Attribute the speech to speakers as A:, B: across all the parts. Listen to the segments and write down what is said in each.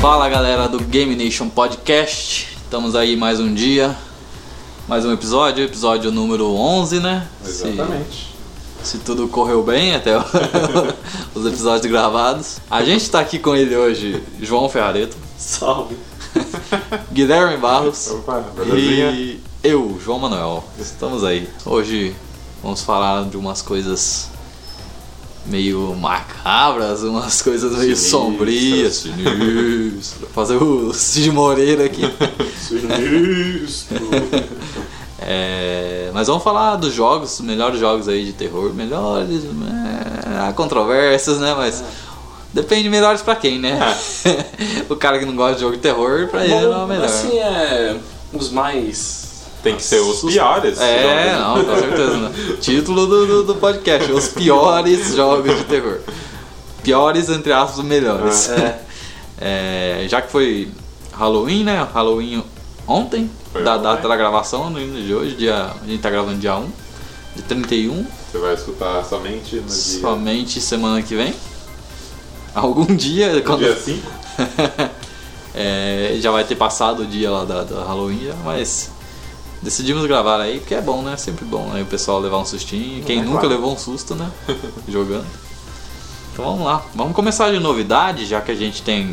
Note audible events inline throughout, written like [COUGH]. A: Fala galera do Game Nation Podcast, estamos aí mais um dia, mais um episódio, episódio número 11, né? Se-
B: Exatamente.
A: se tudo correu bem até
B: [LAUGHS]
A: o- os episódios gravados. A gente tá aqui com ele hoje, João Ferrareto,
B: Salve.
A: [LAUGHS] Guilherme Barros
B: Opa, belezinha?
A: e eu, João Manuel. Estamos aí. Hoje vamos falar de umas coisas meio macabras, umas coisas meio
B: Sinistras.
A: sombrias,
B: [LAUGHS]
A: sinistras. Fazer o Cid Moreira aqui.
B: Sinistro.
A: [LAUGHS] É, mas vamos falar dos jogos, os melhores jogos aí de terror, melhores. é, há controvérsias, né? Mas depende melhores pra quem, né? [LAUGHS] o cara que não gosta de jogo de terror, pra ele não é o melhor.
C: Assim é. Os mais.
B: Tem que ser os piores.
A: é,
B: jogos.
A: não, com certeza. Não. [LAUGHS] Título do, do, do podcast: Os piores jogos de terror. Piores, entre aspas, melhores. [LAUGHS] É, já que foi Halloween, né? Halloween ontem,
B: Foi
A: da
B: ontem.
A: data da gravação, no de hoje, dia, a gente tá gravando dia 1, de 31.
B: Você vai escutar somente no dia,
A: Somente semana que vem. Algum dia,
B: no
A: quando
B: dia 5.
A: [LAUGHS] É, já vai ter passado o dia lá da, da Halloween, já, mas decidimos gravar aí, porque é bom, né? Sempre bom né? o pessoal levar um sustinho. Quem
B: É,
A: nunca
B: claro.
A: levou um susto, né? [LAUGHS] Jogando. Então vamos lá. Vamos começar de novidade, já que a gente tem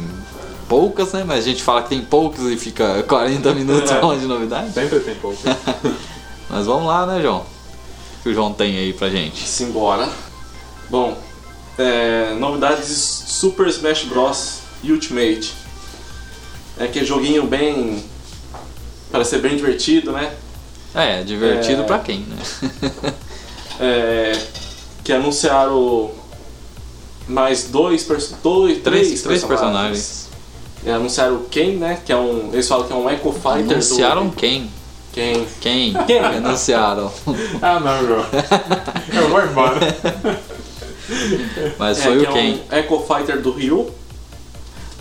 A: poucas, né? Mas a gente fala que tem poucas e fica [LAUGHS] 40 minutos
B: É.
A: falando de novidade.
B: Sempre tem pouco.
A: Mas vamos lá, né, João? O que o João tem aí pra gente?
C: Simbora. Bom, é, novidades de Super Smash Bros. Ultimate. É aquele joguinho bem. Parece ser bem divertido, né?
A: É, divertido
C: É.
A: pra quem, né?
C: É, que anunciaram mais dois, pers- dois
A: três,
C: três,
A: três
C: personagens.
A: personagens.
C: É, anunciaram o Ken, né? Que é um, eles falam que é um Echo Fighter.
A: [LAUGHS]
C: do-
A: Anunciaram quem?
C: Ken.
A: Quem?
C: Quem? [LAUGHS]
A: Anunciaram.
B: [LAUGHS] ah, não, João. Eu vou embora.
A: Mas
C: É,
A: foi
C: que
A: o quem?
C: É um Echo Fighter do Ryu.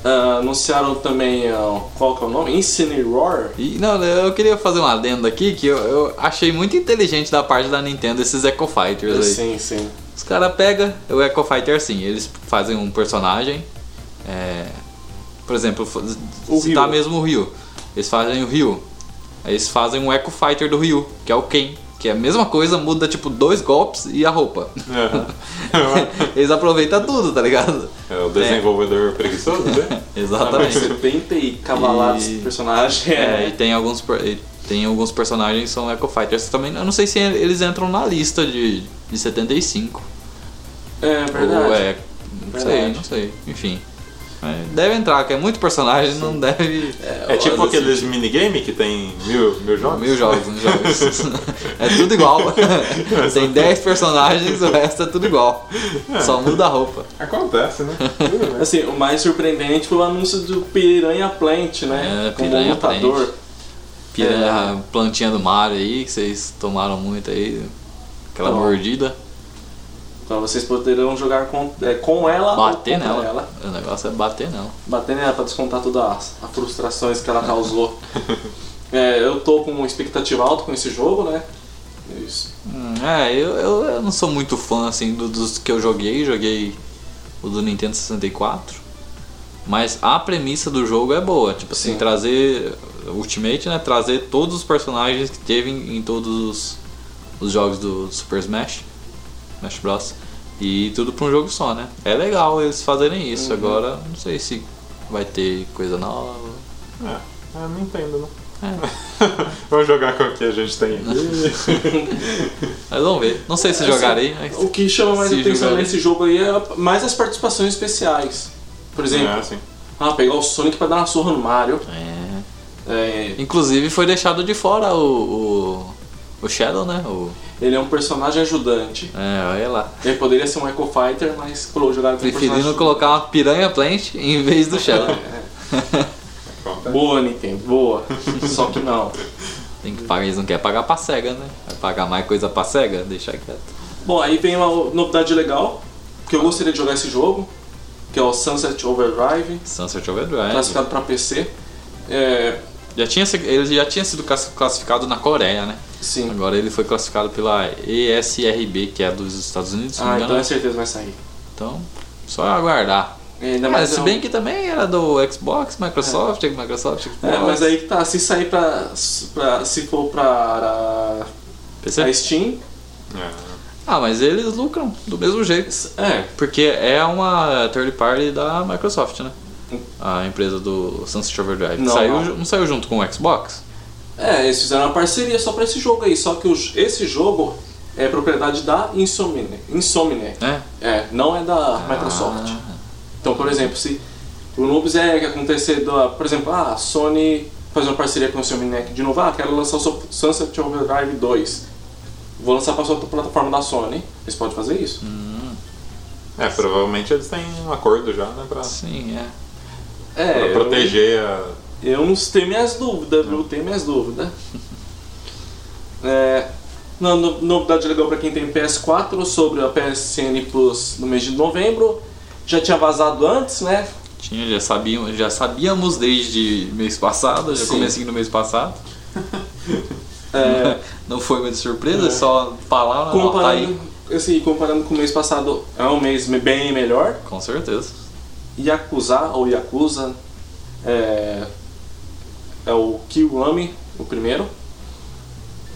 C: Ah, anunciaram também, ah, qual que é o nome? Incineroar.
A: E, não, eu queria fazer um adendo aqui que eu, eu achei muito inteligente da parte da Nintendo esses Echo Fighters aí.
C: Sim, sim.
A: Os caras pegam o Echo Fighter assim, eles fazem um personagem. é, por exemplo, fa-
C: O
A: citar
C: Ryu.
A: mesmo o Ryu. Eles fazem o Ryu. Aí eles fazem um Echo Fighter do Ryu, que é o Ken. Que é a mesma coisa, muda tipo dois golpes e a roupa. [LAUGHS] Eles aproveitam tudo, tá ligado?
B: É o desenvolvedor preguiçoso, né?
A: [LAUGHS] Exatamente.
C: 70 e cavalados
A: E-
C: de personagem.
A: [LAUGHS] É, e tem alguns, per- e tem alguns personagens que são Echo Fighters também. Eu não sei se é, eles entram na lista de, de 75.
C: É verdade.
A: Ou é. Não sei,
C: Verdade.
A: não sei. Enfim. Mas Deve entrar, porque é muito personagem, não deve.
B: É tipo
C: olha,
B: aqueles minigame que tem mil, mil jogos.
A: Mil jogos, mil jogos. [LAUGHS]
B: [LAUGHS]
A: é tudo igual. tem 10 personagens, o resto é tudo igual. Só muda a roupa.
B: Acontece, [LAUGHS] né? Tudo bem.
C: Assim, o mais surpreendente foi o anúncio do Piranha Plant, né?
A: É,
C: Como
A: Piranha
C: lutador.
A: Piranha, É. plantinha do Mario aí, que vocês tomaram muito aí. Aquela
C: Tomou.
A: mordida.
C: Então vocês poderão jogar com, é, com ela
A: Bater
C: ou contra
A: nela.
C: ela.
A: O negócio é bater nela.
C: bater nela pra descontar todas as as frustrações que ela
A: [LAUGHS]
C: causou. É, eu tô com uma expectativa alta com esse jogo, né? Isso.
A: Hum, É, eu, eu, eu não sou muito fã assim do- dos que eu joguei, joguei o do Nintendo 64. Mas a premissa do jogo é boa, tipo assim,
C: Sim.
A: trazer Ultimate, né, trazer todos os personagens que teve em, em todos os, os jogos do Super Smash, Smash Bros. E tudo pra um jogo só, né? É legal eles fazerem isso.
C: Uhum.
A: Agora, não sei se vai ter coisa nova.
B: É, eu não entendo, né?
A: É,
B: [LAUGHS] Vamos jogar com o que a gente tem aqui.
A: mas vamos ver. Não sei se
C: Assim,
A: jogarei. mas-
C: O que chama mais
A: Se
C: atenção
A: jogar.
C: nesse jogo aí é mais as participações especiais. Por exemplo,
B: É, assim.
C: ah, pegar o Sonic pra dar uma surra no Mario.
A: É.
C: É,
A: Inclusive foi deixado de fora o. o, o Shadow, né? O,
C: ele é um personagem ajudante.
A: é, olha lá.
C: Ele poderia ser um Echo Fighter, mas colo- jogaram com um
A: Preferindo
C: personagem-
A: colocar uma piranha plant em vez do Shadow.
B: Acontece.
C: É, Boa, Nintendo, boa. Só que não.
A: Tem que pagar, eles não querem pagar pra cega, né? Vai pagar mais coisa pra cega? Deixa quieto.
C: Bom, aí vem uma novidade legal, que eu gostaria de jogar esse jogo, que é o Sunset Overdrive.
A: Sunset Overdrive.
C: classificado pra PC. É,
A: Já tinha, se- ele já tinha sido classi- classificado na Coreia, né?
C: sim.
A: Agora ele foi classificado pela ESRB, que é dos Estados Unidos, se não
C: Ah,
A: me
C: então
A: engano.
C: é certeza que vai sair.
A: Então, só aguardar.
C: Ainda
A: É,
C: mais um
A: se
C: não.
A: bem que também era do Xbox, Microsoft, Microsoft, Xbox.
C: É, mas aí que tá, se sair pra. pra- se for pra,
A: PC?
C: pra Steam.
B: É.
A: Ah, mas eles lucram do mesmo jeito.
C: É,
A: Porque é uma third party da Microsoft, né? A empresa do Sunset Overdrive.
C: Hum. Não,
A: saiu,
C: não.
A: ju- não saiu junto com o Xbox?
C: É, eles fizeram uma parceria só pra esse jogo aí, só que o- esse jogo é propriedade da Insomniac. Insomniac.
A: É.
C: É, não é da Microsoft. Então, por exemplo, se o Noobs é que acontecer da, por exemplo, ah, a Sony faz uma parceria com a Insomniac de novo, ah, quero lançar o seu Sunset Overdrive 2. Vou lançar pra sua plataforma da Sony. Eles podem fazer isso.
B: É, provavelmente eles têm um acordo já, né? Pra,
A: Sim, é.
C: É,
B: pra proteger a. é
C: Eu, eu não tenho minhas dúvidas, viu? Tenho minhas dúvidas. É, uma no- novidade legal pra quem tem PS4 sobre a PSN Plus no mês de novembro. Já tinha vazado antes, né?
A: Tinha, já sabíamos, já sabíamos desde mês passado, já
C: Sim.
A: comecei no mês passado. [LAUGHS]
C: É,
A: Não foi muita surpresa, só falaram, ó, Ah, tá aí.
C: comparando, assim, comparando com o mês passado, é um mês me- bem melhor.
A: Com certeza.
C: Yakuza ou Yakuza é, é o Kiwami, o primeiro.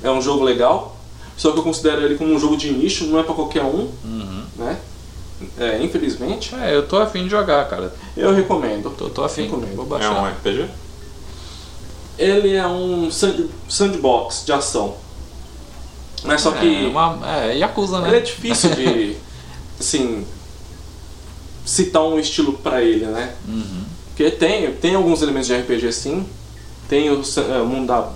C: É um jogo legal, só que eu considero ele como um jogo de nicho, não é pra qualquer um, né? É, infelizmente,
A: É, eu tô afim de jogar, cara.
C: eu recomendo.
A: Tô, tô afim.
C: Recomendo.
A: Vou
B: É
A: baixar.
B: um RPG?
C: Ele é um sand- sandbox de ação. Mas só que
A: É, uma, é Yakuza, né?
C: ele é difícil de assim citar um estilo pra ele, né?
A: Uhum.
C: Porque tem, tem alguns elementos de RPG sim. Tem o san- é, mundo da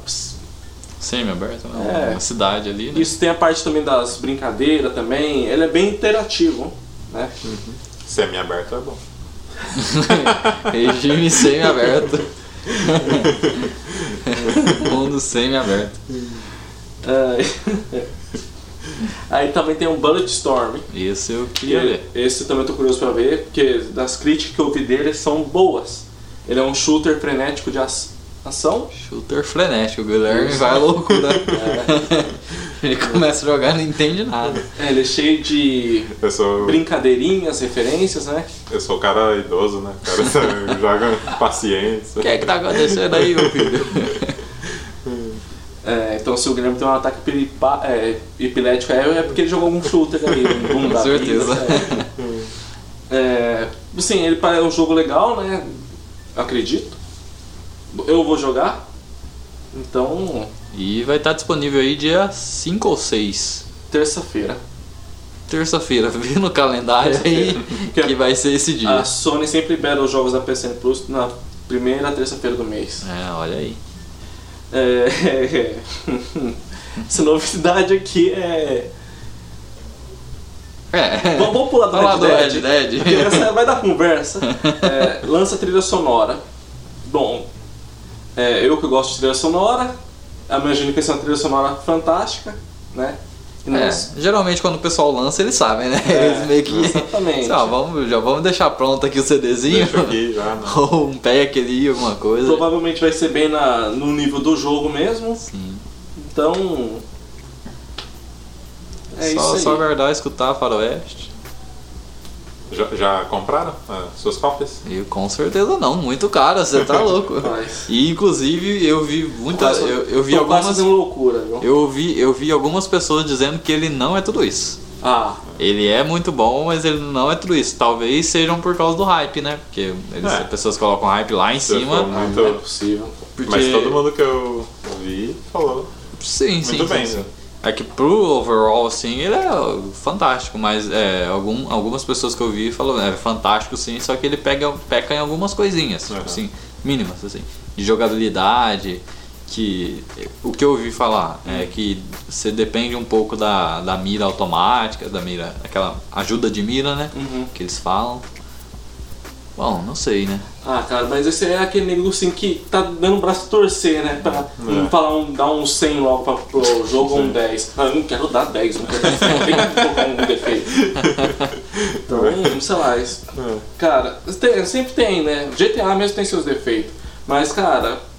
A: Semi-aberto,
C: É.
A: né? Uma cidade ali, né?
C: Isso tem a parte também das brincadeiras também. Ele é bem interativo, né?
B: Semi-aberto é bom.
A: [LAUGHS] Regime semi-aberto. [LAUGHS] Mundo semi-aberto.
C: É. [LAUGHS] Aí também tem um Bullet Storm.
A: Esse eu
C: Que
A: queria ver.
C: esse eu também tô curioso pra ver, porque das críticas que eu vi dele são boas. Ele é um shooter frenético de ac- ação.
A: Shooter frenético, o Guilherme vai à
C: [LAUGHS]
A: loucura. Ele começa a jogar e não entende nada.
C: É, ele é cheio de
B: Eu sou,
C: brincadeirinhas, referências, né?
B: eu sou o cara idoso, né? O cara [LAUGHS] sabe, joga paciência.
A: O que é que tá acontecendo aí, meu filho?
C: É, então se o Guilherme tem um ataque piripa, é, epilético é, é porque ele jogou algum shooter ali,
A: [LAUGHS]
C: um né? boom
A: Com
C: da vida,
A: certeza.
C: é. É, assim, ele pare- é um jogo legal, né? Acredito. Eu vou jogar. Então,
A: E vai estar disponível aí dia 5 ou 6.
C: terça-feira.
A: Terça-feira, [LAUGHS] vê no calendário aí
C: Que-
A: que vai ser esse dia.
C: A Sony sempre libera os jogos da PSN Plus na primeira terça-feira do mês.
A: É, olha aí.
C: É... [LAUGHS] Essa novidade aqui é.
A: É.
C: Vamos, vamos pular do
A: Vamos lá do
C: Red
A: Red
C: Dead.
A: Dead.
C: Porque essa vai
A: [LAUGHS]
C: dar conversa. É, lança trilha sonora. Bom, é, eu que gosto de trilha sonora, eu imagino que essa é uma trilha sonora fantástica, né? E
A: É,
C: nós-
A: geralmente quando o pessoal lança, eles sabem, né?
C: É,
A: eles meio que.
C: exatamente.
A: Só, vamos, já vamos deixar pronto aqui o CDzinho.
B: Deixa aqui já, né?
A: [LAUGHS] Ou um pack ali, alguma coisa.
C: Provavelmente vai ser bem na- no nível do jogo mesmo.
A: Sim.
C: Então. É
A: só,
C: isso
A: só
C: aí.
A: aguardar escutar Faroeste.
B: Já, já compraram as suas cópias?
A: Eu com certeza não, muito caro, você
C: [LAUGHS]
A: tá louco.
C: Mas-
A: E inclusive eu vi muitas.
C: Quase-
A: Eu, eu vi
C: tô
A: algumas.
C: quase fazendo loucura, viu?
A: Eu ouvi, eu vi algumas pessoas dizendo que ele não é tudo isso.
C: Ah,
A: Ele é muito bom, mas ele não é tudo isso. Talvez sejam por causa do hype, né? Porque eles,
B: É.
A: as pessoas colocam hype lá em
B: Se for
A: cima.
B: muito-
C: não é possível.
A: Porque...
B: Mas todo mundo que eu vi falou
A: Sim, sim.
B: muito
A: sim,
B: bem.
A: sim.
B: né?
A: É que pro overall, assim, ele é fantástico, mas é, algum- algumas pessoas que eu vi falam, é fantástico sim, só que ele pega, peca em algumas coisinhas, tipo
B: Aham.
A: assim, mínimas, assim, de jogabilidade, que o que eu ouvi falar é que você depende um pouco da, da mira automática, da mira, aquela ajuda de mira, né,
C: Uhum.
A: que eles falam. Bom, não sei, né.
C: Ah, cara, mas esse é aquele nego assim que tá dando o braço a torcer, né? Pra
B: É.
C: não falar um, dar um 100 logo pra, pro jogo ou um 10. Ah, eu não quero dar 10, não quero dar 100, tem que colocar um defeito. Então, sei lá, isso.
B: É.
C: Cara, tem- sempre tem, né? GTA mesmo tem seus defeitos. Mas, cara,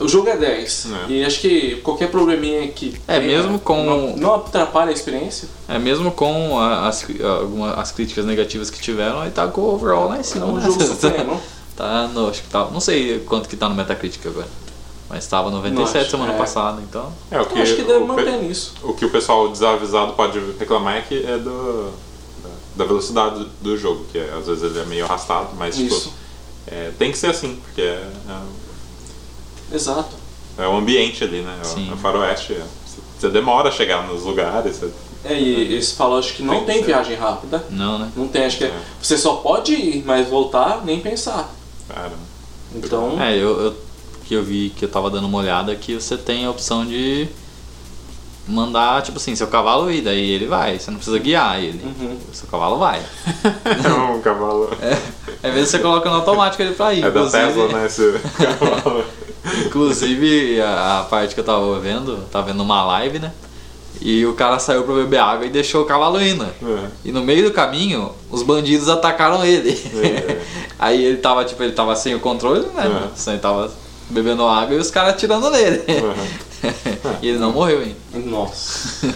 C: O jogo é 10.
B: É.
C: E acho que qualquer probleminha que.
A: É, mesmo com-
C: Não, não atrapalha a experiência.
A: É mesmo com a- as, cri- alguma- as críticas negativas que tiveram, aí tá com o overall lá em cima.
C: Não, o
A: né?
C: é um jogo
B: [LAUGHS]
C: [LAUGHS] supremo.
A: Tá no, acho que tá, não sei quanto que tá no Metacritic agora, mas tava 97
C: Nossa,
A: semana
C: é.
A: passada, então.
B: É, o
C: Eu acho que deve
B: o,
C: manter
B: pe-
C: nisso.
B: o que o pessoal desavisado pode reclamar é que é do, da velocidade do jogo, que é, às vezes ele é meio arrastado, mas
C: Isso.
B: tipo, é, tem que ser assim, porque é, é-
C: Exato.
B: é o ambiente ali, né? É o-
A: Sim.
B: É o faroeste. é. Você demora a chegar nos lugares. Você,
C: É, e eles falam, acho que não
B: Tem que
C: tem
B: ser.
C: viagem rápida.
A: Não, né?
C: Não tem, acho que é.
B: É.
C: Você só pode ir, mas voltar, nem pensar.
B: cara, [LAUGHS]
C: Então.
A: É, eu, eu- que eu vi que eu tava dando uma olhada que você tem a opção de mandar, tipo assim, seu cavalo ir, daí ele vai, você não precisa guiar ele.
B: Hum.
C: Uhum.
A: O seu cavalo vai.
B: é um cavalo. É,
A: Às vezes você coloca no automático ele pra ir.
B: da
A: inclusive-
B: Tesla, né?
C: [LAUGHS]
B: Esse cavalo.
A: Inclusive, a, a parte que eu tava vendo, tava vendo uma live, né? E o cara saiu pra beber água e deixou o cavalo indo.
B: É.
A: E no meio do caminho, os bandidos atacaram ele.
B: É.
A: [LAUGHS] Aí ele tava, tipo, ele tava sem o controle, né?
B: É.
A: Assim, ele tava bebendo água e os caras atirando nele. [LAUGHS] e ele não morreu ainda.
C: Nossa.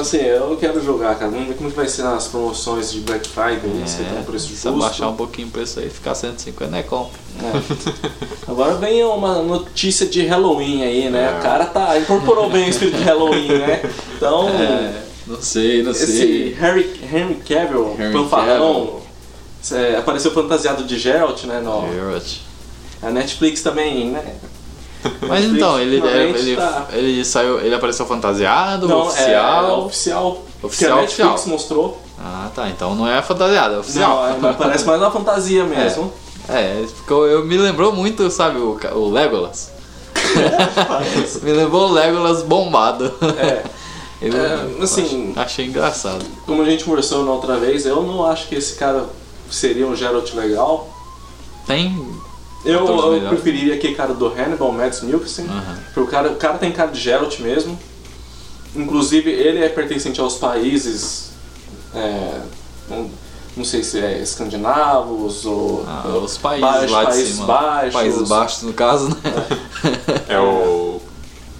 C: assim, eu quero jogar, cara. Vamos ver como que vai ser nas promoções de Black Friday, se
A: É,
C: vai ter um preço
A: se
C: justo.
A: abaixar um pouquinho o preço aí, ficar 150, né? Compra.
C: É. Agora vem uma notícia de Halloween aí, né?
B: É.
C: O cara tá incorporou bem o espírito de Halloween, né?
A: [LAUGHS]
C: Então,
A: É, não sei, não
C: esse
A: sei.
C: Harry, Henry Cavill,
A: Henry
C: fanfarrão, é, apareceu fantasiado de Geralt, né? No,
A: Geralt.
C: A Netflix também, né?
A: Mas então, ele,
C: ultimamente
A: ele,
C: tá-
A: ele saiu. Ele apareceu fantasiado,
C: É,
A: oficial.
C: oficial.
A: Oficial,
C: que a Netflix
A: oficial.
C: mostrou. né,
A: Ah tá, então não é fantasiado, é oficial.
C: Não, é, mas parece mais uma fantasia mesmo.
A: [LAUGHS] É, ficou, eu me lembrou muito, sabe, o, ca- o
C: [LAUGHS]
A: Legolas. me lembrou o Legolas bombado.
C: É.
A: [LAUGHS] Eu
C: É, assim-
A: ach- achei engraçado.
C: Como a gente conversou na outra vez, eu não acho que esse cara seria um Geralt legal.
A: Tem.
C: Eu,
A: Todos
C: eu
A: melhores.
C: preferiria aquele cara do Hannibal, Mads Mikkelsen.
A: Aham.
C: Porque o cara, o cara tem cara de Geralt mesmo. Inclusive, ele é pertencente aos países. é, não, não sei se é escandinavos ou.
A: ah,
C: ou
A: os países
C: baixos,
A: lá de
C: países
A: cima.
C: Baixos,
A: Países baixos, no caso, né?
B: É o.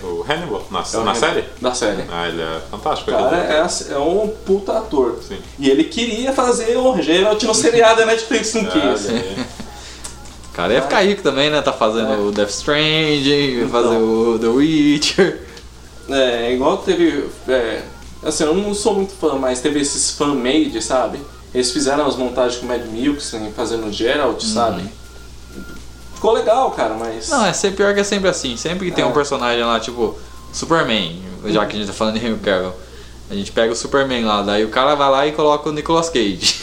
B: O Hannibal, na,
C: É o
B: na
C: Hannibal-
B: série?
C: Da série.
B: Ah, ele é fantástico.
C: O cara
B: aquele-
C: é, ass- é um puta ator.
B: Sim.
C: E ele queria fazer um o Geralt no seriado da Netflix,
A: É,
C: não
B: Ah,
C: quis.
B: ele-
A: [LAUGHS] O cara ia ficar rico também, né? Tá fazendo
C: É. Então.
A: o Death Stranding, fazer o The Witcher.
C: É, igual teve. é, assim, eu não sou muito fã, mas teve esses fan-made, sabe? Eles fizeram as montagens com o Mad Milkson fazendo o Geralt, sabe? Ficou legal, cara, mas.
A: Uhum. Não, é sempre pior que é sempre assim. Sempre que tem
C: É. Hum.
A: um personagem lá, tipo, Superman, já que a gente tá falando de Henry Cavill. A gente pega o Superman lá, daí o cara vai lá e coloca o Nicolas
C: [LAUGHS]
A: Cage.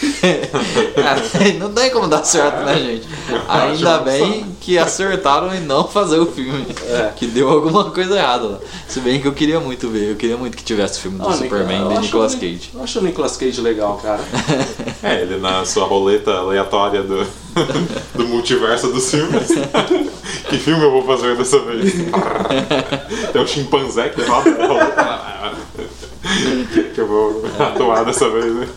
A: Aí não tem como dar certo, né, gente? Ainda bem que acertaram em não fazer o filme.
C: É.
A: Que deu alguma coisa errada lá. Se bem que eu queria muito ver, eu queria muito que tivesse o filme do
C: Ah,
A: Superman
C: eu
A: de
C: acho
A: Nicolas
C: o Ni-
A: Cage. [LAUGHS]
C: Eu acho o Nicolas Cage legal, cara.
B: É, ele na sua roleta aleatória do, [LAUGHS] do multiverso dos filmes. [LAUGHS] que filme eu vou fazer dessa vez? Tem um chimpanzé que roda na roleta. que eu vou atuar dessa vez, né?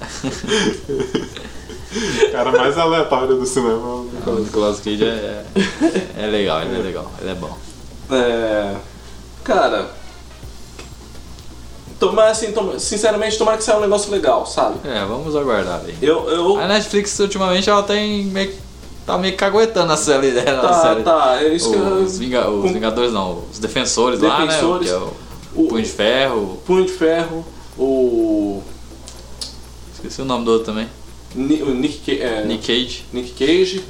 B: O cara mais aleatório do cinema.
A: O Nicolas Cage é, é legal, ele é legal, ele é bom.
C: É. Cara. Tomara, assim, toma- sinceramente, tomara que saia um negócio legal, sabe?
A: É, vamos aguardar aí.
C: Eu. eu
A: A Netflix ultimamente ela tem meio que- tá meio que caguetando a série dela. a
C: tá,
A: série.
C: tá, é isso que eu.
A: Os, Vinga- os
C: com-
A: Vingadores não, os Defensores, lá, né?
C: Defensores.
A: Que é o
C: o-
A: Punho de Ferro,
C: Punho de Ferro, o.
A: esqueci o nome do outro também.
C: Ni- o Nick, Ca- é,
A: Nick Cage.
C: Nick Cage.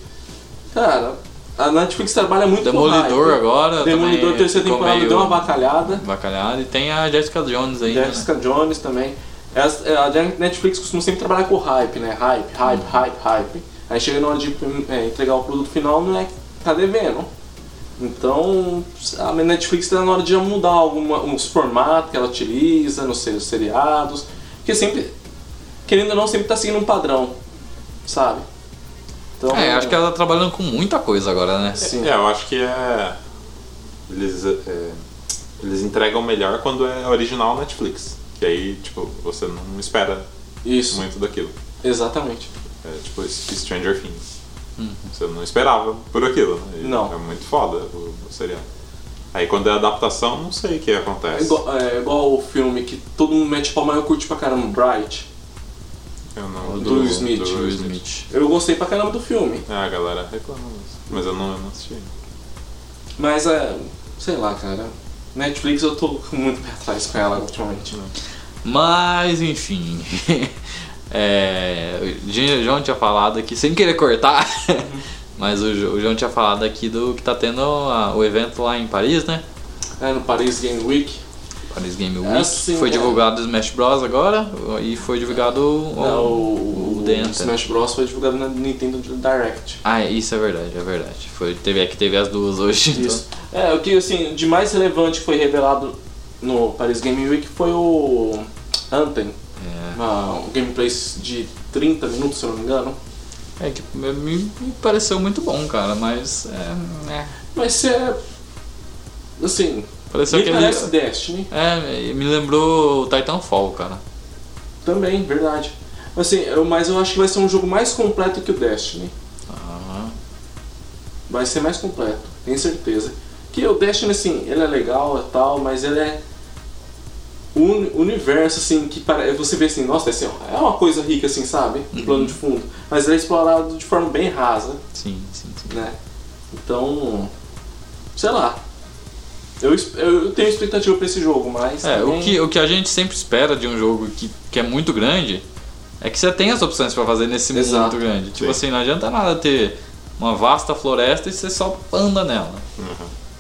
C: Cara, a Netflix trabalha muito com
A: Demolidor
C: hype.
A: agora.
C: Demolidor,
A: também
C: terceira
A: ficou
C: temporada,
A: meio
C: deu uma bacalhada.
A: bacalhada. E tem a Jessica Jones ainda. né?
C: Jessica Jones também. Elas- é, A Netflix costuma sempre trabalhar com hype, né? Hype, hype,
A: Uhum.
C: hype, hype. Aí chega na hora de é, entregar o produto final, não é tá devendo. Então, a Netflix tá na hora de já mudar alguma, uns formatos que ela utiliza, nos seus seriados. Porque sempre, querendo ou não, sempre tá seguindo um padrão, sabe? Então,
A: É, acho que ela tá trabalhando com muita coisa agora, né?
C: Sim.
B: É, eu acho que é. Eles, é, eles entregam melhor quando é original Netflix. Que aí, tipo, você não espera
C: Isso,
B: muito daquilo.
C: exatamente.
B: É tipo Stranger Things. Você não esperava por aquilo, né? E
C: Não.
B: É muito foda o, o seriado. Aí quando é adaptação, não sei o que
C: É
B: acontece.
C: igual, é igual o filme que todo mundo mete palma e eu curti pra caramba, Bright.
B: Eu não,
C: Do É. Smith.
A: Do
B: Will
A: Will Smith.
C: Eu gostei pra caramba do filme.
B: Ah, a galera reclama disso. Mas eu não, eu não assisti. né?
C: Mas, é, sei lá, cara. Netflix eu tô [LAUGHS] com muito pé atrás com ela ultimamente.
A: Mas, enfim. [LAUGHS] é, o Jin- o João tinha falado aqui, sem querer cortar, [LAUGHS] mas o, Jo- o João tinha falado aqui do que tá tendo a- o evento lá em Paris, né?
C: É, no Paris Game Week.
A: Paris Game Week.
C: É, sim,
A: foi
C: é.
A: divulgado o Smash Bros. agora e foi divulgado o,
C: né,
A: o,
C: o,
A: The
C: o
A: Anthem.
C: Smash Bros. foi divulgado na Nintendo Direct.
A: Ah, é, isso é verdade, é verdade. Foi, teve, é que teve as duas hoje. então.
C: Isso. É, o que assim, de mais relevante que foi revelado no Paris Game Week foi o Anthem.
A: É.
C: Uma, um gameplay de 30 minutos, se eu não me engano.
A: É que me, me pareceu muito bom, cara, mas. É, é.
C: Mas se é. Assim.
A: Pareceu
C: Me
A: que
C: parece Destiny.
A: É, me lembrou o Titanfall, cara.
C: Também, verdade. Assim, eu, mas eu acho que vai ser um jogo mais completo que o Destiny.
A: Aham.
C: Vai ser mais completo, tenho certeza. Que o Destiny, assim, ele é legal e tal, mas ele é. Um universo, assim, que para... você vê assim, nossa, assim, ó, é uma coisa rica, assim, sabe?
A: Uhum.
C: Um plano de fundo. Mas ele é explorado de forma bem rasa,
A: Sim, sim, sim.
C: né? Então. Sei lá. Eu, es- eu tenho expectativa pra esse jogo, mas.
A: É, o
C: também-
A: que, o que a gente sempre espera de um jogo que, que é muito grande é que você tem as opções pra fazer nesse mundo
C: Exato.
A: muito grande. Tipo
B: Sim.
A: assim, não adianta nada ter uma vasta floresta e você só anda nela.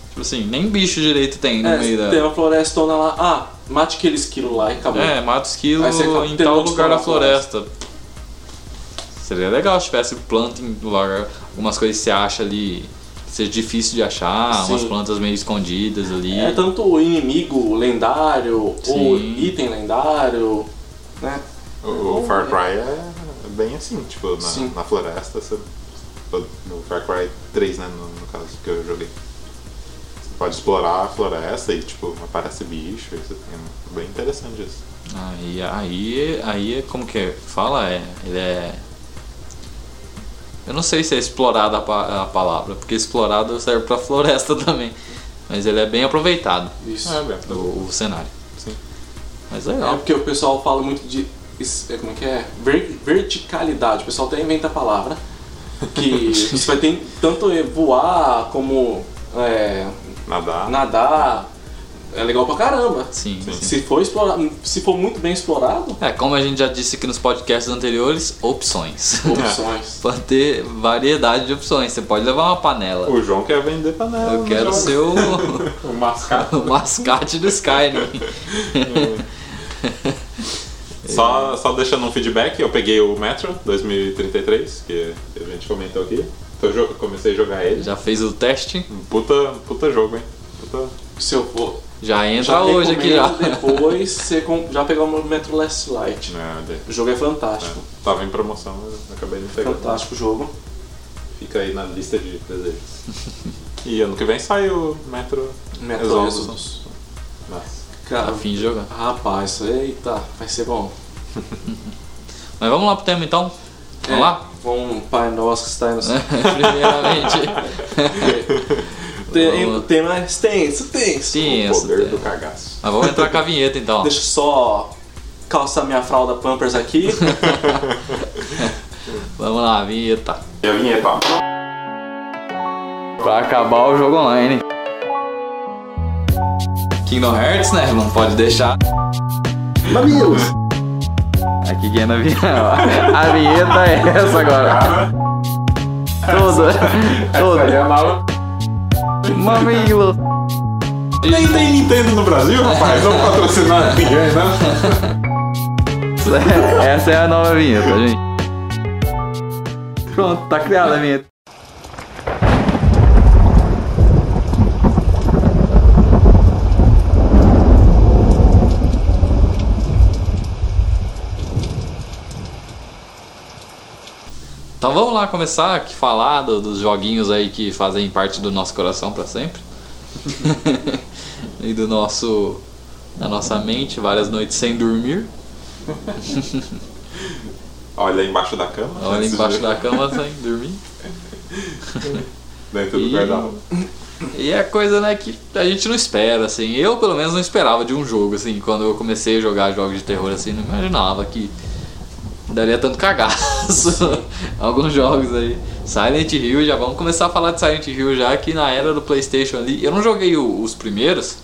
A: Tipo assim, nem bicho direito tem no
C: Uhum. É,
A: meio
C: tem
A: da.
C: uma florestona lá, ah, mate aquele esquilo lá e acabou.
A: É, mata o esquilo
C: Aí você acaba
A: em
C: tendo
A: tal
C: onde
A: lugar
C: falar
A: da floresta. Seria legal se tivesse planta em lugar. Algumas coisas que você acha ali que seja difícil de achar,
C: Sim.
A: umas plantas meio escondidas ali.
C: É tanto o inimigo lendário ou
A: Sim.
C: item lendário, né?
B: O, o
C: Bom,
B: Far
C: é.
B: Cry é é bem assim, tipo, na,
C: Sim.
B: na floresta, você, no Far Cry 3, né, no, no caso que eu joguei. Você pode explorar a floresta e, tipo, aparece bicho, isso é bem interessante isso.
A: Aí, aí, aí, é como que é? fala? É, ele é. Eu não sei se é explorada a, pa- a palavra, porque explorado serve pra floresta [LAUGHS] também. Mas ele é bem aproveitado,
C: Isso.
B: É,
C: É,
B: bem,
A: o, o cenário.
B: sim.
A: Mas é, legal.
C: porque o pessoal fala muito de. is- é, Como é que é? Ver- verticalidade. O pessoal até inventa a palavra.
A: [LAUGHS]
C: Que você vai ter tanto é, voar como é,
B: Nadar.
C: nadar. É legal pra caramba.
A: Sim, sim.
C: Se for explorado, se for muito bem explorado,
A: [LAUGHS] É, como a gente já disse aqui nos podcasts anteriores, opções. [LAUGHS]
C: opções.
A: Pode ter variedade de opções. Você pode levar uma panela.
B: O João quer vender panela. né,
A: Eu
B: no
A: quero
B: jogo.
A: ser o, [LAUGHS]
B: o mascate.
A: o mascate do [LAUGHS] Skyrim.
B: [LAUGHS] Só, só deixando um feedback, eu peguei o Metro 2033, que a gente comentou aqui. Então, eu jo- comecei a jogar ele.
A: Já fez o teste?
B: Um Puta, puta jogo, hein? Puta-
C: Se eu for.
A: Já entra
C: já
A: hoje aqui já.
C: recomendo Depois você com- já pegar o Metro Last Light.
B: né, de-
C: O jogo é fantástico.
B: é, Tava em promoção, mas eu acabei
A: É.
B: não pegando.
C: Fantástico o jogo.
B: Fica aí na lista de desejos. e ano que vem sai o Metro
C: Metro
B: Exodus.
C: Exodus.
B: Nossa.
A: A
C: Cara,
A: fim Tá de jogar.
C: rapaz, eita, vai ser bom.
A: Mas vamos lá pro tema então? Vamos lá?
C: Vamos, um Né? Pai Nosso que está aí no
B: É.
C: céu.
A: [LAUGHS] Primeiramente.
C: Tem-
A: Vamos.
C: O tema é extenso, tenso.
A: Sim,
B: o poder
A: essa-
B: do cagaço.
A: Mas vamos entrar com a vinheta então.
C: Deixa eu só calçar minha fralda Pampers [LAUGHS] aqui.
A: Vamos lá, vinheta.
B: E a vinheta?
A: Pra acabar o jogo online. Kingdom Hearts, né? Não pode deixar.
B: Mamilos!
A: Aqui quem é na vinheta. A vinheta é essa agora. Toda.
B: [LAUGHS] é
A: Toda. Mamilo.
B: Nem tem Nintendo no Brasil, rapaz. Não patrocinar ninguém, né?
A: Essa é a nova vinheta, gente. Pronto, tá criada a vinheta. Então vamos lá começar a falar do- dos joguinhos aí que fazem parte do nosso coração pra sempre. [LAUGHS] e do nosso da nossa mente, várias noites sem dormir.
B: Olha embaixo da cama.
A: Olha
B: antes de- né?
A: tá, embaixo da cama sem dormir.
B: [LAUGHS] Dentro do
A: E-
B: guarda-roupa.
A: E é coisa, né, que a gente não espera, assim. Eu, pelo menos, não esperava de um jogo, assim. Quando eu comecei a jogar jogos de terror, assim, não imaginava que daria tanto cagaço. [LAUGHS] Alguns jogos aí. Silent Hill, já vamos começar a falar de Silent Hill já, que na era do Playstation ali... Eu não joguei o- os primeiros,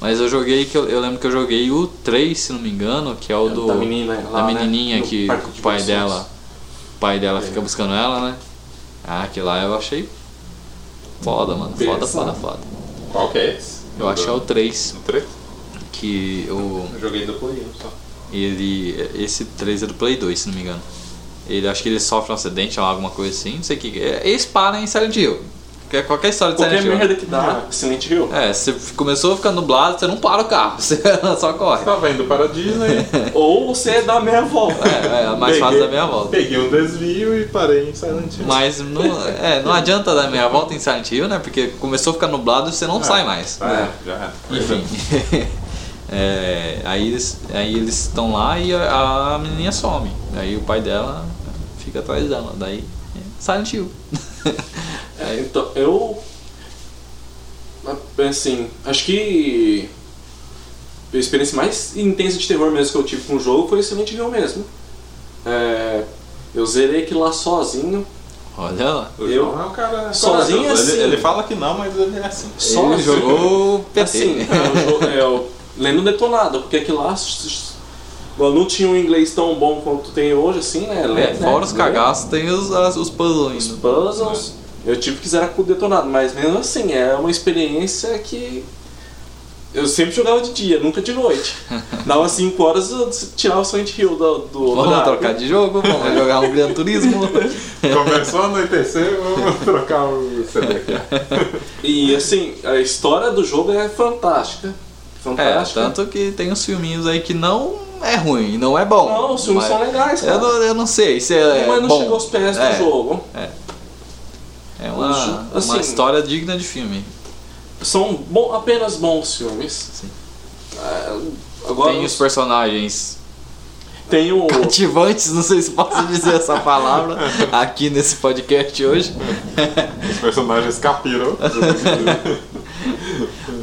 A: mas eu joguei... que Eu, eu lembro que eu joguei o 3, se não me engano, que é o do...
C: da menina lá,
A: da
C: né?
A: menininha
C: No
A: que
C: parque de
A: o pai
C: diversões.
A: dela... O pai dela
C: É.
A: fica buscando ela, né? Ah, que lá eu achei... Foda, mano. Foda, foda,
C: Pesado.
A: foda.
B: Qual que é esse?
A: Eu acho que é o 3
B: No 3?
A: que o
B: Eu joguei do Play 1 só.
A: ele esse 3 é do Play 2, se não me engano. Ele acho que ele sofre um acidente ou alguma coisa assim, não sei o que. É, Eles param em Silent Hill. Que é Qualquer história de
C: Qualquer
A: Silent
C: merda
A: Hill.
C: que dá, [LAUGHS] Silent Hill.
A: É, você f- começou a ficar nublado, você não para o carro, [LAUGHS] você só corre.
B: Tava indo Tá para a Disney.
C: Ou você dá a meia volta.
A: É, é a [LAUGHS] mais
B: peguei-
A: fácil da meia volta.
B: Peguei um desvio e parei em Silent Hill.
A: Mas não, é, não adianta dar meia volta em Silent Hill, né? Porque começou a ficar nublado e você não sai mais.
B: Ah, é, já é.
A: Enfim. [LAUGHS] É, aí eles aí eles estão lá e a, a menininha some. Aí o pai dela fica atrás dela. Daí é Silent Hill. [LAUGHS]
C: É, então, eu. Assim, acho que. A experiência mais intensa de terror mesmo que eu tive com o jogo foi o Silent Hill mesmo. É, eu zerei aquilo lá sozinho.
A: Olha lá.
B: O
C: Eu-
B: João é um cara
C: Sozinho,
B: corajoso.
C: assim.
B: Ele, ele fala que não, mas ele é assim.
C: Só
A: Ele [LAUGHS] jogou o PT.
C: Assim,
A: né?
C: é, o jogo- é o lendo detonado, porque aquilo lá. s- s- Eu não tinha um inglês tão bom quanto tem hoje, assim, né?
A: É,
C: Lendo, né?
A: fora os
C: Lendo.
A: cagaços, tem os, as- os puzzles
C: os
A: ainda.
C: puzzles. Eu tive que zerar com o detonado, mas mesmo assim, é uma experiência que. Eu sempre jogava de dia, nunca de
A: [LAUGHS]
C: noite. Dava 5 horas, eu tirava o Silent Hill do, do
A: Vamos
C: horário.
A: trocar de jogo,
C: [LAUGHS]
A: vamos jogar um Gran Turismo.
B: assim. Começou a anoitecer, vamos [LAUGHS] trocar o CD aqui.
C: E assim, a história do jogo é fantástica.
A: É,
C: Fantástica.
A: tanto que tem uns filminhos aí que não é ruim, não é bom.
C: Não, os filmes
A: Mas
C: são legais, cara.
A: Eu não, eu não sei se é
C: mas não
A: bom.
C: chegou aos pés
A: É.
C: do jogo.
A: É uma,
C: Assim-
A: uma história digna de filme.
C: São bom, apenas bons filmes.
A: Sim.
C: Ah, agora
A: tem os personagens
C: tem
A: [LAUGHS]
C: o.
A: cativantes, não sei se posso dizer essa [LAUGHS] palavra aqui nesse podcast hoje.
B: Os personagens capiram.
A: [LAUGHS]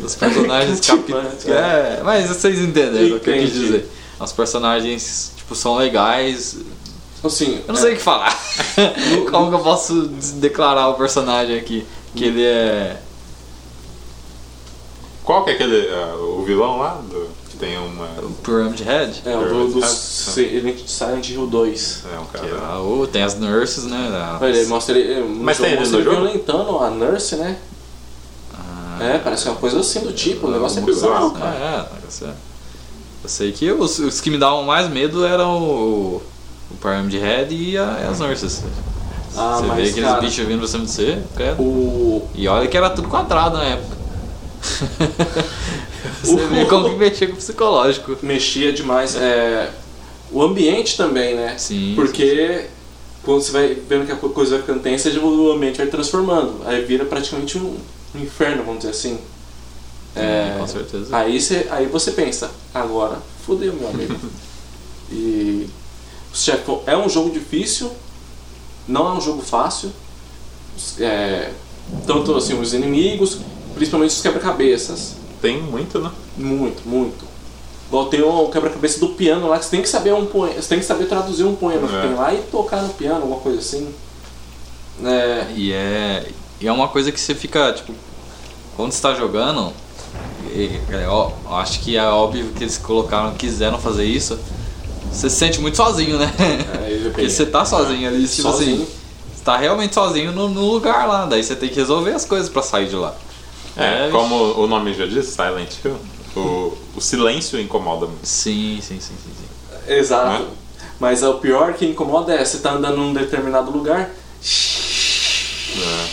A: Os personagens
C: Cativantes,
A: cativantes. É, mas vocês entenderam o que eu quis
C: Entendi.
A: dizer. Os personagens, tipo, são legais.
C: Assim,
A: Eu não sei o que [LAUGHS] falar. Como que eu posso des- declarar o personagem aqui? Que ele é.
B: Qual que é aquele. ah, o vilão lá? do- que tem uma.
A: o Pyramid Head.
C: É, o do, do
B: Ah, tá.
C: Silent Silent Hill 2.
B: É um
A: Que é
B: cara.
A: lá, ô, tem as nurses, né? A-
C: Ele mostra ele, um
B: Mas tem ele
C: mostra
B: no jogo?
C: violentando a Nurse, né?
A: Ah,
C: É, parece uma coisa assim do tipo, o negócio é
B: Muito
C: bizarro.
B: bizarro.
C: cara.
A: É, é, isso é. Eu sei que os, os que me davam mais medo eram o, o Pyramid Head e a- as Nurses.
C: Ah,
A: você vê
C: mas
A: aqueles
C: cara,
A: bichos vindo pra cima de você, credo.
C: o,
A: E olha que era tudo quadrado na época. [LAUGHS] você vê como que mexia com o psicológico.
C: mexia demais é, o ambiente também, né?
A: Sim.
C: Porque quando você vai vendo que a co- coisa vai ficando tensa, já o ambiente vai transformando. Aí vira praticamente um, um inferno, vamos dizer assim. É,
A: com certeza.
C: Aí você, aí você pensa, agora fodeu,
A: [LAUGHS]
C: meu amigo. e o chefão- é um jogo difícil, não é um jogo fácil. Os- é, tanto assim, os inimigos, principalmente os quebra-cabeças.
B: Tem muito, né?
C: Muito, muito. Igual tem o quebra-cabeça do piano lá, que você tem que saber um poema. Você tem que saber traduzir um poema
B: É.
C: que tem lá e tocar no piano, alguma coisa assim. É,
A: E é, e é uma coisa que você fica, tipo, quando você tá jogando, e, é, ó, acho que é óbvio que eles colocaram, quiseram fazer isso, você se sente muito sozinho, né?
C: é, ele
A: Porque você tá sozinho ali, tipo
C: Sozinho.
A: assim, você tá realmente sozinho no, no lugar lá, daí você tem que resolver as coisas pra sair de lá.
B: É,
A: É,
B: como o nome já diz, Silent Hill. O, o silêncio incomoda muito.
A: Sim, sim, sim, sim. sim.
C: Exato.
B: Né?
C: Mas é o pior que incomoda é você tá andando num determinado lugar,
B: É,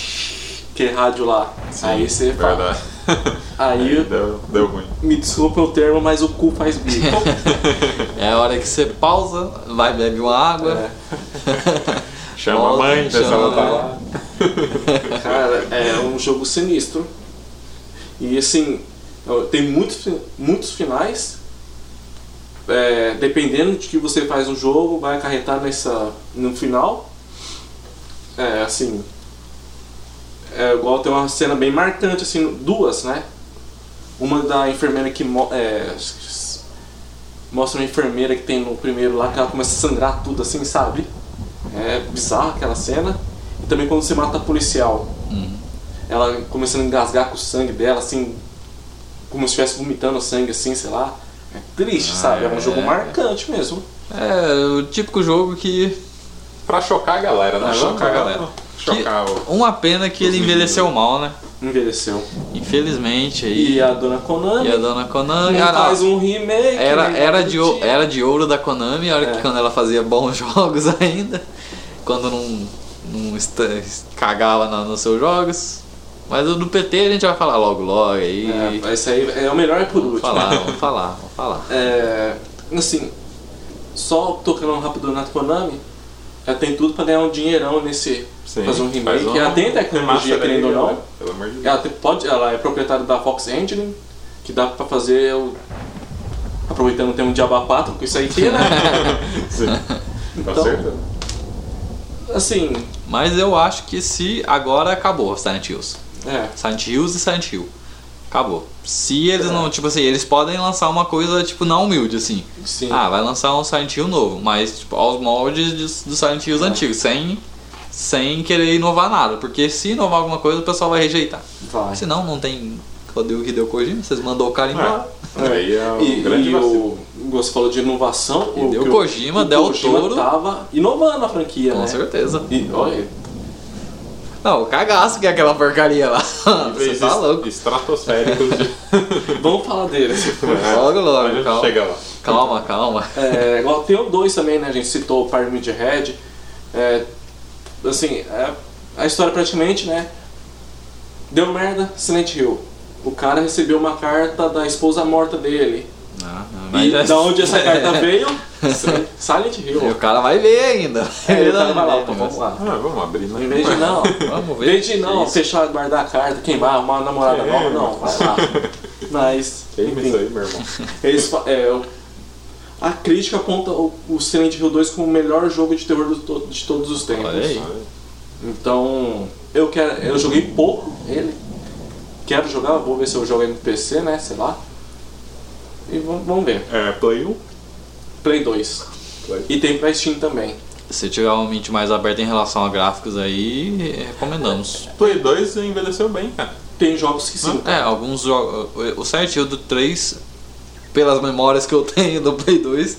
C: que é rádio lá. aí você fala.
B: verdade. [LAUGHS]
C: [LAUGHS]
B: É.
C: Aí
B: Deu, deu ruim.
C: me desculpa o termo, mas o cu faz bico.
A: [LAUGHS]
B: [LAUGHS]
A: É a hora que você pausa, vai beber uma água.
C: É,
B: Chama
A: Volta,
B: a mãe, vê se ela tá
A: chama-
B: lá.
C: [LAUGHS] cara, é um jogo sinistro. E assim, eu- tem muitos, fi- muitos finais. É, dependendo de que você faz no jogo, vai acarretar nessa, no final. É assim. é igual tem uma cena bem marcante, assim, duas, né? Uma da enfermeira que mo- é, mostra uma enfermeira que tem no primeiro lá, que ela começa a sangrar tudo assim, sabe? É bizarra aquela cena. E também quando você mata a policial,
A: Uhum.
C: ela começando a engasgar com o sangue dela, assim, como se estivesse vomitando sangue, assim, sei lá. É triste,
A: Ah,
C: sabe? É um
A: é.
C: jogo marcante mesmo.
A: [LAUGHS] É o típico jogo que.
B: Pra chocar a galera, né?
A: Pra
B: Vamos-
A: chocar a galera.
B: vamos Chocar
A: que-
B: o.
A: Uma pena que ele envelheceu mal, né?
C: Envelheceu.
A: Infelizmente aí.
C: E a dona Konami
A: E a dona Konami.
C: não
A: cara,
C: faz um remake.
A: era,
C: né?
A: era, de, ou- era de ouro da Konami, a hora que
C: É.
A: quando ela fazia bons [LAUGHS] jogos ainda. Quando não, não esta- cagava na- nos seus jogos. Mas o do PT a gente vai falar logo logo aí.
C: É, esse aí é o melhor é por
A: Vamos
C: último.
A: falar, vamos falar, vamos falar.
C: É, assim, só tocando um rápido na Konami, ela tem tudo pra ganhar um dinheirão nesse.
B: Sim,
C: fazer um
B: faz
C: remake.
B: um-
C: Ela tem tecnologia,
B: Remaster aí, né?
C: querendo ou não.
B: galera. Pelo amor
C: [LAUGHS]
B: de Deus.
C: Ela, te- pode, ela é proprietária da Fox Engine, que dá pra fazer o. Aproveitando tem um Diaba 4 com isso aí que,
B: [LAUGHS]
C: né?
B: Sim. Tá
C: Então-
B: certo?
C: assim,
A: Mas eu acho que se agora acabou Silent Hills.
C: é.
A: Silent Hills e Silent Hill. Acabou. Se eles não, tipo assim, eles podem lançar uma coisa, tipo, não humilde, assim.
C: Sim.
A: Ah, vai lançar um Silent Hill novo, mas tipo, aos moldes dos dos Silent Hills antigos, sem, sem querer inovar nada, porque se inovar alguma coisa o pessoal vai rejeitar.
C: vai.
A: Se não, não tem cadê o Hideo Kojima, vocês mandou o cara embora.
B: É. Aí é um
C: e,
B: grande
C: e
B: vacilo.
C: o você falou de inovação, o,
A: deu
C: que
A: Kojima,
C: o
A: Del
C: Kojima
A: Toro.
C: tava inovando a franquia,
A: Com
C: né?
A: certeza.
C: E olha,
A: Não, o cagaço que é aquela porcaria lá. Você
C: Ah,
B: Níveis
A: tá
B: es-
A: louco.
B: Estratosféricos
C: [LAUGHS]
B: de.
C: vamos falar
B: [LAUGHS]
C: dele.
A: Logo,
B: A
A: logo,
B: gente
A: calma.
B: chega lá.
A: Calma, calma.
C: É, igual tem o 2 também, né? A gente citou o Pyramid Head. É, assim, é, a história praticamente, né? Deu merda, Silent Hill. O cara recebeu uma carta da esposa morta dele.
A: Não, não,
C: E
A: mas é-
C: da onde essa carta veio? Silent Hill.
A: [LAUGHS] E o cara vai ver ainda.
C: É, [LAUGHS] ele tava
A: Ele
C: lá,
A: vai
C: então
A: ver,
C: vamos lá.
B: Ah, vamos abrir, né?
C: Em
B: [LAUGHS]
C: vez de não,
A: Vamos
C: em
A: ver.
C: vez de não fechar, guardar a carta, queimar uma namorada
B: É.
C: nova, não, vai lá.
B: [LAUGHS]
C: Mas,
B: Queima isso
C: enfim,
B: aí, meu irmão.
C: eles, fa- é, o- a crítica aponta o, o Silent Hill 2 como o melhor jogo de terror do to- de todos os tempos.
A: Olha aí.
C: Então, eu quero, eu joguei pouco ele. Quero jogar, vou ver se eu jogo aí no PC, né, sei lá. E vamos, vamos ver.
B: É, Play 1.
C: Play 2.
B: Play.
C: E tem pra Steam também.
A: Se tiver uma mente mais aberta em relação a gráficos aí, recomendamos.
B: Play 2 envelheceu bem, cara.
C: Tem jogos que sim.
A: É, alguns jogos. O Silent Hill do 3, pelas memórias que eu tenho do Play 2,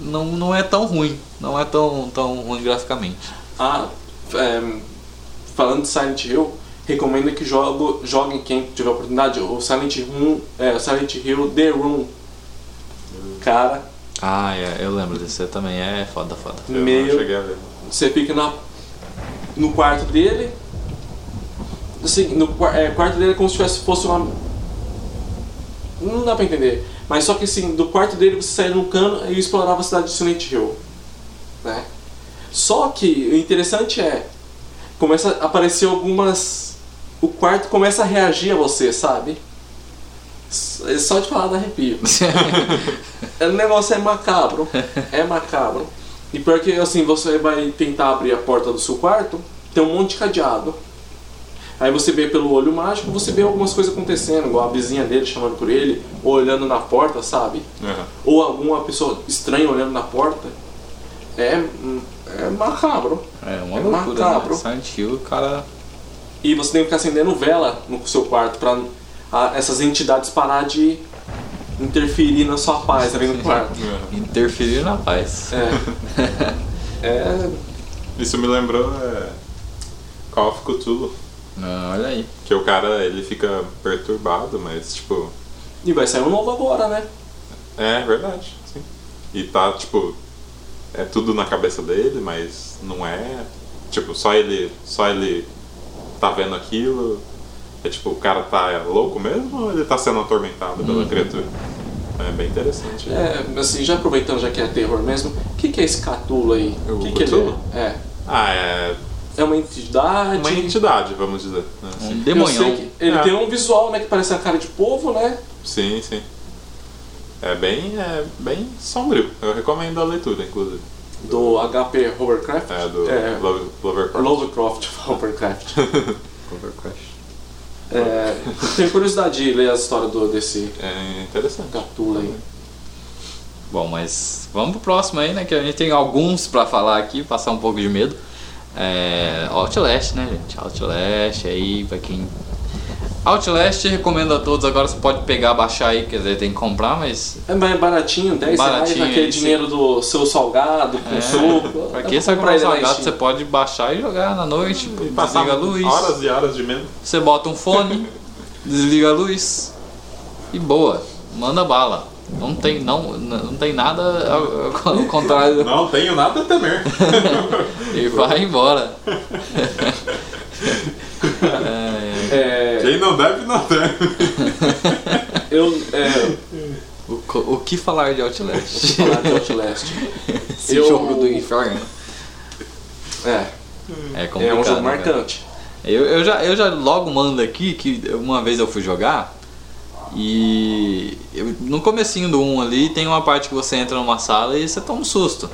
A: não, não é tão ruim. Não é tão, tão ruim graficamente.
C: Ah, é, falando de Silent Hill, recomendo que jogo, joguem quem tiver oportunidade, o Silent, Room, é, o Silent Hill The Room.
B: Hum.
C: Cara,
A: Ah, é, eu lembro desse também. É foda, foda.
B: Eu não
C: Meio-
B: cheguei a ver.
C: Você fica na, no quarto dele. Assim, no qua- é, quarto dele é como se tivesse, fosse uma. Não dá pra entender. Mas só que assim, do quarto dele você saía num cano e explorava a cidade de Silent Hill. Né? Só que o interessante é. Começa a aparecer algumas. O quarto começa a reagir a você, sabe? S- é Só de falar dá arrepio. O negócio é macabro. É macabro. E pior que assim, você vai tentar abrir a porta do seu quarto, tem um monte de cadeado. Aí você vê pelo olho mágico, você vê algumas coisas acontecendo, igual a vizinha dele chamando por ele, ou olhando na porta, sabe?
B: Aham.
C: Ou alguma pessoa estranha olhando na porta. É, é macabro.
A: [LAUGHS] É uma
C: É
A: loucura,
C: macabro.
A: né? Silent Hill, o cara.
C: E você tem que ficar acendendo vela no seu quarto pra a- essas entidades parar de interferir na sua paz ali no quarto.
B: Aham.
A: Interferir na [LAUGHS] paz.
C: É. É.
B: Isso me lembrou é, Call of Cthulhu.
A: Ah, olha aí.
B: Que o cara, ele fica perturbado, mas tipo...
C: E vai sair um novo agora, né?
B: É verdade, sim. E tá, tipo... É tudo na cabeça dele, mas não é... Tipo, só ele... Só ele tá vendo aquilo. É tipo, o cara tá louco mesmo ou ele tá sendo atormentado pela criatura? É bem interessante.
C: É, assim, já aproveitando, já que é terror mesmo, o que, que é esse Catulo aí?
B: O
C: que, que ele
B: Cthulhu?
C: é? é?
B: Ah, é
C: É uma entidade.
B: uma entidade, vamos dizer. né?
A: Um
C: Eu
A: demonhão.
C: sei que ele
B: É.
C: tem um visual, né, que parece a cara de povo, né?
B: Sim, sim. É bem, é bem sombrio. Eu recomendo a leitura, inclusive.
C: Do HP Hovercraft.
B: É do Lovecraft.
C: Lovecraft [LAUGHS] Hovercraft.
A: Cover Crash.
C: É,
A: [LAUGHS]
C: tenho curiosidade de ler a história do, desse
B: [LAUGHS] É interessante.
C: Gatula aí.
A: Bom, mas vamos pro próximo aí, né? Que a gente tem alguns pra falar aqui, passar um pouco de medo. É, Outlast, né, gente? Outlast aí, pra quem. Outlast recomendo a todos agora, você pode pegar, baixar aí, quer dizer, tem que comprar, mas.
C: É bem baratinho, 10
A: Baratinho,
C: reais, aquele
A: sim.
C: dinheiro do seu salgado, com
A: É,
C: suco.
A: Pra
C: Dá
A: quem você
C: comprar
A: comprar um
C: ele né, na
A: salgado,
C: Steam. Hum,
A: você pode baixar e jogar na noite,
B: E
A: desliga a luz,
B: horas e horas de medo.
A: você bota um
C: [LAUGHS]
A: fone, desliga a luz e boa, manda bala. Não tem, não, não tem nada ao, ao contrário
C: [LAUGHS]
B: Não tenho nada a temer.
A: E vai embora. É,
C: É,
B: Quem não deve, não deve.
C: eu é,
A: [LAUGHS] o, co- o que falar de
C: [LAUGHS]
A: Outlast?
C: falar de Outlast.
A: Esse
C: Eu-
A: jogo do inferno.
C: É,
A: É complicado.
C: é um jogo
A: né, cara?
C: marcante.
A: Eu, eu, já, eu já logo mando aqui que uma vez eu fui jogar e eu- no comecinho do 1 ali tem uma parte que você entra numa sala e você toma um susto.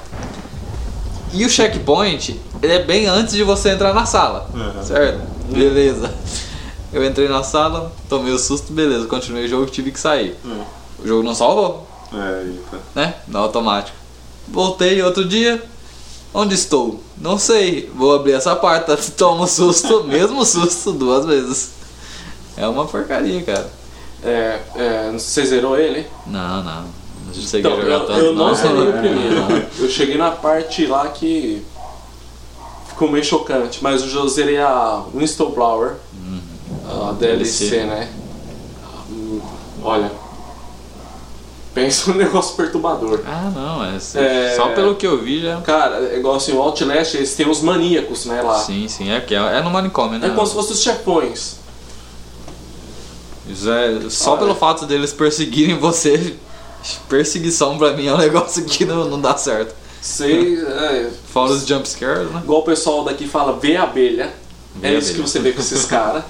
A: E o checkpoint ele é bem antes de você entrar na sala.
B: Uhum.
A: Certo? Beleza. Eu entrei na sala, tomei o susto, beleza, continuei o jogo tive que sair.
C: Hum.
A: O jogo não salvou,
B: É, eita.
A: né? No automático. Voltei outro dia. Onde estou? Não sei. Vou abrir essa porta. [LAUGHS] Tomo susto, [LAUGHS] mesmo susto, duas vezes. É uma porcaria, cara.
C: É, é, você zerou ele?
A: Não, não. Não sei
C: Então,
A: jogar
C: eu,
A: tanto.
C: eu não
A: [LAUGHS]
C: zerei o
A: É,
C: primeiro. Eu cheguei na parte lá que ficou meio chocante, mas eu já zerei a Whistleblower,
A: Uhum.
C: a DLC,
A: DLC.
C: né? Hum, Olha, pensa um [LAUGHS] negócio perturbador.
A: Ah, não. É,
C: É.
A: Só pelo que eu vi já.
C: Cara, é igual assim, o Outlast, eles têm os maníacos, né, lá.
A: Sim, sim. É, que é, é no manicômio, né?
C: É como se fossem os chefões.
A: Isso é- só
C: Ah,
A: pelo
C: é.
A: fato deles perseguirem [LAUGHS] você. Perseguição pra mim é um [LAUGHS] negócio que não, não dá certo.
C: Sei, é,
A: Fora os jumpscares, né?
C: igual o pessoal daqui fala, vê a abelha.
A: Vê
C: é
A: a
C: isso que
A: abelha.
C: você vê com esses
A: [LAUGHS]
C: caras.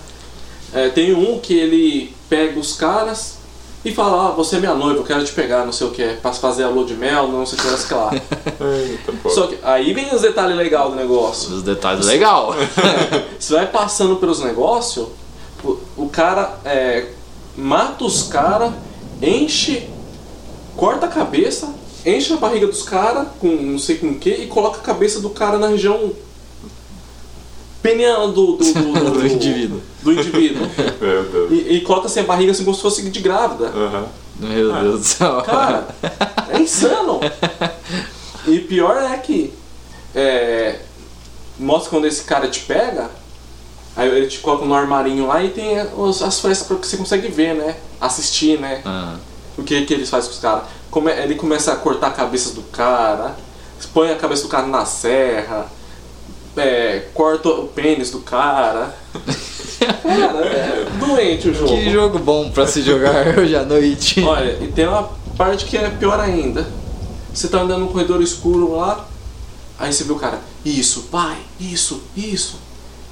C: tem um que ele pega os caras e fala, ah, você é minha noiva, eu quero te pegar, não sei o que, pra fazer a lua de mel, não sei o que, não sei o que lá.
A: [LAUGHS]
B: Eita, pô.
C: Só que aí vem os detalhes legais do negócio.
A: Os
C: [LAUGHS]
A: detalhes legal.
C: Você vai passando pelos negócios, o, o cara é, mata os caras, enche, corta a cabeça, enche a barriga dos caras com não sei com o que e coloca a cabeça do cara na região peniana do, do,
A: [LAUGHS]
C: do,
A: Do indivíduo.
C: do indivíduo.
B: Meu Deus.
C: E, e coloca assim a barriga assim como se fosse de grávida.
B: Aham.
A: Meu Deus do céu.
C: Ah, Cara, é insano! E pior é que é, mostra quando esse cara te pega, aí ele te coloca no armarinho lá e tem os- as frestas que você consegue ver, né? Assistir, né?
A: [LAUGHS] Ah,
C: O que, que eles fazem com os caras. Come- ele começa a cortar a cabeça do cara, põe a cabeça do cara na serra, é, corta o pênis do
A: [LAUGHS]
C: cara. Cara, é doente o jogo.
A: que jogo bom pra se jogar [LAUGHS] hoje à noite.
C: Olha, e tem uma parte que é pior ainda. Você tá andando num corredor escuro lá, aí você vê o cara, isso, pai, isso, isso.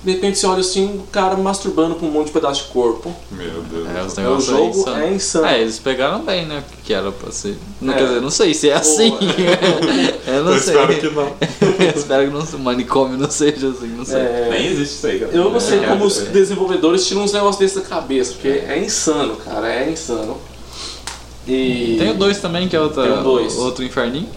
C: De repente você olha assim, o cara masturbando com um monte de pedaço de corpo.
B: Meu Deus.
A: É, os
C: É, o
A: negócios aí
C: jogo
A: são-
C: é insano.
A: É, eles pegaram bem, né? Que era pra ser. Não,
C: É.
A: Quer dizer, não sei se é
C: [LAUGHS]
A: assim. É, eu não
B: Eu
A: sei. [LAUGHS]
B: espero que não.
A: Eu espero que não se- o manicômio não seja assim, não sei.
C: É,
B: Nem existe isso aí, galera.
C: eu não sei
B: É,
C: como os
B: é.
C: desenvolvedores tiram uns negócios desse da cabeça, porque é insano, cara, é insano. E.
A: Tem o 2 também, que é outra,
C: Tem o dois.
A: outro inferninho.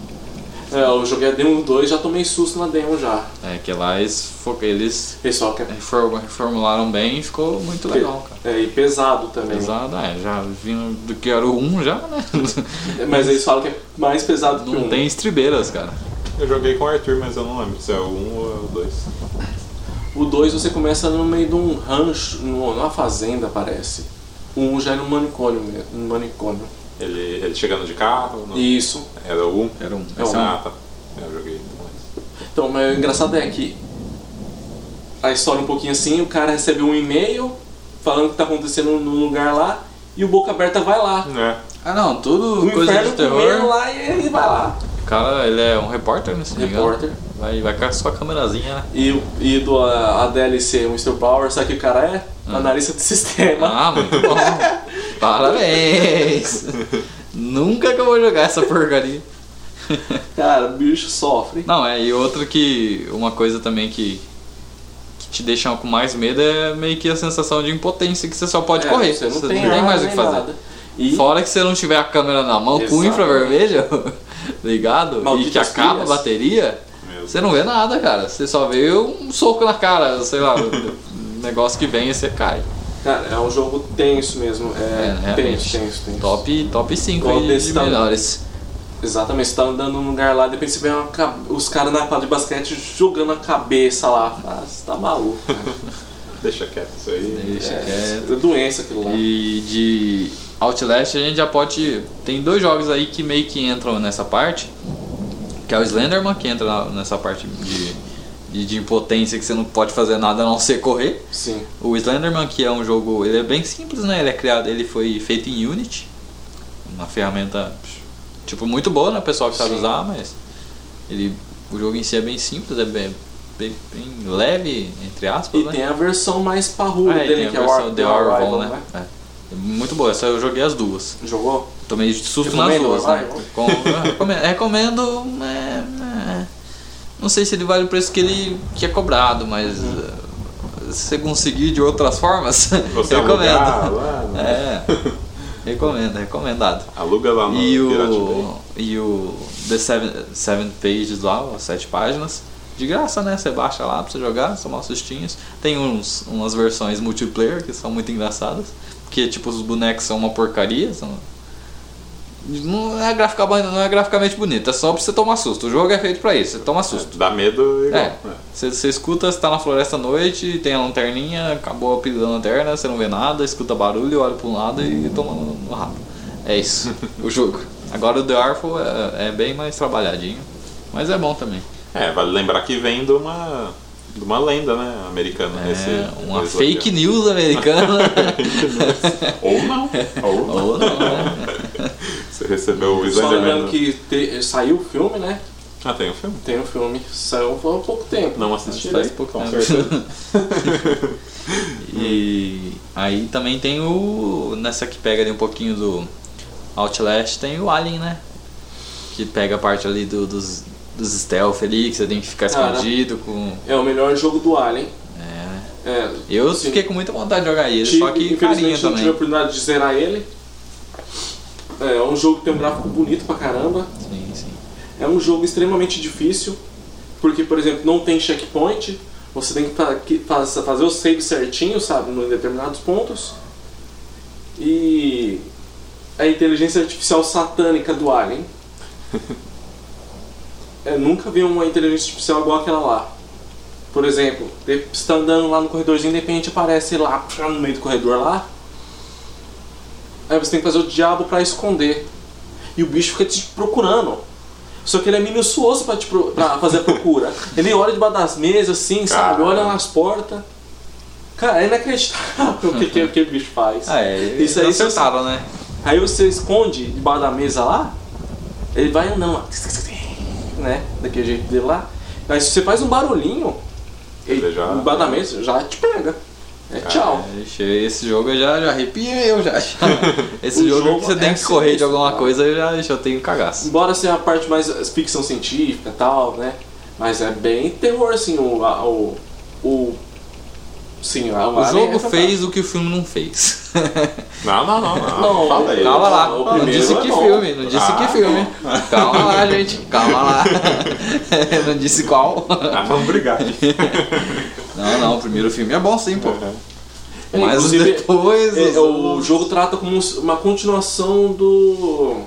C: É, eu joguei a Demo 2 já tomei susto na Demo já.
A: É, que lá eles, fo- eles
C: Pessoal, que é,
A: reform- reformularam bem e ficou muito legal, cara.
C: é, e pesado também.
A: Pesado, é, já vindo do que era o 1 já, né? [LAUGHS]
C: Mas eles falam que é mais pesado que
A: Não
C: um.
A: tem estribeiras, cara.
B: Eu joguei com o Arthur, mas eu não lembro se é o 1 ou o 2.
C: O 2 você começa no meio de um rancho, numa numa fazenda, parece. O 1 um já é no manicômio mesmo, no manicômio.
B: Ele, ele chegando de
A: Ah.
B: carro? Não.
C: Isso.
B: Era o 1?
A: Era um.
C: É o
B: Ah, tá. Eu joguei depois.
C: Então, mas o engraçado é que a história é um pouquinho assim, o cara recebe um e-mail falando o que tá acontecendo no lugar lá, e o Boca Aberta vai lá.
B: É.
A: Ah não, tudo
C: O
A: coisa
C: inferno
A: de
C: comendo
A: terror.
C: lá e ele vai lá.
A: O cara, ele é um repórter, né? Se não me engano.
C: Repórter.
A: Vai, vai com a sua camerazinha, né?
C: E, o- e do a, a DLC, o Mr. Power, sabe o que o cara é? Analista de [LAUGHS] sistema.
A: Ah, muito
C: [LAUGHS]
A: bom. Parabéns! Nunca que eu vou jogar essa porcaria. [LAUGHS]
C: Cara, o bicho sofre.
A: Não, é, e outro que. Uma coisa também que. que te deixam com mais medo é meio que a sensação de impotência que você só pode
C: É,
A: correr.
C: Você não
A: você
C: tem,
A: não tem
C: arma
A: mais o que
C: nem
A: fazer.
C: nada. E
A: Fora que você não tiver a câmera na mão com
C: Exatamente.
A: infravermelho [LAUGHS] ligado e que
C: Malditas
A: acaba a
C: pilhas.
A: bateria,
B: Meu
A: você não vê nada, cara. Você só vê um soco na cara, sei lá, um negócio que vem e você cai.
C: Cara, é um jogo tenso mesmo.
A: É,
C: É,
A: realmente.
C: tenso, tenso, tenso.
A: Top, top 5
C: Igual
A: aí
C: desse
A: de
C: tamanho.
A: melhores.
C: Exatamente, você tá andando num lugar lá, de repente você vê uma ca- os caras na quadra de basquete jogando a cabeça lá. Ah, você tá maluco.
B: Deixa quieto isso aí.
A: [LAUGHS] Deixa
C: é,
A: quieto.
C: é doença aquilo lá.
A: E de Outlast a gente já pode. Tem dois jogos aí que meio que entram nessa parte. Que é o Slenderman, que entra na- nessa parte de, de, de impotência que você não pode fazer nada a não ser correr.
C: Sim.
A: O Slenderman, que é um jogo. Ele é bem simples, né? Ele é criado. Ele foi feito em Unity. Uma ferramenta, tipo, muito boa, né? O pessoal que sabe
C: Sim.
A: usar, mas. Ele, o jogo em si é bem simples, é bem, bem, bem leve, entre aspas.
C: E
A: né?
C: tem a versão mais parruda
A: Ah, e
C: dele,
A: tem
C: que
A: a
C: é o
A: versão
C: Ar-
A: The
C: The Arrival,
A: Arrival,
C: né?
A: né? É. Muito boa, essa eu joguei as duas.
C: Jogou?
A: Tomei susto nas
C: Recomendo
A: duas,
C: o
A: né?
C: Arrival?
A: Com- eu recomendo, recomendo, é, é. não sei se ele vale o preço que ele que é cobrado, mas eh, se você conseguir de outras formas, [LAUGHS]
B: Você é
A: recomendo.
B: alugar lá, né?
A: É. Recomendo, recomendado.
B: Aluga lá no
A: E
B: Pirate Bay.
A: o, e o The Seven, seven Pages lá, ó, sete páginas. De graça, né? Você baixa lá pra você jogar, tomar uns sustinhos. Tem uns, umas versões multiplayer que são muito engraçadas. Porque, tipo, os bonecos são uma porcaria. São... Não, é grafica, não é graficamente bonito, é só pra você tomar susto. O jogo é feito pra isso, você toma susto.
B: Dá medo igual.
A: É.
B: É.
A: Você, você escuta, você tá na floresta à noite, tem a lanterninha, acabou a pilha da lanterna, você não vê nada, escuta barulho, olha pra um lado e toma no, no rabo. É
B: [LAUGHS]
A: isso, o jogo. Agora o The Artful é, é bem mais trabalhadinho, mas é bom também.
B: É, vale lembrar que vem de uma, de uma lenda, né, americana.
A: É
B: esse-
A: uma
B: esse
A: fake
B: aqui.
A: news
B: [LAUGHS]
A: né? americana.
B: Ou não.
A: [LAUGHS]
B: Ou não.
A: Ou não, né?
B: Você recebeu o
C: Só
B: Slenderman.
C: lembrando
B: né?
C: que te- saiu o filme, né?
B: Ah, tem o filme?
C: Tem o filme, saiu há pouco tempo.
B: Não assisti.
A: Faz
B: né?
A: pouco
B: Com
A: tempo. [LAUGHS]
B: certeza.
A: E aí também tem o. Nessa que pega ali um pouquinho do Outlast, tem o Alien, né? Que pega a parte ali do- dos, dos stealth ali, que você tem que ficar
C: Cara.
A: escondido com.
C: É o melhor jogo do Alien.
A: É.
C: É,
A: Eu
C: Sim.
A: fiquei com muita vontade de jogar ele,
C: tive,
A: só que carinha
C: infelizmente não tive a
A: também.
C: oportunidade de zerar ele. É, é um jogo que tem um gráfico bonito pra caramba.
A: Sim, sim.
C: É um jogo extremamente difícil, porque, por exemplo, não tem checkpoint, você tem que fa- que fa- fazer o save certinho, sabe, em determinados pontos. E a inteligência artificial satânica do
A: [LAUGHS]
C: Alien. Eu nunca vi uma inteligência artificial igual aquela lá. Por exemplo, de- você está andando lá no corredorzinho, de repente aparece lá pá, no meio do corredor lá. Aí você tem que fazer o diabo pra esconder. E o bicho fica te procurando. Só que ele é minucioso pra, te pro- pra fazer
A: [LAUGHS]
C: a procura. ele olha debaixo das mesas, assim, sabe?
B: Cara.
C: Olha nas portas. Cara, é inacreditável o que, que, o que o bicho faz.
A: Ah, é, eles
C: Isso aí, isso-
A: acertaram, né?
C: Aí você esconde debaixo da mesa lá, ele vai andando lá, né? Daquele jeito dele lá. Aí se você faz um barulhinho, ele
B: Ele já-
C: debaixo da mesa já te pega. É tchau.
A: Ixi, Esse jogo eu já, já arrepiei, eu
C: [LAUGHS]
A: já. já. Esse
C: O
A: jogo,
C: jogo
A: que você tem
C: é
A: que correr de
C: sinistro,
A: alguma
C: cara.
A: coisa, eu já, já tenho cagaço.
C: Embora seja a parte mais eh, ficção científica e tal, né? Mas é bem terror, assim, o. a- o, o sim, a-
A: O jogo
C: é-
A: fez o que o filme não [LAUGHS] fez.
B: Não, não, não. Não,
C: Não,
B: fala aí.
A: Calma lá,
C: Não, o
A: não
C: primeiro
A: disse
C: é
A: que
C: bom.
A: filme, não disse que
B: Ah,
C: [LAUGHS]
A: filme. Calma lá, gente, calma lá. [LAUGHS] não disse qual.
B: Ah, vamos brigar aqui.
A: Não, não, o primeiro filme é bom sim, pô.
C: É,
A: Mas
C: inclusive,
A: depois.
C: É,
A: os-
C: o jogo trata como uns- uma continuação do.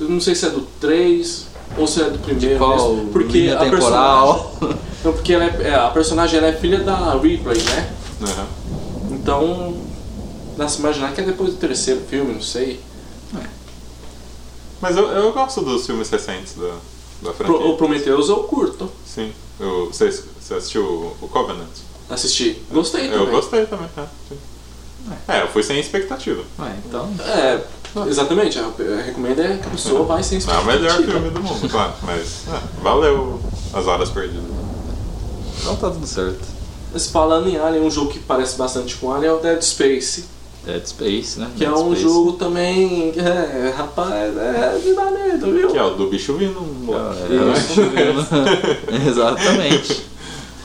C: Eu não sei se é do 3 ou se é do primeiro.
A: qual
C: mesmo, porque
A: linha
C: a
A: temporal.
C: personagem,
A: [LAUGHS]
C: não, porque ela é, é, a personagem ela é filha da Ripley, né?
B: Aham.
C: Então. Dá se imaginar que é depois do terceiro filme, não sei.
B: Mas eu, eu gosto dos filmes recentes da, da franquia.
C: Pro, o Prometheus eu curto
B: Sim. Eu- você, você assistiu o, o Covenant?
C: assistir. Gostei
B: Eu
C: também.
B: gostei também. É, sim. é, eu fui sem expectativa.
A: Ué, então.
C: É, exatamente. Eu, eu recomendo é que a pessoa vai sem
B: Não é o melhor
C: expectativa.
B: filme do mundo, claro. Mas é, valeu as horas perdidas.
A: Então tá tudo certo.
C: Mas falando em Alien, um jogo que parece bastante com Alien é o Dead Space.
A: Dead Space, né?
C: Que é
A: Dead
C: um
A: Space.
C: jogo também. É, rapaz, é, me dá medo, viu?
B: Que é o do bicho vindo. um
C: Ah,
B: moleque.
A: É, eu- [LAUGHS] Exatamente.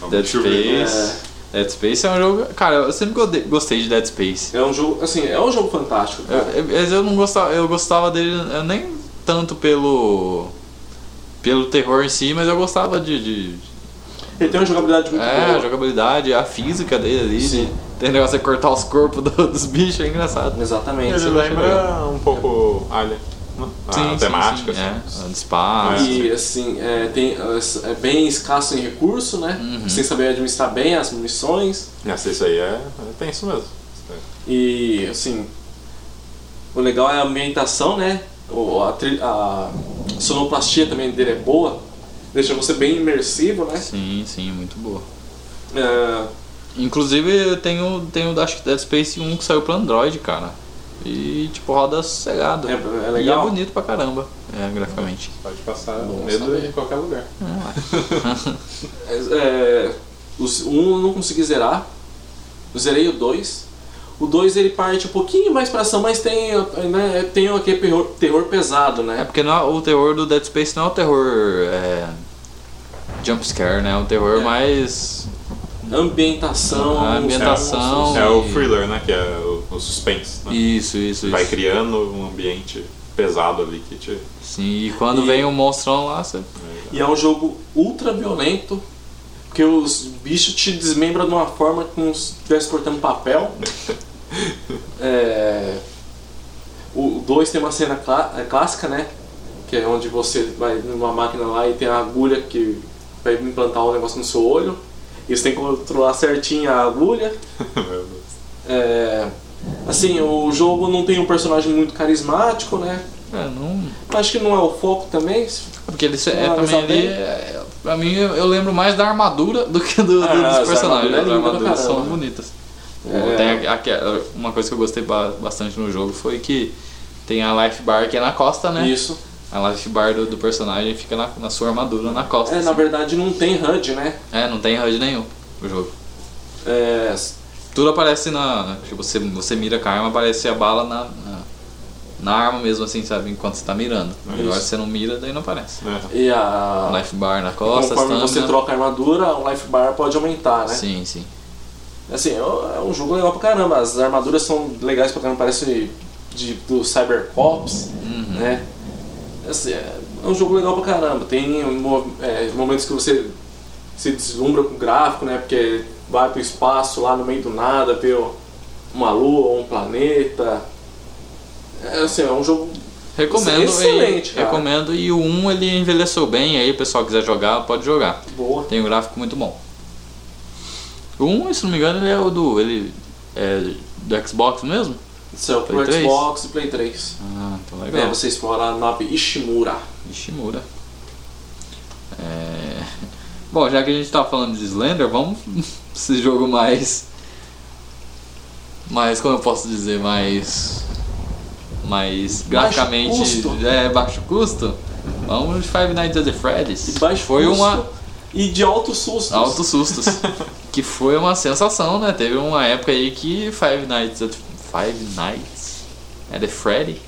B: É o
A: Dead
B: bicho vindo.
A: Space. Dead Space é um jogo. Cara, eu sempre gode- gostei de Dead Space.
C: É um jogo, assim, é um jogo fantástico.
A: Eu,
C: cara.
A: eu- mas eu não gostava, eu gostava dele eu nem tanto pelo pelo terror em si, mas eu gostava de, de-
C: Ele tem uma jogabilidade muito
A: é, a
C: boa.
A: jogabilidade, a física dele ali.
C: Sim.
A: de- Tem negócio de cortar os corpos do- [LAUGHS] dos bichos, é engraçado.
C: Exatamente.
B: Ele lembra um pouco Alien. né? A temática.
A: sim.
B: assim.
A: É, o espaço.
C: Ah, E assim, é, tem, é bem escasso em recurso, né?
A: Uhum.
C: Sem saber administrar bem as munições.
B: Nossa, isso aí é, é tenso mesmo.
C: E assim, o legal é a ambientação, né? O- A, tri- a sonoplastia também dele é boa, deixa você bem imersivo, né?
A: Sim, sim, muito boa.
C: É,
A: Inclusive eu tenho, tenho acho que Dead Space 1 que saiu pro Android, cara. E tipo, roda sossegado.
C: É- é
A: E é
C: legal?
A: bonito pra caramba, é, graficamente. Ah,
B: Pode passar
C: Bom
B: medo
C: saber.
B: em qualquer lugar.
C: É, os- o 1 eu não consegui zerar. Eu zerei o 2. O 2 ele parte um pouquinho mais pra ação, mas tem, né, tem aquele terror, terror pesado,
A: É
C: né?
A: porque não é- o terror do Dead Space não é o terror é, jump scare, né? É um terror
C: É.
A: mais
C: Ambientação.
A: A ambientação.
B: É,
A: Não,
B: o
A: e-
B: thriller, né? Que é o, o suspense.
C: Ah.
B: Né?
A: isso, isso,
B: Vai
A: isso.
B: criando um ambiente pesado ali que te.
A: Sim, e quando
C: E-
A: vem um monstrão lá, você
C: E é um jogo ultra violento. Porque os bichos te desmembram de uma forma como se estivesse cortando papel. É, O 2 tem uma cena clá- é, clássica, né? Que é onde você vai numa máquina lá e tem a agulha que vai implantar o negócio no seu olho. E você tem que controlar certinho a agulha.
B: Meu Deus.
C: É, Assim, o jogo não tem um personagem muito carismático, né?
A: é, não.
C: Acho que não é o foco também. se
A: Porque ele se- é
C: Não, mas
A: também ali.
C: alguém-
A: é, pra mim eu eu lembro mais da armadura do que do, do-
C: Ah,
A: dos
C: as
A: personagens. As
C: armaduras é linda pra
A: armaduras são
C: caramba.
A: bonitas.
C: É.
A: Tem a- aquela- uma coisa que eu gostei ba- bastante no jogo foi que tem a life bar que é na costa, né?
C: Isso.
A: A life bar do, do personagem fica na, na sua armadura, na costa.
C: É,
A: assim.
C: na verdade não tem HUD, né?
A: É, não tem HUD nenhum o jogo.
C: É,
A: Tudo aparece na. Tipo, você, você mira com a arma, aparece a bala na, na, na arma mesmo, assim, sabe? Enquanto você tá mirando. Agora
C: É Isso.
A: você não mira, daí não aparece.
B: [LAUGHS] É.
C: e a.
A: Life bar na costa,
C: Conforme você
A: stamina.
C: troca a armadura, o life bar pode aumentar, né?
A: Sim, sim.
C: Assim, é um é um jogo legal pra caramba. As armaduras são legais pra caramba, parece de, do Cybercops,
A: Uhum.
C: né? Assim, é é um jogo legal pra caramba. Tem mo- é, momentos que você se deslumbra com o gráfico, né? Porque vai pro espaço lá no meio do nada, vê uma lua ou um planeta. É, assim, é um jogo
A: Recomendo.
C: é Excelente,
A: e,
C: cara.
A: Recomendo. E o 1 ele envelheceu bem, aí o pessoal quiser jogar, pode jogar.
C: boa.
A: Tem um gráfico muito bom. O 1, se não me engano, ele é o do. Ele é do Xbox mesmo?
C: Isso é o
A: Play
C: pro
A: três?
C: Xbox e Play 3.
A: Ah, então
C: É,
A: legal.
C: você explora a nave Ishimura.
A: Ishimura. É... Bom, já que a gente tá falando de Slender, vamos [LAUGHS] pra esse jogo mais. Mais, como eu posso dizer, mais. Mais graficamente.
C: custo.
A: É, baixo custo. Vamos de Five Nights at the Freddy's.
C: De baixo
A: foi
C: custo
A: uma.
C: E de altos sustos.
A: Altos
C: [LAUGHS]
A: sustos. que foi uma sensação, né? Teve uma época aí que Five Nights at Five Nights at the Freddy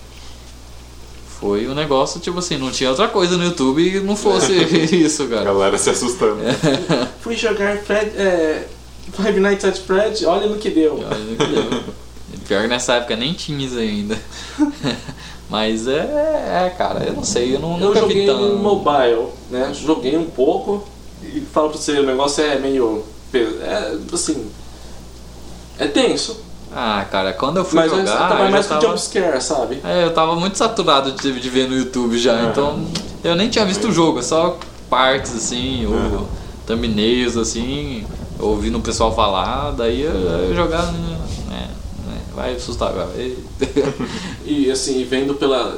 A: foi um negócio, tipo assim, não tinha outra coisa no YouTube que não fosse
C: É.
A: [LAUGHS] isso,
B: A
A: cara.
B: galera se assustando.
C: Fui jogar Fred, é, Five Nights at Fred, olha no que deu.
A: E olha no que deu. E Pior que nessa época nem tinha isso ainda.
C: [LAUGHS]
A: Mas é, é, cara, eu não sei, eu não
C: Eu
A: nunca vi
C: joguei
A: tão...
C: no mobile, né? Joguei um pouco e falo pra você, o negócio é meio. pe- É, assim. É tenso.
A: Ah, cara, quando eu fui
C: Mas eu
A: jogar,
C: tava
A: eu
C: mais
A: já
C: com
A: tava...
C: jumpscare, sabe?
A: É, eu tava muito saturado de, de ver no YouTube já,
B: Aham.
A: então eu nem tinha visto o jogo, é só partes assim, ou
B: Aham.
A: thumbnails assim, ouvindo o pessoal falar, daí eu, eu jogar, né, né, vai assustar agora. [LAUGHS] e-
C: E assim, vendo pela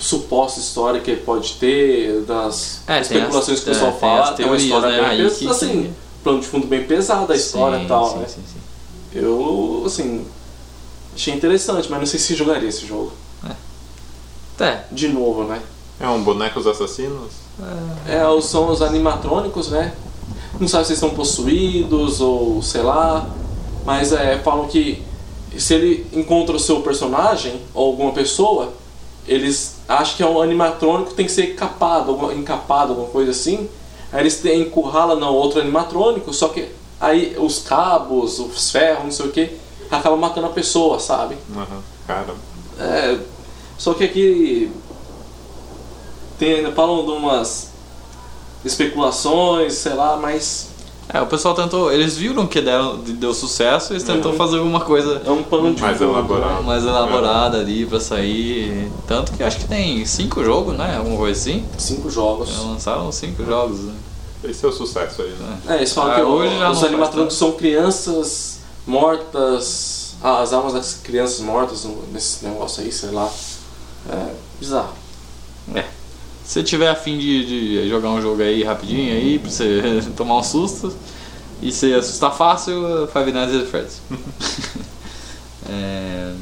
C: suposta história que pode ter, das
A: É, tem
C: especulações
A: as-
C: que o pessoal
A: é, tem
C: fala,
A: as
C: é uma história
A: teorias, né?
C: bem
A: Aí
C: pes-
A: que-
C: assim, plano de fundo bem pesado a história
A: Sim,
C: e tal,
A: sim,
C: né?
A: sim, sim.
C: Eu, assim, achei interessante, mas não sei se jogaria esse jogo.
A: É,
C: De novo, né?
B: É um bonecos assassinos?
C: É, os- são os animatrônicos, né? Não sabe se eles estão possuídos ou sei lá. Mas é, falam que se ele encontra o seu personagem ou alguma pessoa, eles acho que é um animatrônico, tem que ser capado, alguma- encapado, alguma coisa assim. Aí eles têm, encurrala não, outro animatrônico, só que aí os cabos, os ferros, não sei o que, acaba matando a pessoa, sabe?
B: Aham, Cara,
C: É, só que aqui tem, ainda falam de umas especulações, sei lá, mas
A: É, o pessoal tentou. Eles viram que deram, deu sucesso, eles
C: Uhum.
A: tentam fazer alguma coisa
C: é um pano de
B: mais
C: fundo,
B: elaborado.
A: mais elaborada ali pra sair. Tanto que acho que tem cinco jogos, né? Alguma coisa assim.
C: né? Cinco jogos.
A: Já lançaram cinco jogos. né?
B: Esse é o sucesso aí, né?
C: É, eles falam
A: Ah,
C: que
A: hoje já
C: o- os
A: não faz
C: animatrônicos são crianças mortas, ah, as almas das crianças mortas no- nesse negócio aí, sei lá. É bizarro.
A: É. Se você tiver afim de, de jogar um jogo aí rapidinho aí, pra você [LAUGHS] tomar um susto e se assustar fácil, Five Nights at Freddy's. [LAUGHS] É,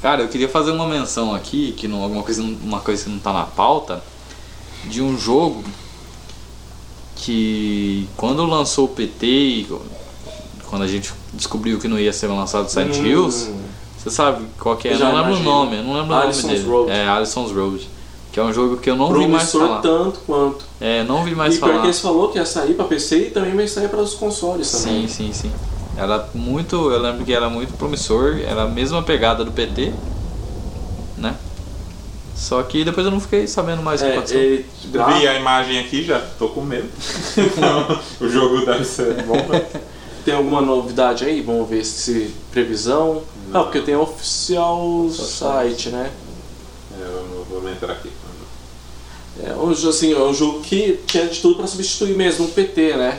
A: Cara, eu queria fazer uma menção aqui, que não, alguma coisa, uma coisa que não tá na pauta, de um jogo que quando lançou o PT, e quando a gente descobriu que não ia ser lançado Silent Hills,
C: Hum,
A: você sabe qual que é?
C: Eu
A: Eu
C: já
A: não lembro
C: imagino.
A: o nome, eu não lembro
C: Alison's
A: o nome dele.
C: Road.
A: É, Alison's Road. Que é um jogo que eu não vi mais
C: promissor
A: falar.
C: tanto quanto.
A: É, não vi mais
C: e pior
A: falar.
C: que eles falou que ia sair pra PC e também vai sair para os consoles também.
A: Sim, sim, sim. Era muito. Eu lembro que era muito promissor, era a mesma pegada do PT, né? Só que depois eu não fiquei sabendo mais o que
C: É,
A: aconteceu.
C: ele grava-
B: Vi a imagem aqui já, tô com
C: [LAUGHS]
B: medo. o jogo deve ser bom, né?
C: Tem alguma novidade aí? Vamos ver se previsão. Não, porque tem oficial site, né?
B: É, Eu não vou entrar aqui.
C: É um, jo- assim, é um jogo que tinha de tudo pra substituir mesmo o PT, né?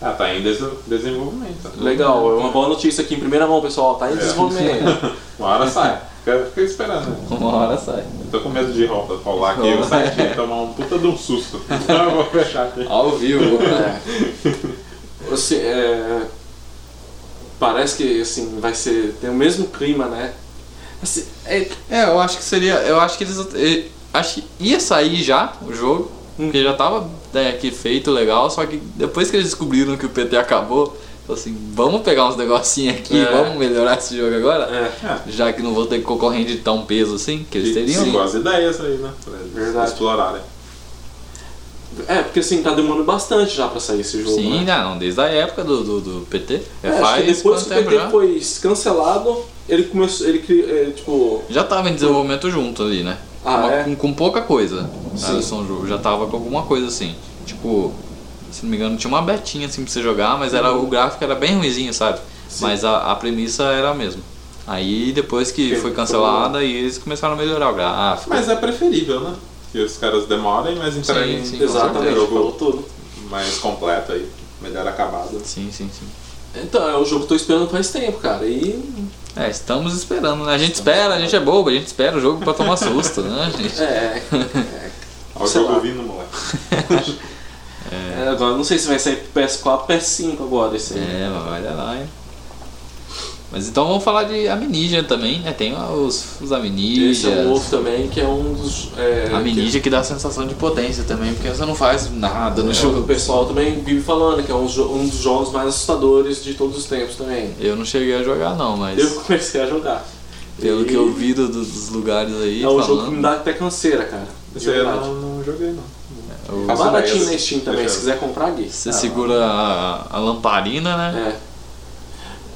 B: Ah, tá em des- desenvolvimento.
C: Legal, é uma boa notícia aqui em primeira mão, pessoal. Tá em
B: É.
C: desenvolvimento.
B: Uma hora sai. Fica, fica esperando. né?
C: é.
A: Uma hora sai.
B: Eu tô com medo de rola- rolar aqui o site e tomar um puta de um
C: [LAUGHS]
B: susto. Então eu vou fechar aqui.
A: Ao vivo.
C: É. Assim, né? é, Parece que assim, vai ser. Tem o mesmo clima, né? Assim, é-
A: É, eu acho que seria. Eu acho que eles. eh, Acho que ia sair já o jogo.
C: Hum.
A: Porque já tava né, aqui feito legal, só que depois que eles descobriram que o PT acabou, falou assim, vamos pegar uns negocinhos aqui,
C: É.
A: vamos melhorar esse jogo agora.
C: é,
A: Já que não vou ter concorrente de tão peso assim, que eles teriam.
B: Sim, as ideias aí, né? Pra eles
C: Verdade.
B: explorarem.
C: é, porque assim, tá demorando bastante já pra sair esse jogo. né?
A: Sim, não, desde a época do, do, do PT.
C: É,
A: Já
C: acho que
A: faz
C: depois
A: quanto
C: que o
A: tempo
C: PT
A: já?
C: foi cancelado, ele começou. Ele cri- é, tipo.
A: Já tava em desenvolvimento junto ali, né?
C: Ah,
A: Uma-
C: é?
A: com, com pouca coisa.
C: Sim.
A: Alisson Ju- já tava com alguma coisa assim. Tipo, se não me engano, tinha uma betinha assim pra você jogar, mas era, o gráfico era bem ruimzinho, sabe?
C: Sim.
A: Mas a, a premissa era a mesma. Aí depois que
C: Que
A: foi
C: foi-
A: cancelada, aí eles começaram a melhorar o gráfico.
B: Mas é preferível, né? Que os caras demorem, mas entreguem
A: Sim, sim, com
C: Exatamente,
B: um
C: falou
B: jogo
C: tudo.
B: mais completo aí. Melhor acabado.
A: Sim, sim, sim.
C: Então, é o jogo que eu tô esperando faz tempo, cara. E.
A: É, estamos esperando, né? A gente espera, a gente é bobo, a gente espera o jogo pra tomar susto, né, gente?
C: É.
B: Olha o
C: Sei lá.
B: jogo vindo, moleque.
C: [LAUGHS] é, agora, não sei se vai sair pro PS4 PS5 agora esse aí.
A: É, mas olha lá, hein? Mas então vamos falar de Amnesia também, né? Tem os, os
C: Esse é um outro
A: Amnesias.
C: também, que é um dos. É,
A: Amnesia que dá a sensação de potência também, porque você não faz nada
C: que-
A: no
C: é, o
A: jogo.
C: pessoal também vive falando que é um, jo- um dos jogos mais assustadores de todos os tempos também.
A: Eu não cheguei a jogar não, mas
C: Eu comecei a jogar.
A: pelo
C: E
A: que eu vi do- do- dos lugares aí
C: É um jogo que me
A: falando...
C: dá até canseira, cara. de
B: Esse aí eu
C: verdade.
B: não,
C: Tá
B: não joguei, não.
A: o-
B: Faço
C: Baratinho
B: ideia.
C: na Steam também,
B: Deixa
C: se
B: eu-
C: quiser comprar, Gui.
A: Você segura a, a lamparina, né?
C: É.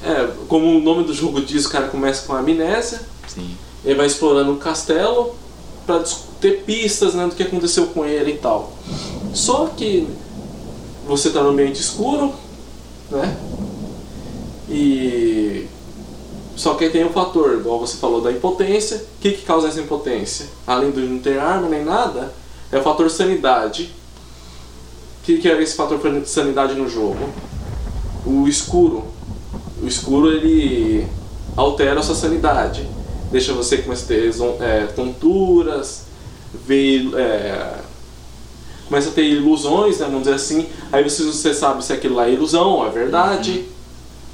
C: É, como o nome do jogo diz, o cara começa com amnésia,
A: Sim.
C: ele vai explorando um castelo pra des- ter pistas né, do que aconteceu com ele e tal. Só que você tá no ambiente escuro, né? E. Só que aí tem um fator, igual você falou, da impotência. O que, que causa essa impotência? Além de não ter arma nem nada, é o fator sanidade. O que, que é esse fator sanidade no jogo? O escuro. O escuro ele altera a sua sanidade. Deixa você começar a ter zon- é, tonturas, ver. é, começa a ter ilusões, né, vamos dizer assim. Aí você, você sabe se aquilo lá é ilusão ou é
A: Uhum.
C: verdade.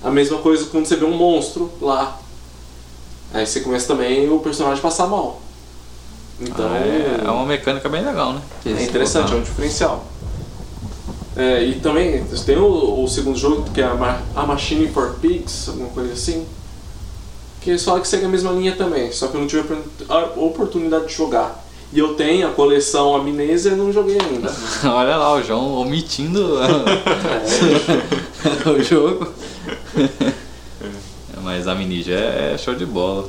C: A mesma coisa quando você vê um monstro lá. Aí você começa também o personagem passar mal. Então
A: é, é uma mecânica bem legal, né? Que
C: é
A: eles
C: interessante, é um
A: colocaram.
C: diferencial. É, e também tem o, o segundo jogo, que é a, Ma- a Machine for Pigs, alguma coisa assim. que eles falam que segue a mesma linha também, só que eu não tive a oportunidade de jogar. E eu tenho a coleção Amnesia e não joguei ainda.
A: Olha lá, o João
C: [LAUGHS]
A: omitindo [LAUGHS] o jogo.
C: É.
A: [LAUGHS] Mas a Minija é show de bola.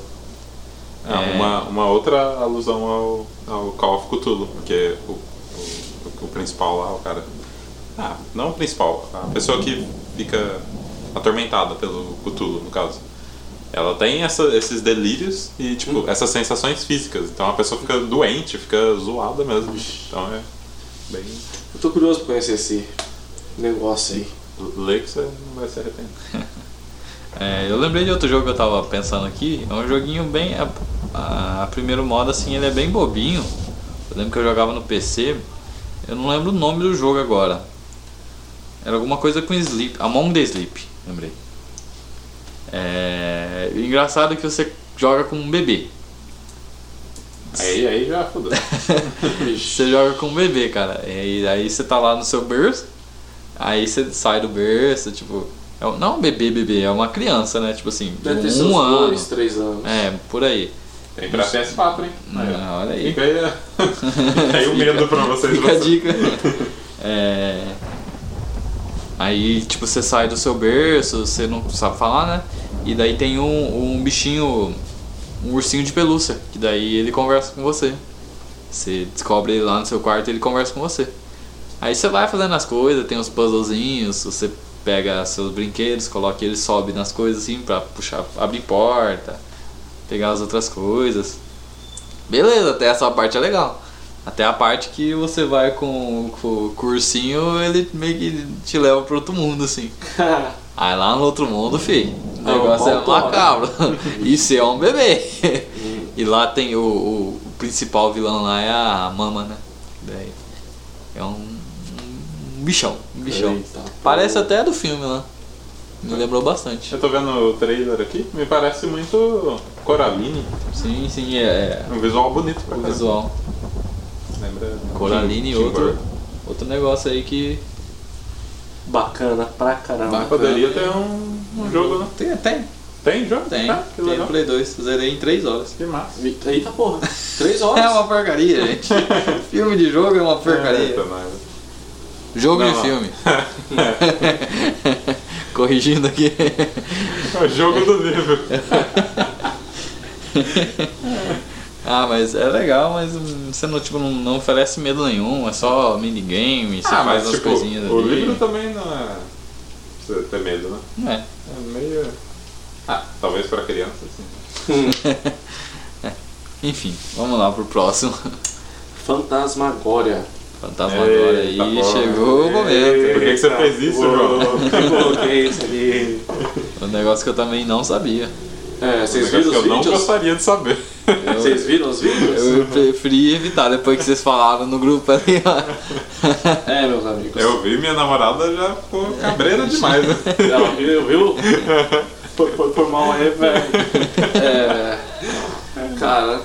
B: Ah,
A: É.
B: Uma, uma outra alusão ao, ao Call of Cthulhu, porque o, o, o principal lá, o cara. Ah, não o principal, a pessoa que fica atormentada pelo Cthulhu, no caso. Ela tem essa- esses delírios e, tipo, essas sensações físicas. Então a pessoa fica doente, fica zoada mesmo. Então é bem.
C: Eu tô curioso pra conhecer esse negócio aí.
B: Lê que você não vai se arrepender.
A: É, eu lembrei de outro jogo que eu tava pensando aqui. É um joguinho bem. A, a- a primeiro modo, assim, ele é bem bobinho. Eu lembro que eu jogava no PC. Eu não lembro o nome do jogo agora. Era alguma coisa com Sleep. Among the Sleep, lembrei. É. e Engraçado que você joga com um bebê.
B: Aí, aí já [LAUGHS] fudeu.
A: Você joga com um bebê, cara. E aí você tá lá no seu berço, aí você sai do berço, tipo. é um- não é um bebê, bebê, é uma criança, né? Tipo assim,
C: Deve ter
A: um
C: seus
A: ano.
C: dois, três anos.
A: É, por aí.
B: Tem pra PS4, hein? Aí, ó.
A: Ah, olha aí.
B: Fica aí, a- é. [LAUGHS] fica aí o medo pra vocês.
A: Fica a
B: vocês-
A: dica. É, Aí, tipo, você sai do seu berço, você não sabe falar, né? E daí tem um, um bichinho, um ursinho de pelúcia, que daí ele conversa com você. Você descobre ele lá no seu quarto e ele conversa com você. Aí você vai fazendo as coisas, tem uns puzzlezinhos, você pega seus brinquedos, coloca ele sobe nas coisas assim pra puxar, abrir porta, pegar as outras coisas. Beleza, até essa parte é legal. Até a parte que você vai com, com o cursinho, ele meio que te leva pro outro mundo, assim.
C: [LAUGHS]
A: Aí lá no outro mundo, fi, o
C: Ah,
A: negócio é
C: volta lá.
A: macabro. [LAUGHS] E você é um bebê. [LAUGHS] E lá tem o, o- o principal vilão lá é a mama, né? Daí é um, um bichão, um bichão.
C: Eita,
A: Parece
C: pô.
A: até do filme lá. Me lembrou bastante.
B: Eu tô vendo o trailer aqui, me parece muito Coraline.
A: Sim, sim, é, é
B: É Um visual bonito pra
A: o
B: caramba.
A: visual.
B: Lembra?
A: Coraline e
B: Tim
A: outro,
B: Burton.
A: outro negócio aí que
C: Bacana pra caramba.
A: Bacana.
B: Poderia ter um, um jogo, né?
A: tem, tem,
B: Tem jogo?
A: tem.
B: Ah, que
A: tem
B: legal.
A: no Play 2, zerei em 3 horas.
B: Que massa.
C: Eita porra, três
A: [LAUGHS]
C: horas.
A: É uma porcaria,
B: [LAUGHS]
A: gente. filme de jogo é uma porcaria.
B: Eita, nada.
A: Jogo
B: então. Não,
A: de
B: não.
A: filme. [LAUGHS] Corrigindo
B: [LAUGHS]
A: aqui.
B: [LAUGHS] É o jogo do
A: [LAUGHS] É,
B: livro.
A: Ah, mas é legal, mas hum, você não, tipo, não, não oferece medo nenhum, é só minigame, você
B: Ah,
A: faz
B: mas
A: as
B: tipo,
A: coisinhas
B: o
A: ali.
B: livro também não é... Precisa ter medo, né?
A: É. [LAUGHS]
B: É meio... Ah, talvez pra criança, assim.
C: Hum,
A: Enfim, vamos lá pro próximo. [LAUGHS]
C: Fantasmagória.
A: Fantasma agora aí,
B: Eita, porra.
A: chegou o momento.
B: Por que que você fez isso, João?
C: Eu coloquei isso ali.
A: Um negócio que eu também não
B: [LAUGHS]
A: sabia.
C: É, vocês
B: Um negócio
C: viram
B: que eu
C: os
B: não
C: vídeos?
B: gostaria de saber.
C: Vocês viram os vídeos?
A: Eu preferi evitar depois que vocês falaram no grupo tá ali, ó.
C: É, meus amigos.
B: Eu vi, minha namorada já ficou
A: [LAUGHS]
B: cabreira demais. né?
C: Não,
B: [LAUGHS]
C: viu? viu? Foi, foi, foi mal aí, velho. É, cara,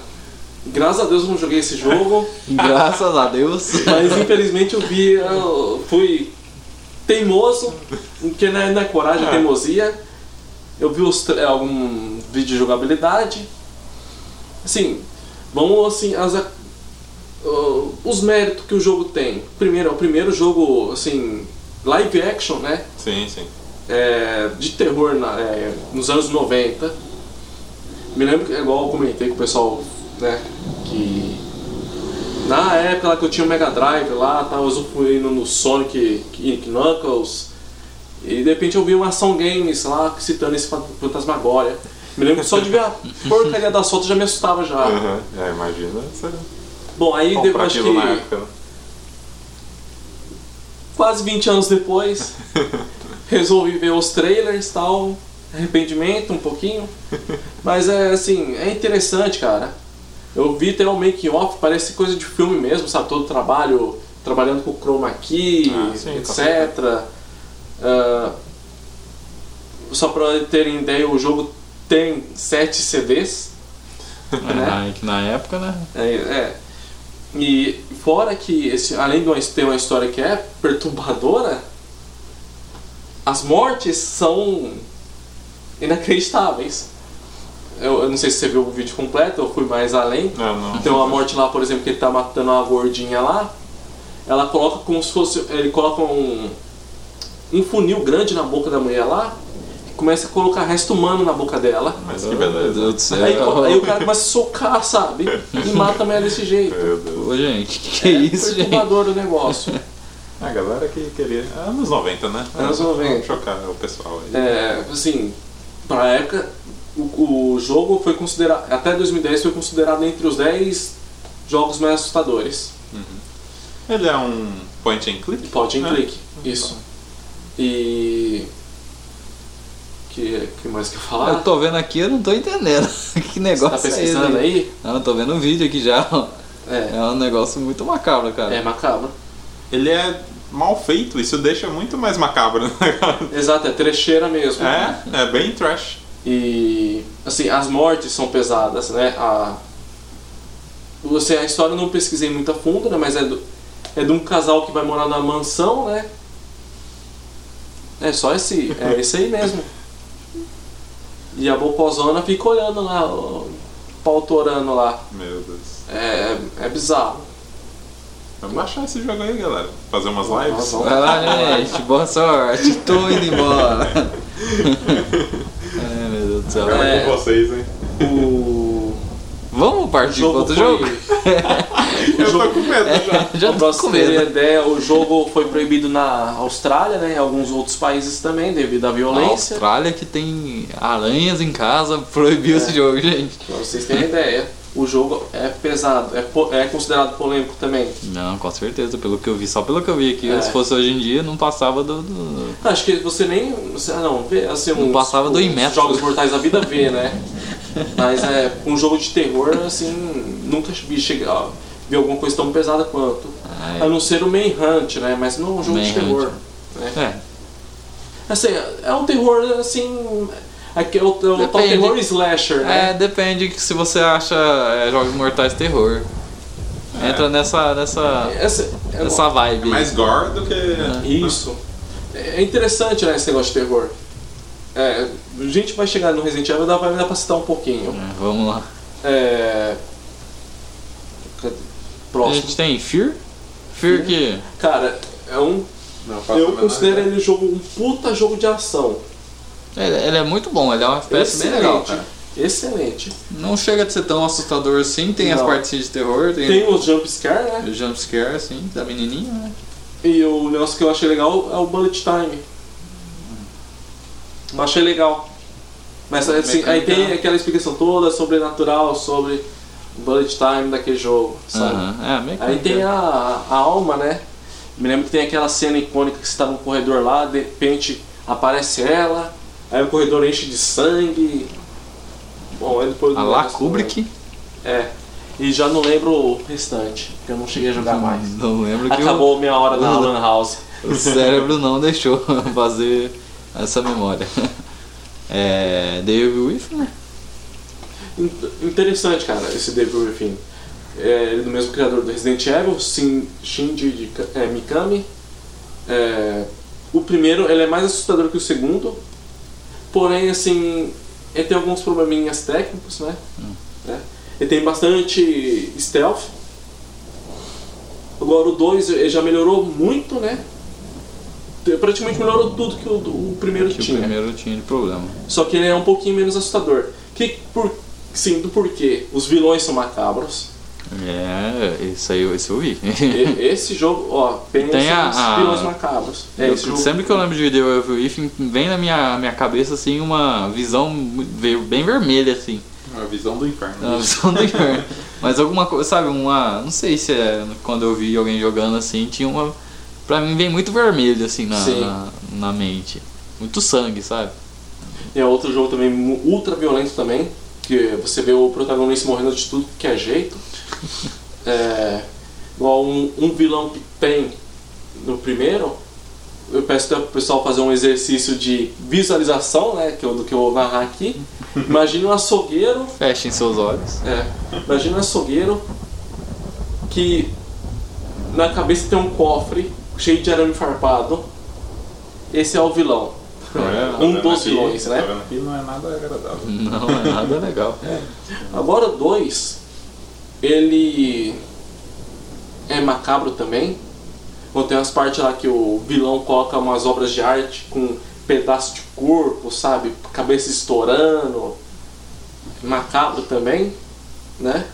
C: graças a Deus eu não joguei esse jogo,
A: Graças a Deus.
C: mas infelizmente eu vi, eu fui teimoso, porque não é, não é coragem, é teimosia. Eu vi os, tra- algum vídeo de jogabilidade. Assim, vamos assim, as, a- o- os méritos que o jogo tem. Primeiro, é o primeiro jogo, assim, live action, né?
B: Sim, sim.
C: é, de terror na- é, nos anos 90. Me lembro que, é igual eu comentei com o pessoal, né, que na época lá que eu tinha o Mega Drive lá, tava usufruindo no Sonic e Knuckles, e de repente eu vi uma ação games lá citando esse fa- Fantasmagória. Me lembro que só
B: [LAUGHS]
C: de ver a porcaria da foto já me assustava já.
B: Aham. É, imagina você
C: Bom, aí
B: comprar
C: depois acho
B: aquilo na
C: que
B: época, né?
C: quase 20 anos depois,
B: né?
C: resolvi ver os trailers e tal, arrependimento
B: [LAUGHS]
C: um pouquinho, mas é assim, é interessante, cara. Eu vi até o make-off, parece coisa de filme mesmo, sabe? Todo o trabalho, trabalhando com chroma key,
B: Ah, sim, com
C: etc. Ah, só pra terem ideia, o jogo tem 7 CDs. né?
A: É, que na época, né?
C: É, é. E fora que esse, além de uma- ter uma história que é perturbadora, as mortes são inacreditáveis. Eu, eu não sei se você viu o vídeo completo, eu fui mais além.
B: [LAUGHS] Não, não.
C: Tem uma morte lá, por exemplo, que ele tá matando uma gordinha lá. Ela coloca como se fosse. Ele coloca um. Um funil grande na boca da mulher lá. E começa a colocar resto humano na boca dela.
B: Mas que
A: Meu
B: beleza.
A: Deus do céu.
C: Aí, aí o cara começa a socar, sabe? E mata a mulher desse jeito.
B: Meu Deus.
A: Ô, gente, que, que é isso, gente?
C: perturbador o negócio.
B: A galera que queria. Anos 90, né?
C: Anos 90.
B: Vamos chocar o pessoal aí.
C: É, assim, pra época, o, o jogo foi considerado, até 2010 foi considerado entre os 10 jogos mais assustadores.
B: Ele é um point and click?
C: Pode em
B: É.
C: clique, isso. E. Que, que mais que eu ia falar?
A: Eu tô vendo aqui, eu não tô entendendo. [LAUGHS] que
C: Você
A: negócio
C: tá pesquisando
A: é esse?
C: aí?
A: Não, eu tô vendo um vídeo aqui já.
C: É,
A: É um negócio muito macabro, cara.
C: é macabro.
B: Ele é mal feito, isso deixa muito mais macabro, né, cara?
C: Exato, é trecheira mesmo.
B: É, é bem trash.
C: E assim, as mortes são pesadas, né? A você a história eu não pesquisei muito a fundo, né, mas é do é de um casal que vai morar na mansão, né? É só esse,
A: [LAUGHS]
C: é esse aí mesmo. E a bopozona fica olhando lá, o pau torando lá.
B: Meu Deus.
C: É, é bizarro.
B: Vamos baixar esse jogo aí, galera. Fazer umas lives.
C: Nossa.
A: Vai lá, gente. Boa sorte. Tô indo
C: [LAUGHS]
A: embora. Ai, meu Deus do céu.
B: Agora
C: É.
B: é. com vocês, hein?
A: [LAUGHS]
C: O,
A: Vamos
C: o
A: partir para
C: jogo
A: outro
C: foi- [LAUGHS]
A: jogo?
B: Eu tô com medo já.
A: [LAUGHS] Já
C: Pra
A: tô
C: você
A: com
C: ter
A: medo.
C: ideia, o jogo foi proibido na Austrália, né? Em alguns outros países também, devido à
A: A
C: violência.
A: Austrália que tem aranhas em casa [LAUGHS] proibiu
C: É.
A: esse jogo, gente.
C: Pra vocês terem ideia, o jogo é pesado, é, po- é considerado polêmico também.
A: Não, com certeza, pelo que eu vi, só pelo que eu vi aqui.
C: É.
A: Se fosse hoje em dia, não passava do. do-
C: Acho que você nem. você- Ah, não, vê assim.
A: Não
C: uns-
A: passava do
C: uns
A: Inmetro.
C: Jogos Mortais da Vida
A: [LAUGHS]
C: vê, né? Mas é. Um jogo de terror, assim. Nunca vi chegar. Vi alguma coisa tão pesada quanto.
A: Ah,
C: A não ser o Manhunt, né? Mas não é um jogo de
A: Manhunt.
C: terror. né?
A: é. É.
C: Assim, é um terror, assim. Aqui é o, é o tal
A: Depende.
C: terror slasher, né?
A: É, depende que se você acha é, Jogos Mortais terror. Entra nessa. nessa.
C: Essa, é
A: nessa vibe.
B: Mais gore do que.
C: Isso. É interessante, né, esse negócio de terror. É, a gente vai chegar no Resident Evil, dá pra, dá pra citar um pouquinho.
A: É, Vamos lá.
C: É... cadê?
A: A
C: Próximo.
A: gente tem Fear? Fear
C: Fear.
A: que.
C: Cara, é um...
B: Não, faço a
C: Eu
B: menor
C: considero
B: ideia.
C: ele um jogo um puta jogo de ação.
A: Ele, ele é muito bom, ele é um FPS bem legal, cara.
C: Excelente.
A: Não chega de ser tão assustador assim, tem as
C: Não.
A: partes de terror, tem,
C: Tem o jumpscare, né?
A: o jumpscare, assim, da menininha, né?
C: E o negócio que eu achei legal é o Bullet Time. Eu achei legal. Mas assim, aí tem
A: Mecânica.
C: aquela explicação toda sobrenatural sobre o Bullet Time daquele jogo, sabe?
A: Aham, É, meio que
C: Aí tem a, a alma, né? Me lembro que tem aquela cena icônica que você tá no corredor lá, de repente aparece ela, aí o corredor enche de sangue. Bom, aí depois.
A: A La Kubrick.
C: É. E já não lembro o restante, porque eu não cheguei a jogar mais.
A: Não lembro que Uhum. o-
C: Acabou minha hora na Lan House.
A: O cérebro não deixou [LAUGHS] fazer essa memória. É. David Whiffner?
C: In- Interessante, cara, esse Devil Within. É, ele é do mesmo criador do Resident Evil, Shin, Shinji de Ka- é, Mikami. É, o primeiro ele é mais assustador que o segundo, porém, assim, ele tem alguns probleminhas técnicos, né?
A: Hum.
C: É. Ele tem bastante stealth. Agora o 2 ele já melhorou muito, né? Praticamente melhorou tudo que o, o primeiro
A: Que
C: tinha.
A: o primeiro tinha de problema.
C: Só que ele é um pouquinho menos assustador. Que por sim, do porquê? Os vilões são macabros.
A: É, isso aí isso eu
C: [LAUGHS]
A: vi. [LAUGHS]
C: E- esse jogo, ó, pensa
A: Tem a-
C: nos
A: a-
C: vilões macabros. É,
A: Eu-
C: esse jogo
A: sempre que eu lembro de The Evil Within, vem na minha, minha cabeça assim uma visão mu- ver- bem vermelha, assim.
B: A visão do inferno.
A: Uma visão
C: [LAUGHS]
A: do inferno. um Mas alguma coisa, sabe, uma. Não sei se é quando eu vi alguém jogando assim, tinha uma. Pra mim vem muito vermelho assim na,
C: Sim.
A: na, na mente. Muito sangue, sabe?
C: é outro jogo também mu- ultra violento também, que você vê o protagonista morrendo de tudo que
A: [LAUGHS]
C: é jeito. É, igual um, um vilão que tem no primeiro, eu peço até pro pessoal fazer um exercício de visualização, né, que é o do que eu vou narrar aqui.
A: [LAUGHS]
C: Imagina um açougueiro
A: Fechem seus olhos.
C: É. Imagina um açougueiro que na cabeça tem um cofre cheio de arame farpado. Esse é o vilão.
B: É, tá
C: Um
B: vendo
C: dos
B: aqui?
C: vilões, né? Hum.
B: Tá vendo aqui? Não é nada agradável.
A: Não, é nada legal.
C: Agora o 2, ele é macabro também. Bom, tem umas partes lá que o vilão coloca umas obras de arte com pedaço de corpo, sabe? Cabeça estourando. Macabro também, né?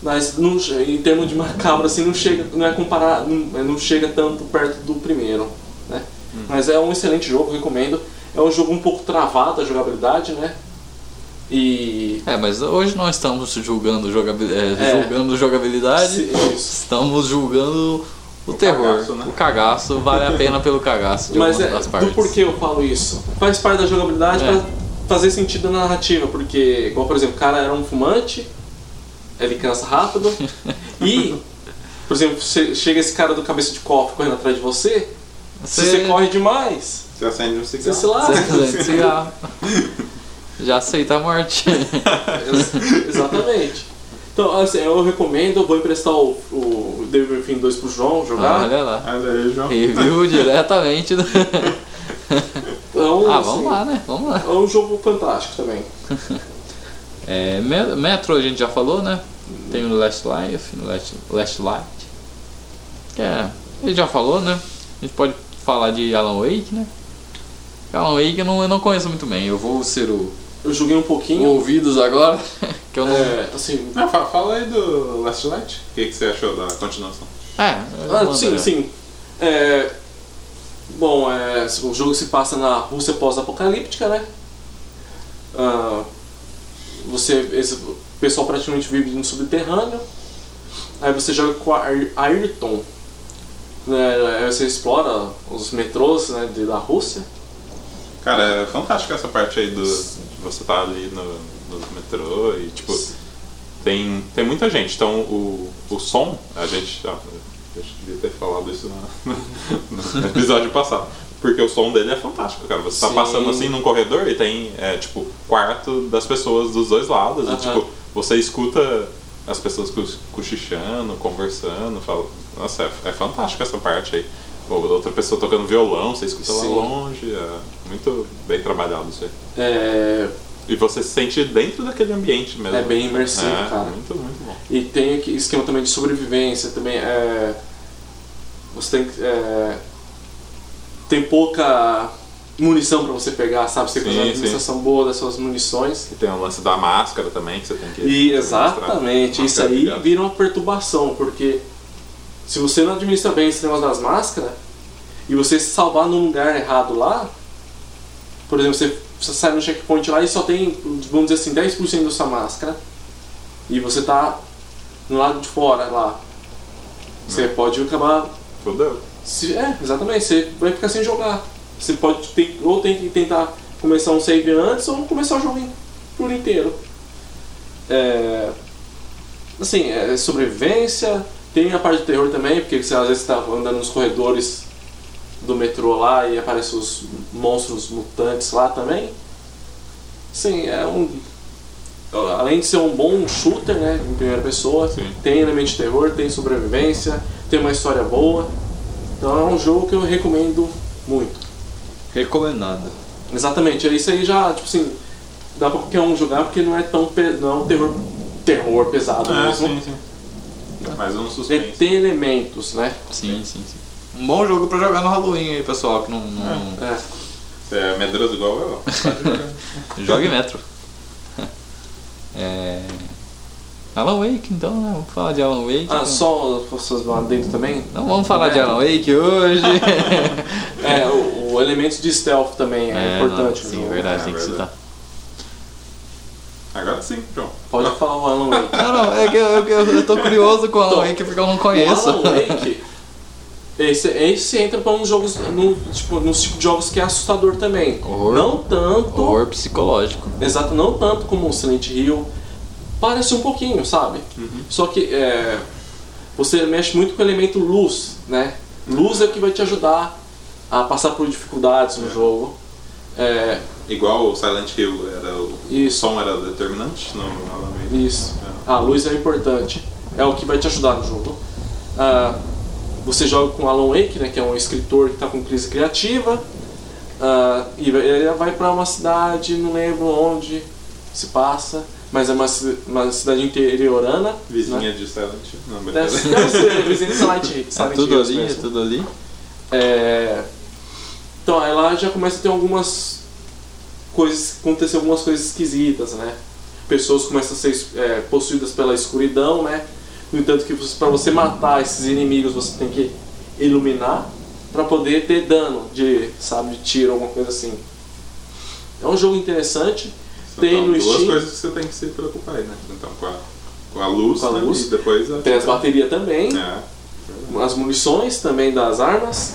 C: Mas não, che- em termos de macabro, assim, não chega, não é comparado, não, não chega tanto perto do primeiro, né? Mas é um excelente jogo, recomendo. É um jogo um pouco travado a jogabilidade, né? E
A: É, mas hoje não estamos julgando, jogabil... é,
C: É.
A: julgando jogabilidade,
C: Sim, isso.
A: estamos julgando o, terror.
B: cagaço, né?
A: O cagaço vale a pena pelo cagaço de
C: Mas
A: algumas
C: é,
A: das
C: do
A: partes.
C: porquê eu falo isso? Faz parte da jogabilidade
A: É.
C: pra fazer sentido na narrativa, porque, igual por exemplo, o cara era um fumante, ele cansa
A: [LAUGHS]
C: rápido, e, por exemplo, che- chega esse cara do cabeça de cofre correndo atrás de você, se você corre demais,
B: Você acende um
C: você se
B: cigarro.
A: Você
C: lasca.
A: acende cigarro. [LAUGHS] Já aceita a morte.
C: [LAUGHS] Ex- Exatamente. Então, assim, eu recomendo, eu vou emprestar o, o Devil May Cry 2 pro João jogar.
A: Ah, Olha lá.
B: Olha aí, João.
A: Review diretamente do.
C: Então,
A: Ah,
C: assim,
A: vamos lá, né? Vamos lá.
C: É um jogo fantástico também.
A: É, Me- Metro a gente já falou, né? Tem o Last Life, o Last, Last Light. Que é, ele já falou, né? A gente pode falar de Alan Wake, né? Alan Wake eu não, eu não conheço muito bem. Eu vou ser o
C: Eu joguei um pouquinho.
A: ouvidos agora, [LAUGHS] que eu não. É,
C: é, assim,
B: Ah, fa- fala aí do Last Light. O que, que você achou da continuação?
A: É, eu
C: Ah,
A: não
C: sim,
A: lembro.
C: sim. É, Bom, é, o jogo se passa na Rússia pós-apocalíptica, né? Ah, você, esse o pessoal praticamente vive no subterrâneo. Aí você joga com a Air- Ayrton. Né? Aí você explora os metrôs né, de- da Rússia.
B: Cara, é fantástico essa parte aí do. de Você tá ali no, no metrô e, tipo, tem, tem muita gente. Então, o, o som, a gente. Ah, eu devia ter falado isso na- [LAUGHS] no episódio passado. Porque o som dele é fantástico, cara. Você tá
C: Sim.
B: passando assim num corredor e tem, é, tipo, quarto das pessoas dos dois lados. E,
C: Aham.
B: tipo, você escuta as pessoas cu- cochichando, conversando. Fala... Nossa, é, é fantástico essa parte aí. Ou outra pessoa tocando violão, você escuta lá
C: Sim.
B: longe. É muito bem trabalhado isso aí.
C: É,
B: E você se sente dentro daquele ambiente mesmo.
C: É bem imersivo,
B: É,
C: cara.
B: Muito, muito bom.
C: E tem aqui esquema também de sobrevivência também. É, você tem que. é, tem pouca munição pra você pegar, sabe? Você tem que fazer uma
B: Sim, sim.
C: administração boa das suas munições.
B: E tem o lance da máscara também, que você tem que.
C: E
B: mostrar.
C: exatamente,
B: Máscara
C: isso aí
B: ligada.
C: vira uma perturbação, porque se você não administra bem esse negócio das máscaras, e você se salvar num lugar errado lá, por exemplo, você, você sai no checkpoint lá e só tem, vamos dizer assim, 10% da sua máscara, e você tá no lado de fora lá, você pode acabar.
B: Fudeu.
C: se- é, exatamente, você vai ficar sem jogar. Você pode ter, ou tem que tentar começar um save antes ou começar o jogo in- por inteiro. É, assim, é sobrevivência, tem a parte de terror também, porque você às vezes está andando nos corredores do metrô lá e aparecem os monstros mutantes lá também. Sim, é um. Além de ser um bom shooter, né, em primeira pessoa,
B: Sim.
C: tem elemento de terror, tem sobrevivência, tem uma história boa. Então é um jogo que eu recomendo muito.
A: Recomendado.
C: Exatamente, é isso aí já, tipo assim, dá pra qualquer um jogar porque não é tão pe- não é um terror, terror pesado
B: É,
C: mesmo.
B: sim, sim. Mas um
C: Ele
B: suspense.
C: tem elementos, né?
A: Sim, sim, sim. Um bom jogo pra jogar no Halloween aí, pessoal, que não. não...
C: É.
B: Você é medroso igual
C: [LAUGHS]
B: eu.
A: Jogue Metro. É... Alan Wake, então, né? Vamos falar de Alan Wake.
C: Ah,
A: então.
C: só as pessoas lá dentro também.
A: Não vamos falar de Alan Wake hoje.
C: [LAUGHS] É, o, o elemento de stealth também é,
A: não,
C: importante. no
A: sim,
C: jogo.
A: verdade,
B: É
A: tem que citar.
B: verdade. Agora sim, João.
C: Pode falar o
A: [LAUGHS]
C: Alan Wake.
A: Não, não, é que eu, eu, eu tô curioso com o Alan
C: Então,
A: Wake porque eu não
C: O
A: conheço.
C: Alan Wake, esse, esse entra pra uns jogos, num, tipo, nos tipos de jogos que é assustador também.
A: Horror.
C: Não tanto,
A: Horror psicológico.
C: exato, não tanto como o Silent Hill. Parece um pouquinho, sabe? Só que é, você mexe muito com o elemento luz, né? Luz é o que vai te ajudar a passar por dificuldades no jogo. É,
B: Igual o Silent Hill, era o, o
C: Isso.
B: som era determinante no Alan Wake.
C: Isso. A luz é importante. É o que vai te ajudar no jogo. Ah, você joga com Alan Wake, né, que é um escritor que está com crise tá criativa. Ah, e vai- ele vai pra uma cidade, não lembro onde se passa, mas é uma, ci- uma cidade interiorana.
B: Vizinha de Silent Hill. Não,
C: Né? Deve
B: brincadeira.
C: ser,
B: [LAUGHS]
C: deve ser vizinha de Silent
A: [LAUGHS]
C: Hill.
A: É
C: Silent
A: tudo
C: Hills
A: ali, é
C: Tá mesmo.
A: tudo ali.
C: É, Então, aí lá já começa a ter algumas coisas, acontecer algumas coisas esquisitas, né? Pessoas começam a ser é, possuídas pela escuridão, né? No entanto que você- pra você matar esses inimigos você tem que iluminar pra poder ter dano de, sabe, de tiro, alguma coisa assim. É um jogo interessante. Tem
B: então,
C: no
B: duas
C: Steam.
B: coisas que você tem que se preocupar aí, né? Então, com a, com a luz,
C: Com a
B: né?
C: luz.
B: e depois a...
C: Tem as baterias também.
B: É.
C: as munições também das armas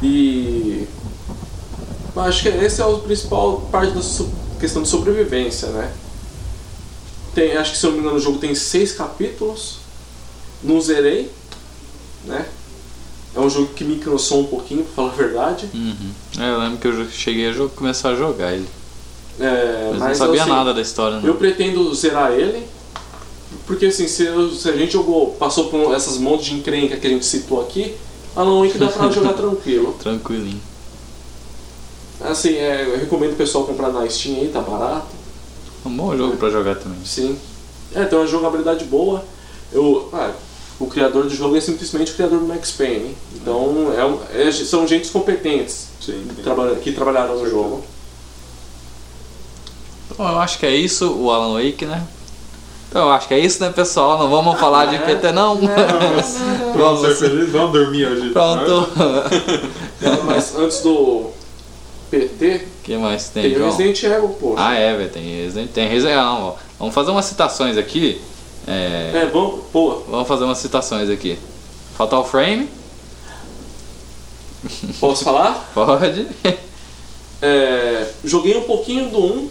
C: e eu acho que esse é o principal parte da so- questão de sobrevivência, né? Tem, acho que se eu não me engano o jogo tem seis capítulos, não zerei, né? É um jogo que me cansou um pouquinho, pra falar a verdade.
A: Uhum. É, eu lembro que eu jo- cheguei a jo- começar a jogar ele.
C: É,
A: Mas,
C: mas
A: não sabia
C: assim,
A: nada da história, né?
C: Eu pretendo zerar ele, porque assim, se, eu- se a gente jogou, passou por essas montes de encrenca que a gente citou aqui, a não é que dá
A: [LAUGHS]
C: pra jogar tranquilo.
A: Tranquilinho.
C: Assim, é, eu recomendo o pessoal comprar na Steam aí, tá barato.
A: Um bom jogo pra jogar também.
C: Sim. É, tem uma jogabilidade boa. Eu, ah, o criador do jogo é simplesmente o criador do Max Payne. Então, é um- é- são gentes competentes
B: Sim,
C: que,
B: tem.
C: trabalha- que trabalharam no jogo.
A: Bom, eu acho que é isso, o Alan Wake, né? Então eu acho que é isso, né, pessoal? Não vamos falar
C: Ah, é?
A: de PT, não.
B: Vamos ser
A: [LAUGHS] Vamos.
B: felizes, vamos dormir hoje. então, né?
A: Pronto.
C: Mas antes do PT,
A: O [LAUGHS] que mais tem,
C: tem o
A: João?
C: Resident Evil, pô.
A: Ah, é, velho, tem Resident tem Resident não, ó. Vamos fazer umas citações aqui. É,
C: É, bom, pô,
A: Vamos fazer umas citações aqui. Fatal Frame?
C: posso falar?
A: Pode. [LAUGHS]
C: É, joguei um pouquinho do 1,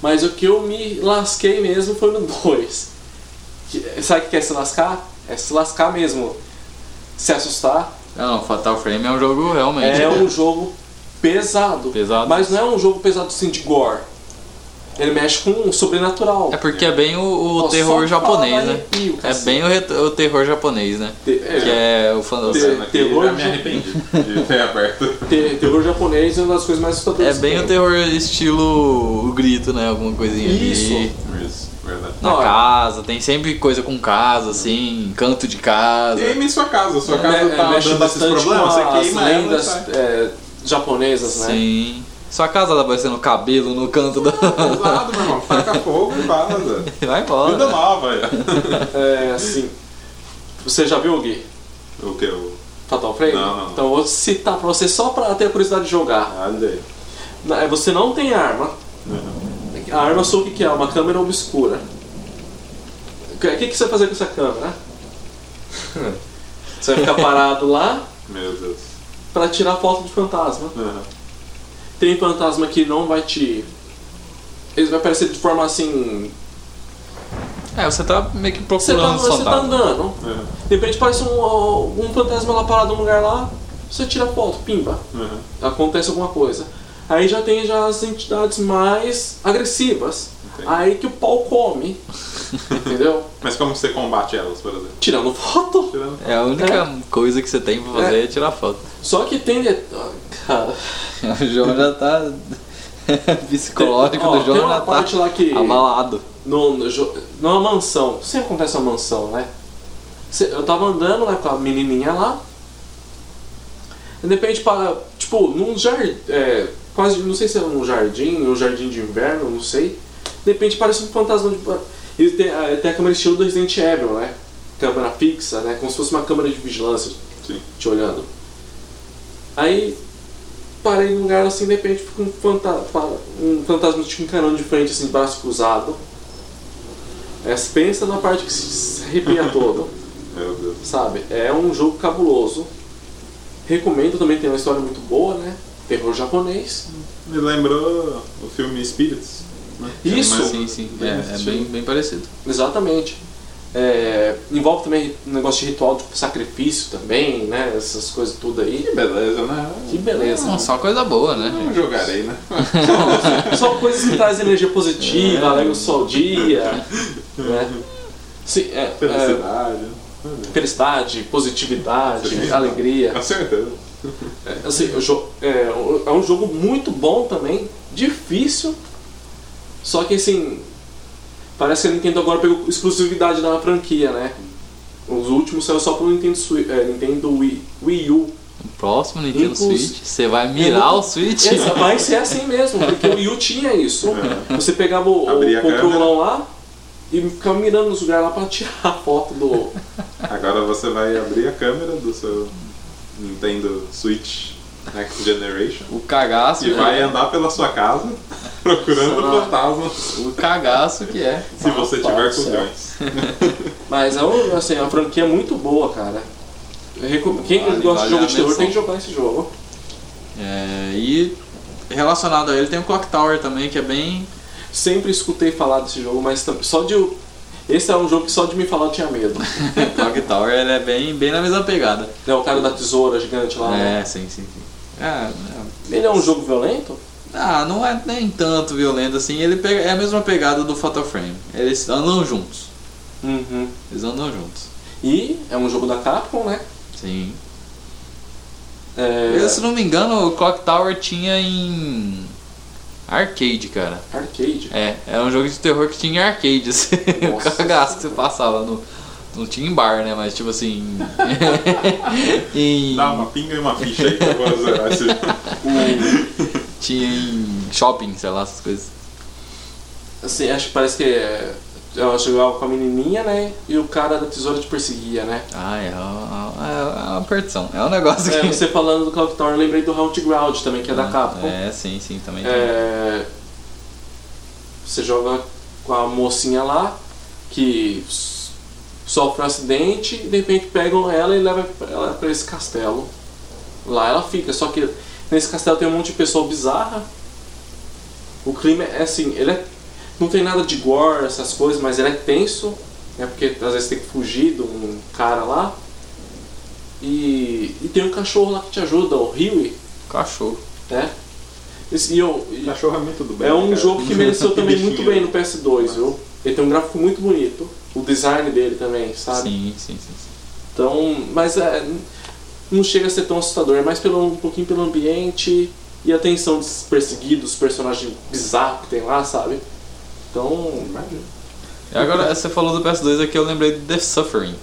C: mas o que eu me lasquei mesmo foi no 2. Que- Sabe o que é se lascar? É se lascar mesmo. Se assustar.
A: Não, Fatal Frame é um jogo realmente.
C: É um jogo pesado.
A: Pesado.
C: Mas não é um jogo pesado assim de gore. Ele mexe com o sobrenatural.
A: É porque é bem o, o
C: Nossa,
A: terror
C: só
A: japonês,
C: fala
A: né?
C: arrepio,
A: É
C: cacete.
A: bem o, re- o terror japonês, né?
C: Te-
A: Que
C: é,
A: é o fã
C: Te- terror
B: me
C: de-
B: arrependi de ter [LAUGHS] aberto.
C: te- terror japonês é uma das coisas mais
A: É
C: assustadoras. que
A: bem
C: tem.
A: o terror estilo o grito, né? Alguma coisinha ali.
C: Isso.
B: Isso, verdade.
A: Na
C: Não, é.
A: casa, tem sempre coisa com casa, assim, canto de casa.
C: né?
B: Queime em sua casa, sua
C: Me-
B: casa
C: é,
B: tá
C: mexe
B: dando esses
C: bastante com
B: problemas, você
C: as
B: queima ela e
C: lendas
B: sai.
C: é, japonesas, né?
A: Sim. Sua casa tá parecendo cabelo no canto da.
B: Pesado, meu irmão. Taca fogo e vaza.
A: [LAUGHS] Vai
B: Vida
A: embora. né?
B: nova. é.
C: É, assim. Você já viu o Gui?
B: [LAUGHS] O que? O...
C: Fatal Frame?
B: Não, não.
C: Então eu vou citar pra você só pra ter a curiosidade de jogar.
B: Olha aí.
C: Na- é, Você não tem arma. A arma eu sou o que que é? Uma câmera obscura. O que, é, o que que você vai fazer com essa
B: [LAUGHS]
C: câmera? Você vai ficar parado lá
B: Meu Deus.
C: pra tirar foto de fantasma.
B: Uhum.
C: Tem fantasma que não vai te. Ele vai aparecer de forma assim.
A: É, você tá meio que
C: Você tá,
A: procurando os
C: você tá
A: fantasmas.
C: andando. De repente parece um, um fantasma lá parado num lugar lá. Você tira foto, pimba.
B: Uhum.
C: acontece alguma coisa. Aí já tem já as entidades mais agressivas.
B: Entendi.
C: Aí que o pau come. entendeu?
B: Mas como você combate elas, por exemplo?
C: Tirando foto.
B: Tirando.
A: É a única coisa que você tem pra fazer é,
C: É.
A: tirar foto. [LAUGHS]
C: Só que tem. De... ah, Cara.
A: O João já tá. [LAUGHS] psicológico
C: Ó,
A: do João
C: tem uma
A: já tá
C: parte lá que.
A: abalado.
C: no, no jo- numa mansão. Sempre acontece uma mansão, né? Cê- Eu tava andando lá com a menininha lá. E de repente, para, tipo, num jardim. quase, não sei se é um jardim, um jardim de inverno, não sei. De repente parece um fantasma de. E tem, a- tem a câmera estilo do Resident Evil, né? Câmera fixa, né? Como se fosse uma câmera de vigilância
B: Sim.
C: te olhando. Aí parei num lugar assim, de repente fica um, fanta fa- um fantasma te encarando de frente, assim, de braço cruzado. É, pensa na parte que se arrepia todo,
B: Meu Deus.
C: sabe? É um jogo cabuloso. Recomendo também, tem uma história muito boa, né? Terror japonês.
B: Me lembrou o filme Spirits. né?
C: Isso.
B: Mas-
A: Sim, sim.
B: Bem
A: É, é
B: assistido.
A: bem, bem parecido.
C: Exatamente. É, envolve também um negócio de ritual de sacrifício também, né? Essas coisas tudo aí.
B: Que beleza, né?
C: Que beleza.
A: Não, É só coisa boa, né?
B: Não jogarei, né?
C: Só coisas que trazem energia positiva,
B: É.
C: alegra o sol dia. Né? Sim, é, é,
B: Felicidade.
C: felicidade, positividade,
B: Sim.
C: alegria.
B: Com certeza.
C: É, assim, o jo- é, o- é um jogo muito bom também, difícil, só que assim. Parece que a Nintendo agora pegou exclusividade da franquia, né? Os últimos saíram só pro Nintendo, Swi- é, Nintendo Wii, Wii U.
A: No próximo Nintendo
C: Inclusive-
A: Switch, você vai mirar o Switch?
C: Essa vai ser assim mesmo, porque o Wii U tinha isso.
A: É.
C: Você pegava o,
B: Abria
C: o
B: a câmera.
C: controlão lá e ficava mirando nos lugares lá pra tirar [LAUGHS] a foto do.
B: Agora você vai abrir a câmera do seu Nintendo Switch Next Generation
A: O cagaço,
B: e
A: né?
B: vai andar pela sua casa [LAUGHS] procurando
C: Ah.
B: fantasmas
A: o cagaço que é.
B: se você tiver
C: Papai do céu.
B: culhões.
C: Mas é um, assim, é uma franquia muito boa, cara. Eu recom- Quem
A: Vale, vale
C: gosta de jogo
A: a
C: de terror
A: menção.
C: tem que jogar esse jogo.
A: É, E relacionado a ele tem o Clock Tower também, que é bem.
C: Sempre escutei falar desse jogo, mas tam- só de. eu- Esse é um jogo que só de me falar eu tinha medo.
A: Clock Tower ele é bem, bem na mesma pegada.
C: É o cara da tesoura gigante lá. né?
A: É, sim, sim, sim. É, é,
C: Ele é um jogo violento?
A: Ah, não é nem tanto violento assim. Ele pega- é a mesma pegada do Fatal Frame. Eles andam juntos.
C: Uhum.
A: Eles andam juntos.
C: E é um jogo da Capcom, né?
A: Sim.
C: É...
A: Eu, se não me engano, o Clock Tower tinha em arcade, cara.
C: Arcade.
A: É, era um jogo de terror que tinha em arcade. Assim. [LAUGHS] O
C: Nossa
A: cagaço que você passava no. Não tinha em bar, né? Mas tipo assim. [LAUGHS] em,
B: Dá uma pinga e uma ficha aí pra eu zerar esse jogo.
A: Tinha em shopping, sei lá, essas coisas.
C: Assim, acho que parece que é... ela chegava com a menininha, né? E o cara da tesoura te perseguia, né?
A: Ah, é uma, é uma perdição. É um negócio
C: É,
A: que.
C: você falando do Clock Tower, eu lembrei do Haunt Ground também, que é da Capcom.
A: É, sim, sim, também.
C: É, Você joga com a mocinha lá, que s- sofre um acidente, e de repente pegam ela e levam ela pra esse castelo. Lá ela fica, só que nesse castelo tem um monte de pessoa bizarra. O clima é assim, ele é, não tem nada de gore, essas coisas, mas ele é tenso, né? Porque às vezes tem que fugir de um cara lá. E, e tem um cachorro lá que te ajuda, o Huey,
A: Cachorro.
C: né? Esse- E eu, [LAUGHS] e-
B: Cachorro é muito do bem.
C: é um
B: cara.
C: jogo que
A: [LAUGHS]
C: mereceu também
B: Bichinho.
C: muito bem no PS2,
B: Nossa.
C: viu? Ele tem um gráfico muito bonito. O design dele também, sabe?
A: Sim, sim, sim. sim.
C: Então, mas é, não chega a ser tão assustador, é mais pelo, um pouquinho pelo ambiente e a tensão dos perseguidos, os personagens bizarros que tem lá, sabe? Então,
A: E agora, você falou do PS2 aqui, eu lembrei do The Suffering.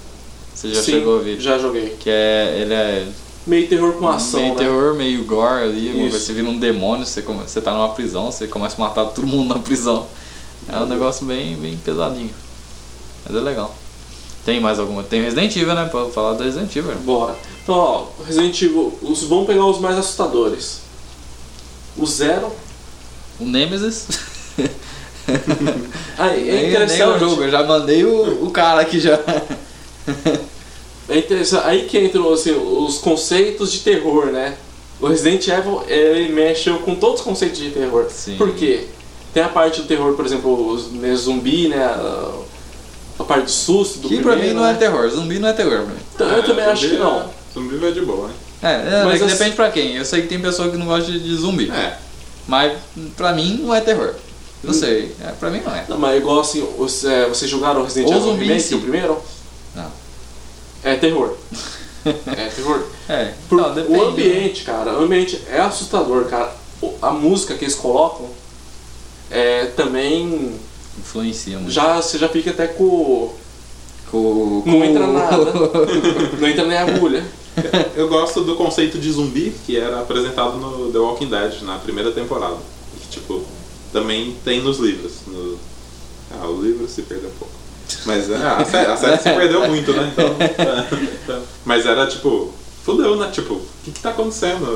A: Você já
C: sim,
A: chegou a ouvir?
C: já joguei.
A: Que é. Ele é
C: Meio terror com ação,
A: meio
C: né?
A: terror, Um meio gore ali. alguma
C: Isso.
A: coisa, Você vira um demônio, você, come, você tá numa prisão, você começa a matar todo mundo na prisão. É um negócio bem, bem pesadinho. Mas é legal. Tem mais alguma? Tem Resident Evil, né? Pra falar do Resident Evil.
C: Bora. Então, ó, Resident Evil, os, vamos pegar os mais assustadores. O Zero.
A: O
C: [LAUGHS]
A: Nemesis.
C: Ah, é
A: Nem-
C: interessante.
A: Nem o jogo, né? eu já mandei o, o cara aqui já.
C: É interessante. Aí que entram assim, os conceitos de terror, né? O Resident Evil ele mexe com todos os conceitos de terror.
A: Sim.
C: Por quê? Tem a parte do terror, por exemplo, os né, zumbi, né? A, a parte do susto do
A: Que pra
C: primeiro,
A: mim não é
C: né?
A: terror, zumbi não é terror pra mim.
C: Então, Eu também
B: É,
C: acho que
B: zumbi
C: não.
B: é- Zumbi vai de boa, hein?
A: É, é,
C: Mas
A: é que
C: assim-
A: depende pra quem. Eu sei que tem pessoa que não gosta de de zumbi.
B: É.
A: Mas pra mim não é terror. Não
C: Hum.
A: sei, é, pra mim não é.
C: Não, mas igual assim, os, é, vocês jogaram o Resident
A: Ou
C: Evil
A: zumbi em
C: Remake,
A: si.
C: o primeiro?
A: Não. [LAUGHS]
C: É terror. é terror.
A: É,
C: Por-
A: não, depende.
C: o ambiente, cara, o ambiente é assustador, cara. O- A música que eles colocam é também
A: Influencia muito.
C: já você já fica até com
A: Com-
C: não
A: com-
C: entra nada não entra nem agulha
B: Eu gosto do conceito de zumbi que era apresentado no The Walking Dead, na primeira temporada. E que, tipo, também tem nos livros. No... Ah, o livro se perdeu um pouco. Mas ah, a, série, a série se perdeu muito, né? Então, Mas era tipo, fudeu, né? Tipo, o que, que tá acontecendo?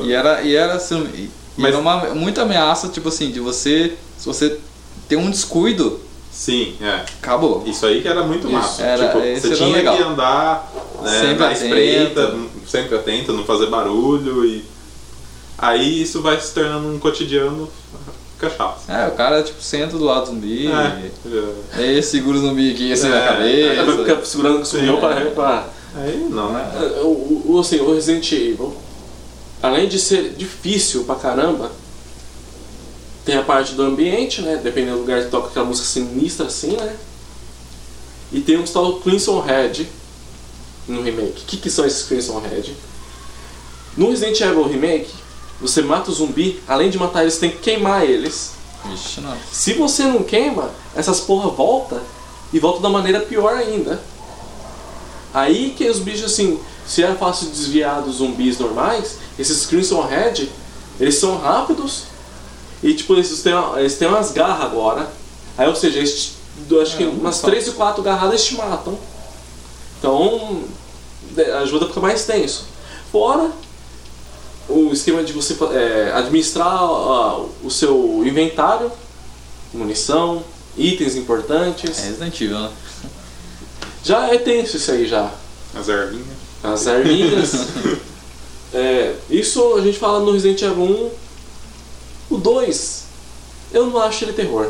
A: [LAUGHS] E era, e era assim. e- e
B: Mas-
A: era uma, muita ameaça, tipo assim, de você. Se você tem um descuido,
B: Sim, é.
A: acabou.
B: Isso aí que era muito
C: Isso,
B: massa.
A: era-
B: tipo,
A: esse
B: você
A: era
B: tinha
A: legal.
B: que andar né,
A: Sempre
B: na
A: atento.
B: espreita, n- sempre atento, não fazer barulho e. Aí isso vai se tornando um cotidiano cachaça.
A: É, o cara, tipo, senta do lado do zumbi.
B: É.
A: Aí ele segura o zumbi aqui, assim, na
B: É.
C: [LAUGHS] Ela
A: cabeça.
C: fica segurando com o sumiu pra, pra-
B: Aí não, né?
C: O, o, é. assim, o Resident Evil além de ser difícil pra caramba tem a parte do ambiente né dependendo do lugar que toca aquela música sinistra assim né e tem uns tal Crimson Head no remake o que, que são esses Crimson Head No Resident Evil Remake, você mata o zumbi, além de matar eles, tem que queimar eles.
A: Vixe, não. é
C: Se você não queima, essas porra volta e volta da maneira pior ainda. Aí que os bichos assim, se é fácil desviar dos zumbis normais, esses Crimson Head, eles são rápidos e tipo, eles têm, eles têm umas garras agora. Aí ou seja, eles, te- eu acho que
A: É,
C: umas
A: só.
C: 3 ou 4 garradas te matam. Então de- ajuda a ficar mais tenso. Fora o esquema de você fa- é, administrar ah, o seu inventário, munição, itens
A: É
C: importantes.
A: Resident Evil, né?
C: Já é tenso isso aí já.
B: As ervinhas.
A: [LAUGHS]
C: As ervinhas. É, isso a gente fala no Resident Evil 1. O 2, eu não acho ele terror.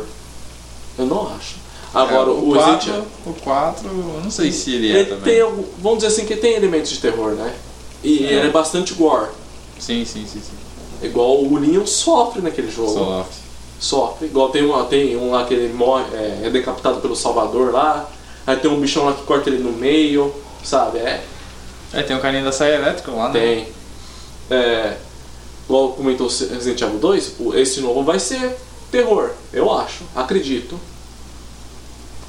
C: Eu não acho. Agora,
A: É,
C: o, Resident
A: quatro-
C: Evil.
A: O 4, eu não sei se ele é
C: Ele
A: também.
C: tem, algum- vamos dizer assim, que tem elementos de terror, né? E
A: É.
C: ele é bastante gore. um-
A: Sim, sim, sim. sim.
C: Igual o Leon sofre naquele jogo.
A: Soft.
C: sofre. Igual tem, uma, tem um lá que ele morre, é, é decapitado pelo Salvador lá. Aí tem um bichão lá que corta ele no meio, sabe? É,
A: É, tem o carinha da saia elétrica lá, né?
C: tem. É, igual comentou o Resident Evil 2, o- esse novo vai ser terror, eu acho, acredito.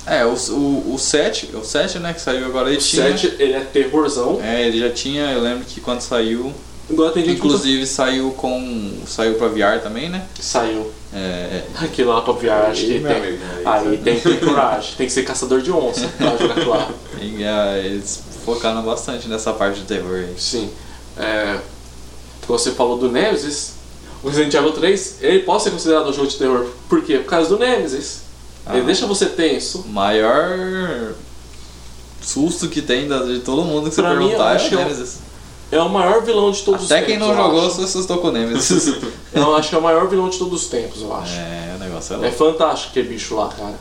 A: É, o, o, o 7, o 7, né, que saiu agora, ele
C: O
A: tinha...
C: 7, ele é terrorzão.
A: É, ele já tinha, eu lembro que quando saiu,
C: Agora tem gente
A: inclusive saiu com, saiu pra VR também, né?
C: que saiu.
A: É,
C: Aquilo lá pra viagem que
B: Aí, meu
C: tem.
B: amigo, aí
C: Aí
B: [LAUGHS] você-
C: tem que ter coragem, tem que ser caçador de onça pra jogar aquilo
B: [LAUGHS]
C: lá.
A: e, é, eles focaram bastante nessa parte do terror aí.
C: Sim. É, você falou do Nemesis. O Resident Evil 3, ele pode ser considerado um jogo de terror. Por quê? Por causa do Nemesis.
A: Ah.
C: Ele deixa você tenso.
A: O maior susto que tem da- de todo mundo que você
C: Pra mim,
A: perguntar
C: eu
A: é
C: acho que
A: o
C: é o-
A: Nemesis.
C: É o maior vilão de todos
A: Até
C: os tempos.
A: quem não
C: eu
A: jogou
C: acho.
A: se assustou com o
C: [LAUGHS]
A: Nemesis.
C: Eu acho que é o maior vilão de todos os tempos, eu acho.
A: é, o negócio é
C: É
A: louco.
C: fantástico aquele bicho lá, cara.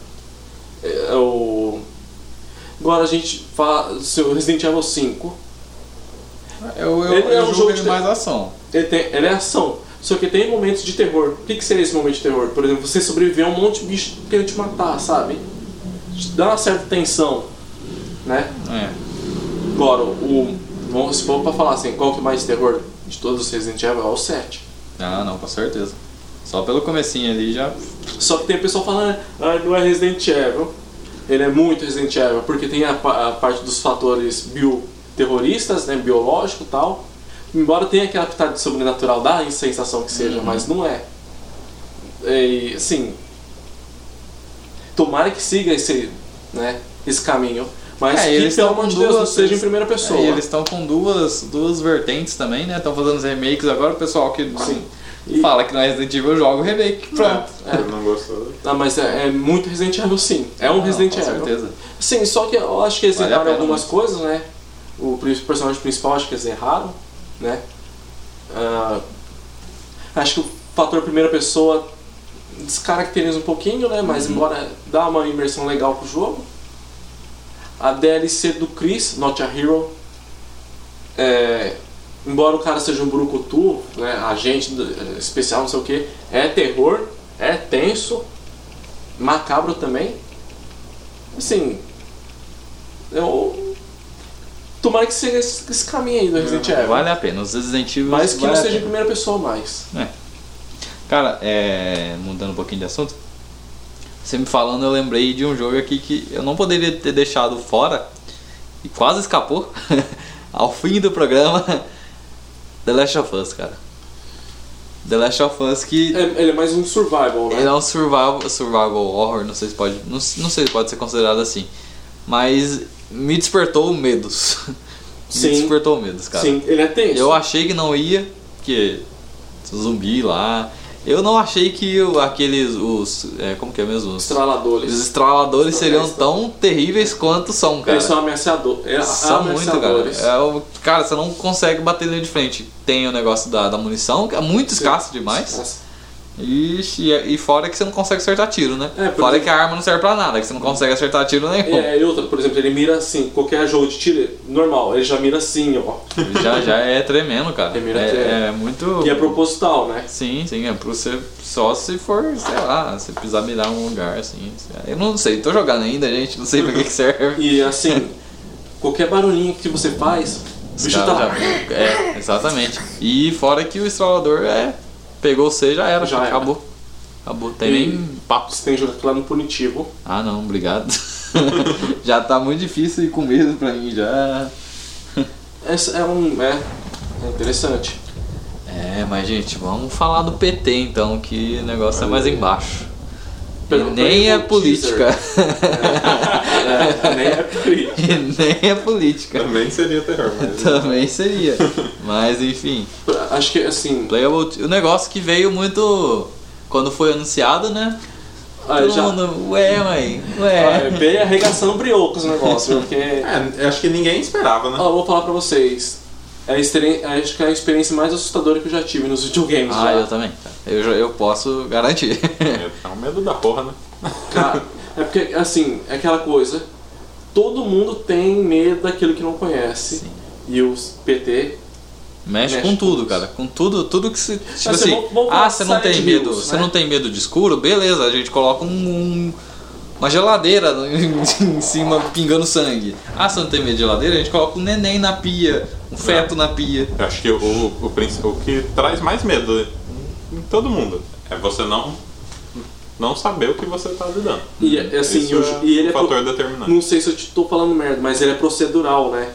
C: É, é o... Agora a gente fala. Seu Resident Evil 5.
A: Eu, eu,
C: Ele é
A: eu
C: um
A: julgo
C: jogo
A: ele
C: de-
A: mais ação.
C: Ele, tem, ele é ação. Só que tem momentos de terror. O que, que seria esse momento de terror? Por exemplo, você sobreviver a um monte de bicho querendo te matar, sabe? Te dá uma certa tensão, né?
A: É.
C: Agora, o, bom, se for pra falar assim, qual que é mais terror de todos os Resident Evil? É o 7.
A: Ah, não, com certeza. Só pelo comecinho ali já...
C: Só que tem o pessoal falando, ah, não é Resident Evil. Ele é muito Resident Evil, porque tem a, pa- a parte dos fatores bioterroristas, né? Biológico e tal. Embora tenha aquela pitada de sobrenatural, dá a sensação que
A: Uhum.
C: seja, mas não é. E, assim. Tomara que siga esse, né, esse caminho. Mas
A: É,
C: que,
A: eles
C: pelo
A: tão
C: amor de
A: com
C: Deus, não
A: duas-
C: seja em primeira pessoa.
A: É, e eles estão com duas, duas vertentes também, né? Estão fazendo os remakes agora, o pessoal que
C: Sim. E-
A: fala que não é Resident Evil, joga o remake. Pronto.
B: É, ele não gostou.
C: Ah, mas é, é muito Resident Evil, sim. É um
A: Ah,
C: Resident
A: com
C: Evil.
A: certeza.
C: Sim, só que eu acho que eles
A: Vale a
C: erraram
A: pena
C: algumas
A: muito.
C: coisas, né? O pri- personagem principal acho que eles erraram, né? Ah, acho que o fator primeira pessoa descaracteriza um pouquinho, né? Mas
A: Uhum.
C: embora dá uma imersão legal pro jogo. A DLC do Chris, Not a Hero. é, embora o cara seja um brucutu, né? Agente do- especial, não sei o que. É terror, é tenso, macabro também. Assim, eu. Tomara que seja esse, esse caminho aí do Resident Evil.
A: Vale a pena. Os Resident Evil.
C: É. Mas que
A: vale
C: não
A: a
C: seja em
A: pena.
C: primeira pessoa mais.
A: Cara, é, mudando um pouquinho de assunto. Você me falando, eu lembrei de um jogo aqui que eu não poderia ter deixado fora e quase escapou [LAUGHS] ao fim do programa. [LAUGHS] The Last of Us, cara. The Last of Us que
C: É, ele é mais um survival, né?
A: Ele é um survival, survival horror, não sei se pode, não, não sei se pode ser considerado assim, mas me despertou medos. [LAUGHS]
C: Sim.
A: Me despertou medos, um cara.
C: Sim, ele é tenso.
A: Eu achei que não ia, porque zumbi lá. Eu não achei que o- aqueles os é, como que é mesmo? Os,
C: Estraladores.
A: os estraladores seriam tão terríveis quanto são, cara.
C: Eles são ameaçadores. É,
A: São muito, cara.
C: ameaçadores.
A: É o- cara, você não consegue bater ele de frente. Tem o negócio da, da munição, que é muito escasso demais.
C: Nossa.
A: Ixi, e e fora que você não consegue acertar tiro, né?
C: É, por
A: fora
C: exemplo-
A: que a arma não serve pra nada, que você não consegue acertar tiro nenhum.
C: É, e outra, por exemplo, ele mira assim, qualquer jogo de tiro normal, ele já mira assim, ó.
A: [LAUGHS] Já, já é tremendo, cara.
C: Primeiro é
A: É,
C: tremendo.
A: é muito.
C: E é proposital, né?
A: Sim, sim, é pra você. Só se for, sei lá, se precisar mirar um lugar, assim. Eu não sei, tô
C: [LAUGHS]
A: jogando ainda, gente, não sei pra que, que serve.
C: E assim, qualquer barulhinho que você faz,
A: Os
C: bicho
A: caras
C: tá-
A: já- É, exatamente. E fora que o estralador é. Pegou você já era,
C: Já era.
A: acabou. Acabou. Tem
C: E-
A: nem papo.
C: Hum. Você tem que jogar aquilo lá no punitivo.
A: Ah não, obrigado. [LAUGHS] já tá muito difícil e com medo pra mim já.
C: Essa é um. É, é interessante.
A: É, mas gente, vamos falar do PT então, que o negócio é mais embaixo. E
C: Pelo-
A: nem é
C: pelo teaser.
A: política.
C: É, nem é por aí.
A: [LAUGHS] E nem é política.
B: Também seria terror,
C: [LAUGHS]
B: mas.
A: Também seria. Mas enfim.
C: Acho que assim.
A: Playable. T- O negócio que veio muito. Quando foi anunciado, né?
C: ah,
A: Todo
C: já,
A: mundo, ué, mãe,
C: ah, é
A: ué.
C: bem arregaçando brioco os negócios, porque.
B: É, eu acho que ninguém esperava, né?
C: Ó, eu vou falar pra vocês. É a experi- acho que é a experiência mais assustadora que eu já tive nos videogames.
A: Ah,
C: já.
A: eu também. Eu, já- eu posso garantir.
B: É um medo da porra, né?
C: Cara, é porque, assim, é aquela coisa. Todo mundo tem medo daquilo que não conhece.
A: Sim.
C: E os PT.
A: Mexe,
C: Mexe
A: com
C: com
A: tudo,
C: isso.
A: cara. Com tudo, tudo que se. Tipo
C: assim,
A: assim,
C: vamos- vamos falar
A: ah, você não tem
C: Silent
A: medo.
C: Hills,
A: Você
C: né?
A: não tem medo de escuro? Beleza, a gente coloca um- um- uma geladeira no- [LAUGHS] em cima pingando sangue. Ah, você não tem medo de geladeira? A gente coloca um neném na pia, um feto na pia.
B: Eu acho que o, o, princi- o que traz mais medo em todo mundo é você não, não saber o que você tá lidando.
C: E, é- assim,
B: Isso
C: e o-
B: é
C: e ele
B: um
C: é. pro-
B: fator determinante.
C: Não sei se eu te tô falando merda, mas ele é procedural, né?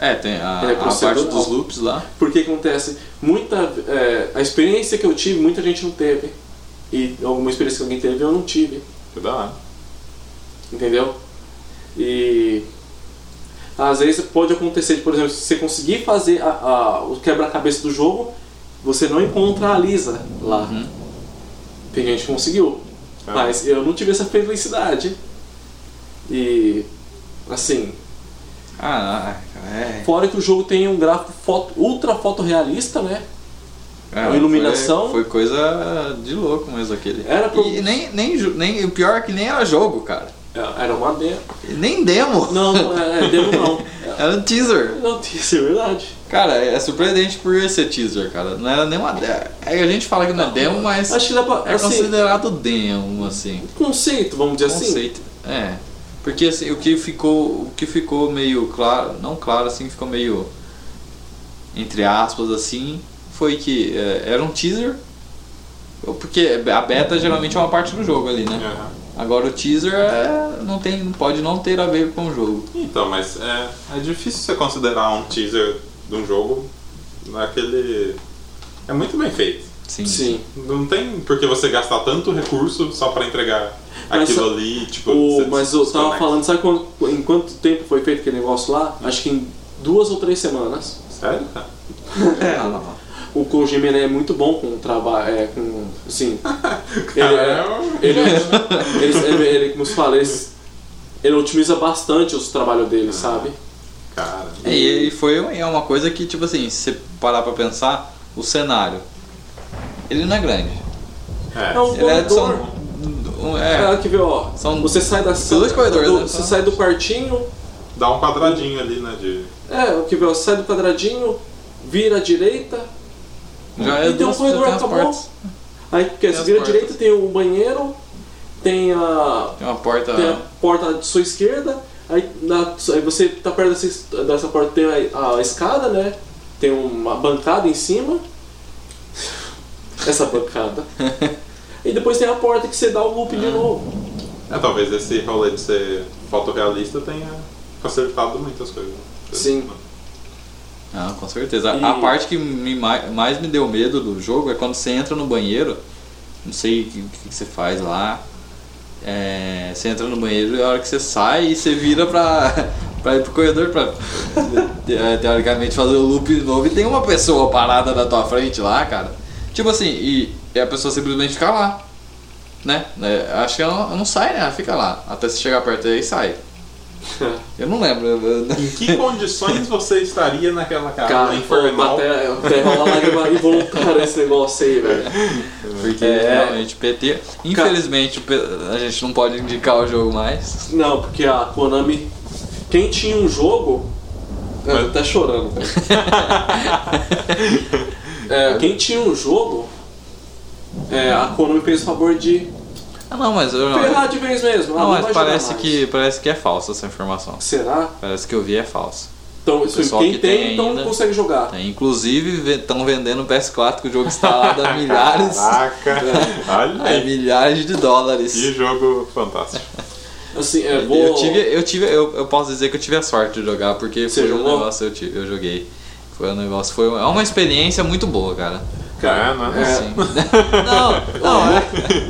A: É, tem a,
C: Ele é
A: a parte
C: procedural.
A: dos loops lá.
C: Porque acontece, muita. é, a experiência que eu tive, muita gente não teve. E alguma experiência que alguém teve, eu não tive.
B: Que né? da hora.
C: Entendeu? E. Às vezes pode acontecer, de, por exemplo, se você conseguir fazer a- a- o quebra-cabeça do jogo, você não encontra a Lisa lá.
A: Uhum.
C: Tem gente que conseguiu.
A: Ah.
B: É.
C: Mas eu não tive essa felicidade. E. Assim.
A: Ah, cara, é.
C: Fora que o jogo tem um gráfico foto, ultra fotorrealista, né?
A: Cara,
C: A iluminação.
A: Foi, foi coisa de louco mesmo aquele.
C: Era pro-
A: E nem, nem, ju- nem, o pior é que nem era jogo, cara.
C: Era uma demo.
A: E Nem demo.
C: Não,
A: [LAUGHS]
C: não é, é demo não.
A: Era um teaser.
C: É notícia, é verdade.
A: Cara, é surpreendente por ser teaser, cara. Não é era nem uma demo. A gente fala que não é demo, mas
C: Acho que dá pra.
A: é
C: assim,
A: considerado demo, assim.
C: conceito, vamos dizer assim.
A: Conceito. É. Porque assim, o que ficou. O que ficou meio claro. Não claro, assim, ficou meio. Entre aspas, assim. Foi que é, era um teaser. Porque a beta geralmente é uma parte do jogo ali, né?
B: É.
A: Agora o teaser é, não tem, não pode não ter a ver com o jogo.
B: Então, mas é, é difícil você considerar um teaser de um jogo naquele. É muito bem feito.
A: Sim. [LAUGHS]
C: Sim.
B: Não tem por que você gastar tanto recurso só pra entregar
C: Mas
B: aquilo
C: só-
B: ali, tipo...
C: O,
B: você
C: mas eu tava
B: desconecta.
C: falando, sabe quando, em quanto tempo foi feito aquele negócio lá?
A: Hum.
C: Acho que em duas ou três semanas.
B: Sério, cara?
A: É, Não, não, não.
C: O Kojima ele é muito bom com o trabalho. É, com.
A: [LAUGHS]
C: Assim. ele,
B: Cara,
C: é,
B: é um-
C: ele, ele, ele, ele, como se fala, ele, ele otimiza bastante os trabalhos
A: Ah.
C: dele, sabe?
B: Cara,
A: É, e e foi é uma coisa que, tipo assim, se você parar pra pensar, o cenário. Ele não é grande.
B: é.
C: É um
A: Ele é,
C: corredor.
A: são, um-
C: É,
A: é,
C: aqui vê, ó.
A: São
C: você sai da
A: dois corredores,
C: do-
A: né?
C: Você sai do quartinho,
B: Dá um quadradinho ali, né, de...
C: é, aqui vê, ó, sai do quadradinho, vira à direita,
A: já é
C: E tem um
A: duas-
C: corredor,
A: tem as
C: acabou.
A: portas.
C: aí porque você
A: as
C: vira à
A: portas.
C: direita tem o banheiro, tem a,
A: Tem uma porta.
C: tem a porta à sua esquerda, aí, na- aí você tá perto dessa, es- dessa porta, tem a, a escada, né? Tem uma bancada em cima. Essa bancada. e depois tem a porta que você dá o loop de novo.
B: É, talvez esse rolê de ser fotorrealista tenha facilitado muitas coisas.
C: Sim.
A: Ah, com certeza. A-
C: E-
A: A parte que me ma- mais me deu medo do jogo é quando você entra no banheiro. Não sei o que, o que que você faz lá. É, você entra no banheiro e a hora que você sai e você vira pra, [LAUGHS] pra ir pro corredor pra [LAUGHS] te- teoricamente fazer o loop de novo e tem uma pessoa parada na tua frente lá, cara. Tipo assim, e, e a pessoa simplesmente fica lá. Né? É, Acho que ela não, não sai, né? Ela fica lá. Até se chegar perto aí sai. Eu não lembro. eu- eu-
B: Em que condições você estaria naquela casa
C: Cara,
B: infernal?
C: pô, até, até rola lágrima involuntária esse negócio aí, velho.
A: Porque
C: É.
A: realmente PT. Infelizmente o P- a gente não pode indicar o jogo mais.
C: Não, porque a Konami. Quem tinha um jogo.
A: É.
B: Mas-
C: Tá chorando, velho.
A: [LAUGHS]
C: É, quem tinha um jogo. é, a Konami fez o favor de
A: Ah não, mas eu não.
C: ferrar de vez mesmo. Ah,
A: não,
C: não
A: mas
C: vai jogar
A: parece
C: mais.
A: que parece que é falsa essa informação.
C: Será?
A: Parece que eu vi é falsa.
C: Então, isso,
A: pessoal
C: quem
A: que
C: tem,
A: tem
C: então
A: ainda.
C: consegue jogar.
A: É, inclusive, estão vendendo o PS4 que o jogo instalado a milhares,
C: [LAUGHS]
B: Caraca! Olha
C: É
A: a
B: aí!
A: milhares de dólares.
B: Que jogo fantástico.
C: Assim, é, vou...
A: Eu tive, eu tive, eu, eu posso dizer que eu tive a sorte de jogar, porque
C: Você
A: foi um
C: jogou?
A: negócio eu tive, eu joguei. Foi um negócio, foi uma, é uma experiência muito boa, cara.
C: Cara,
B: É, né?
C: [LAUGHS]
A: Assim. não, não, é.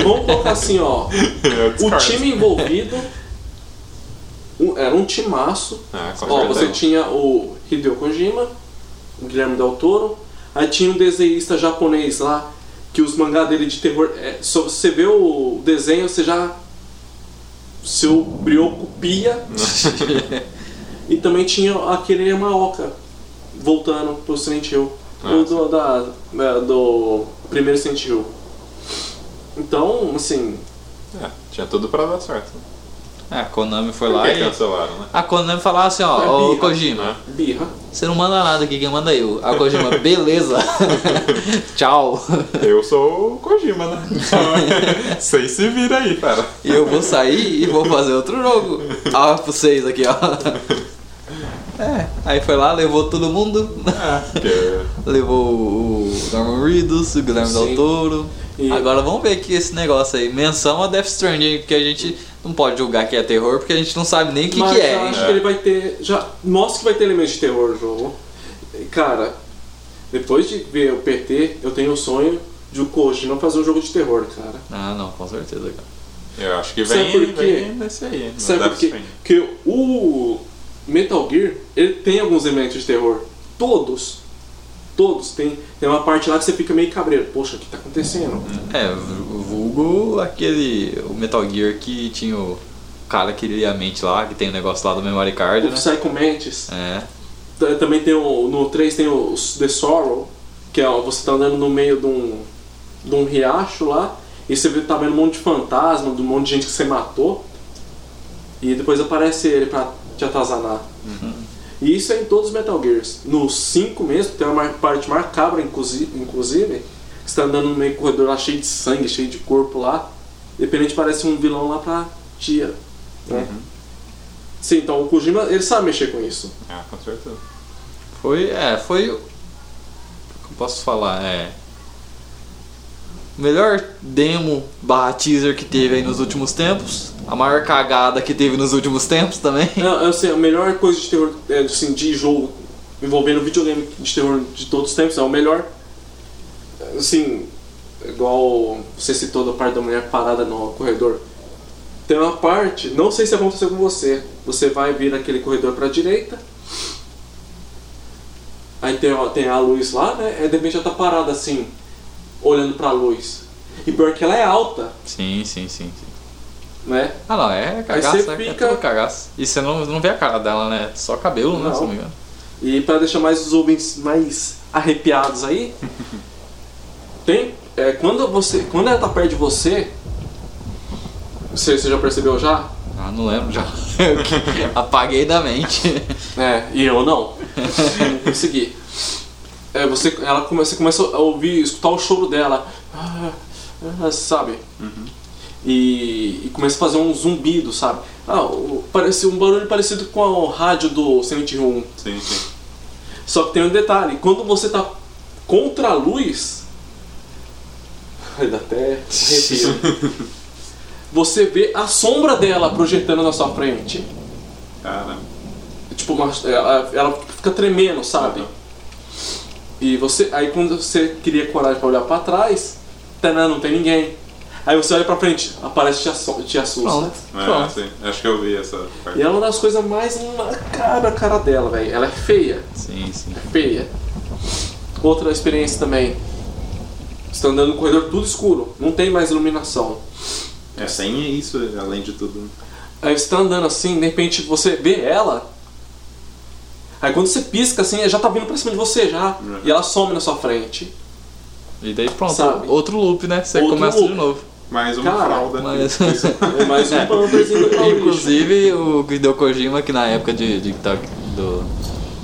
C: vamos colocar assim,
A: [LAUGHS]
C: ó.
B: Eu
C: [LAUGHS] O
B: discordo.
C: time envolvido um- era um timaço.
B: Ah, com
C: Ó,
B: certeza.
C: você tinha o Hideo Kojima, o Guilherme Del Toro, aí tinha um desenhista japonês lá, que os mangá dele de terror. é, só você vê o desenho, você já se preocupa.
A: Né. é. [LAUGHS]
C: e também tinha aquele Yamaoka voltando pro Silent Hill.
B: Ah,
C: o do, da, é, do primeiro Silent Hill. Então, assim,
B: É, tinha tudo pra dar certo.
A: A Ah, Konami foi
B: Por
A: lá
B: que
A: e.
B: cancelaram, né?
A: A Konami falava assim, ó,
C: É
A: ô
C: birra,
A: Kojima,
B: né?
C: birra.
A: você não manda nada aqui, quem manda é eu. A Kojima,
C: [LAUGHS]
A: beleza. Tchau.
B: Eu sou o Kojima, né? Então, sei se vira aí, cara.
A: E eu vou sair e vou fazer outro jogo. Ah, pra vocês aqui,
C: [LAUGHS]
A: ó. É, aí foi lá, levou todo mundo.
C: É.
B: É,
A: [LAUGHS]
B: Porque
A: Levou o Norman Reedus, o Guilherme
C: Sim.
A: Del Toro.
C: E-
A: Agora vamos ver que esse negócio aí. Menção a Death Stranding, porque a gente não pode julgar que é terror, porque a gente não sabe nem o que,
C: Mas
A: que
C: eu
A: é.
C: acho
A: hein?
C: que ele vai ter. Já mostra que vai ter elementos de terror no jogo. E, Cara, depois de ver o PT, eu tenho o sonho de o Kojima fazer um jogo de terror, cara.
A: Ah, não, com certeza, cara.
B: eu acho que
C: Sabe
B: vem,
C: por quê?
B: vem nesse aí. né? no
C: Sabe
B: Death
C: por quê?
B: Stranding.
C: Porque o Metal Gear, ele tem alguns elementos de terror. Todos. Todos. Tem, tem uma parte lá que você fica meio cabreiro. Poxa, o que tá acontecendo?
A: É, vu- vulgo aquele. O Metal Gear que tinha o cara que lia a mente lá, que tem o negócio lá do memory card,
C: O
A: né?
C: Psycho Mantis.
A: É.
C: T- Também tem o. No 3 tem o The Sorrow, que é ó, você tá andando no meio de um. de um riacho lá, e você vê, tá vendo um monte de fantasma, de um monte de gente que você matou. E depois aparece ele pra te atazanar. E isso é em todos os Metal Gears. No 5 mesmo, tem uma mar- parte macabra, inclusi- inclusive, que você tá andando no meio do corredor lá cheio de sangue, cheio de corpo lá. De repente parece um vilão lá pra tia. né? Sim, então o Kojima, ele sabe mexer com isso.
B: Ah, com certeza.
A: Foi. É, foi. o- Como posso falar? É. o Melhor demo barra teaser que teve aí nos últimos tempos. A maior cagada que teve nos últimos tempos
C: [LAUGHS]
A: também.
C: Não, eu sei, a melhor coisa de terror, é, assim, de jogo envolvendo videogame de terror de todos os tempos é o melhor. Assim, igual você citou da parte da mulher parada no corredor. Tem uma parte, não sei se aconteceu com você, você vai vir aquele corredor pra direita. Aí tem, a- tem a luz lá, né? Aí de repente ela tá parada assim, olhando pra luz. E pior que ela é alta,
A: Sim, sim, sim. sim.
C: né?
A: Ah, não, é cagaço,
C: você
A: né? É
C: fica-
A: tudo cagaço. E você não, não vê a cara dela, né? Só cabelo, né?
C: Não.
A: Se não me engano.
C: E para deixar mais os ouvintes mais arrepiados aí, tem é, quando você quando ela tá perto de você, você, você já percebeu já?
A: Ah, não lembro já. [LAUGHS] Apaguei da mente.
C: É, e eu não. [LAUGHS] não consegui. É, você, ela começa, você começa a ouvir, escutar o choro dela. Ah, ah, sabe? E, e começa a fazer um zumbido, sabe? Ah, o- parece um barulho parecido com o rádio do Silent Hill 1.
B: Sim, sim.
C: Só que tem um detalhe, quando você tá contra a luz. Ai, dá até arrepio. Você vê a sombra dela projetando na sua frente.
B: Caramba.
C: Tipo, uma- ela, ela fica tremendo, sabe?
B: Uhum.
C: E você. Aí quando você cria coragem pra olhar pra trás, tá, não, não tem ninguém. Aí você olha pra frente, aparece e te, asso- te assusta.
A: Pronto.
B: É,
A: Pronto.
B: sim. Acho que eu vi essa parte.
C: E ela é uma das coisas mais na cara, cara dela, velho. Ela é feia.
A: Sim, sim.
C: feia. Outra experiência também. Você está andando no corredor tudo escuro, não tem mais iluminação.
B: É, sem isso, além de tudo.
C: Aí você tá andando assim, de repente você vê ela. Aí quando você pisca assim, ela já tá vindo pra cima de você já.
B: Uhum.
C: E ela some na sua frente.
A: E daí pronto,
C: Sabe?
A: outro loop, né? Você
C: Outro
A: começa de
C: loop.
A: novo.
B: Mais uma
C: Cara,
B: fralda.
A: mas-
C: É
A: [LAUGHS]
C: mais um pamperzinho pra o lixo.
A: Inclusive, o Hideo Kojima, que na época de, de- da- do,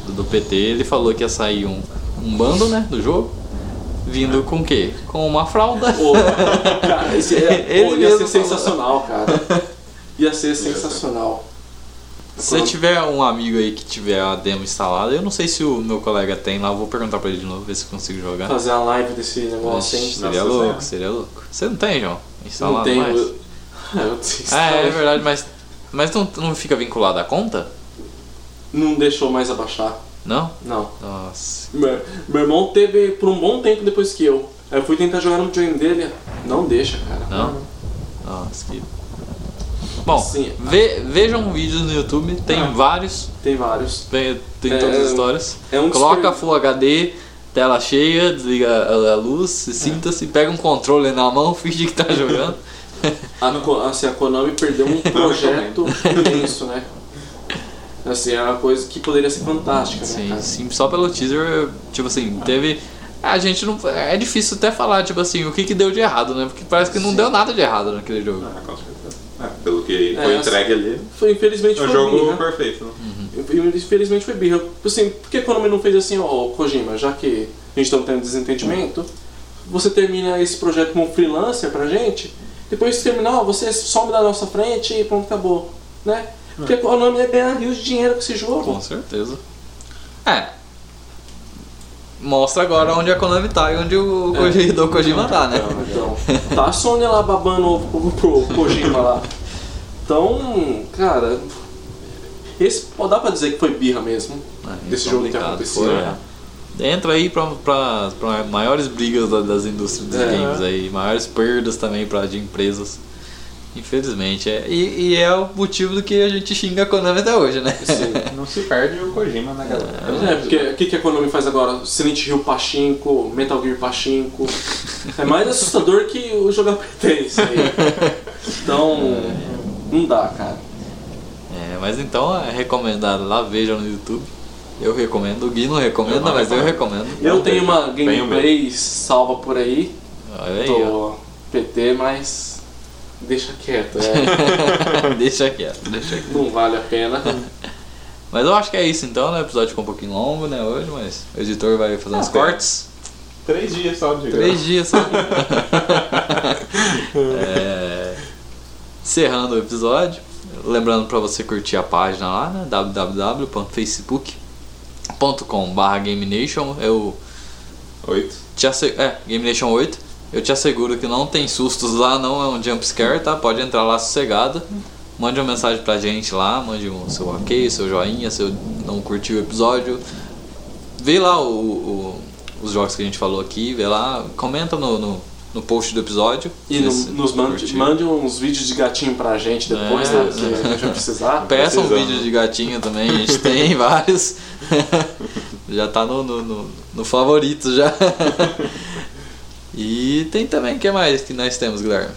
A: do, do PT, ele falou que ia sair um, um bando, né, do jogo, vindo com o quê? Com uma fralda.
C: Pô, cara, esse,
A: [LAUGHS]
C: é,
A: Ele
C: pô, ia ser
A: mesmo falou.
C: sensacional, cara. Ia ser
B: ser.
C: sensacional.
A: Se eu tiver um amigo aí que tiver a demo instalada, eu não sei se o meu colega tem lá, eu vou perguntar pra ele de novo, ver se eu consigo jogar.
C: Fazer a live desse
A: Mas
C: negócio, hein?
A: seria
B: Nossa,
A: louco,
B: é.
A: seria louco. Você não tem, João? Instalado
C: Não tem.
A: tá mais?
C: Eu... Ah, [LAUGHS] eu desisti.
A: Ah, é, é verdade, mas, mas não, não fica vinculado à conta?
C: Não deixou mais abaixar.
A: Não?
C: Não.
A: Nossa.
C: Meu, meu irmão teve por um bom tempo depois que eu. Aí eu fui tentar jogar no videogame dele. Não deixa, cara.
A: Não? Nossa, que. Bom,
C: Sim.
A: ve- vejam vídeos no YouTube, tem
C: Ah.
A: vários,
C: Tem vários.
A: tem, tem
C: É,
A: todas as histórias.
C: é um
A: Coloca
C: desper-
A: Full HD, tela cheia, desliga a, a luz,
C: É.
A: se sinta-se, pega um controle na mão, [LAUGHS] finge
C: [LAUGHS]
A: que tá jogando.
C: A, Ko- assim, a Konami perdeu
A: [LAUGHS]
C: um projeto imenso, né? Assim, é uma coisa que poderia ser fantástica, né,
A: Sim,
C: cara?
A: sim, só pelo teaser, tipo assim, teve. A gente não. É difícil até falar, tipo assim, o que, que deu de errado, né? Porque parece que não
C: Sim.
A: deu nada de errado naquele jogo.
B: [LAUGHS] Ah, com certeza. É, pelo que foi
C: É,
B: entregue ali,
C: Foi, infelizmente
B: é um
C: foi
B: jogo
C: birra.
B: perfeito. né?
C: Infelizmente foi birra. Assim, por que a Konami não fez assim, ó, Kojima, já que a gente tá tendo desentendimento, você termina esse projeto como freelancer pra gente, depois que terminar, ó, você some da nossa frente e pronto, acabou. Né? Porque a Konami ia ganhar rios de dinheiro com esse jogo.
A: Com certeza. É. Mostra agora onde a Konami tá e onde o Koji- do Kojima tá, né?
C: Então, tá a Sony lá babando ovo pro, pro Kojima lá. Então, cara, esse ó, dá pra dizer que foi birra mesmo.
A: Ah,
C: Desse jogo ter
A: complicado,
C: acontecido,
A: foi,
C: né?
A: é. Entra aí pra, pra, pra maiores brigas da- das indústrias dos
C: É.
A: games aí, maiores perdas também pra, de empresas. Infelizmente, é. E, e é o motivo do que a gente xinga a Konami até hoje, né?
C: Assim,
D: Não se perde o Kojima na galera.
C: É, porque o que, que a Konami faz agora? Silent Hill Pachinko, Metal Gear Pachinko. É mais assustador que o jogar PT, isso aí. Então, não dá, cara.
A: [LAUGHS] É, mas então é recomendado lá, vejam no YouTube. Eu recomendo, o Gui não recomenda,
B: Eu não
A: mas eu
B: recomendo.
A: recomendo.
C: Eu tenho uma
B: Tenho
C: gameplay salva por aí,
A: Olha aí,
C: do PT, mas deixa quieto,
A: [LAUGHS]
C: é.
A: ó. deixa quieto, deixa quieto.
C: não vale a pena.
A: Mas eu acho que é isso então, né? O episódio ficou um pouquinho longo, né, hoje, mas o editor vai fazer uns
B: Ah,
A: cortes.
B: Três dias só de
A: É. Três [LAUGHS] dias só. É, Encerrando o episódio. Lembrando pra você curtir a página lá, né? www.facebook.com.br Game Nation. é Eu
B: Oito.
A: te asseguro, é, Game Nation 8. Eu te asseguro que não tem sustos lá, não é um jump scare, tá? Pode entrar lá sossegado. Mande uma mensagem pra gente lá, mande o seu ok, seu joinha, seu não curtiu o episódio. Vê lá o- o- os jogos que a gente falou aqui, vê lá, comenta no, no, no post do episódio.
C: E no-
A: se-
C: nos
A: se
C: mande,
A: curtiu.
C: mande uns vídeos de gatinho pra gente depois,
A: É.
C: né? Que a gente
A: [LAUGHS]
C: vai precisar.
A: Peça um
B: precisando.
A: vídeo de gatinho também, a gente
C: [LAUGHS]
A: tem vários. [LAUGHS] já tá no, no, no- no favorito já. [LAUGHS] e tem também, o que mais que nós temos, Guilherme?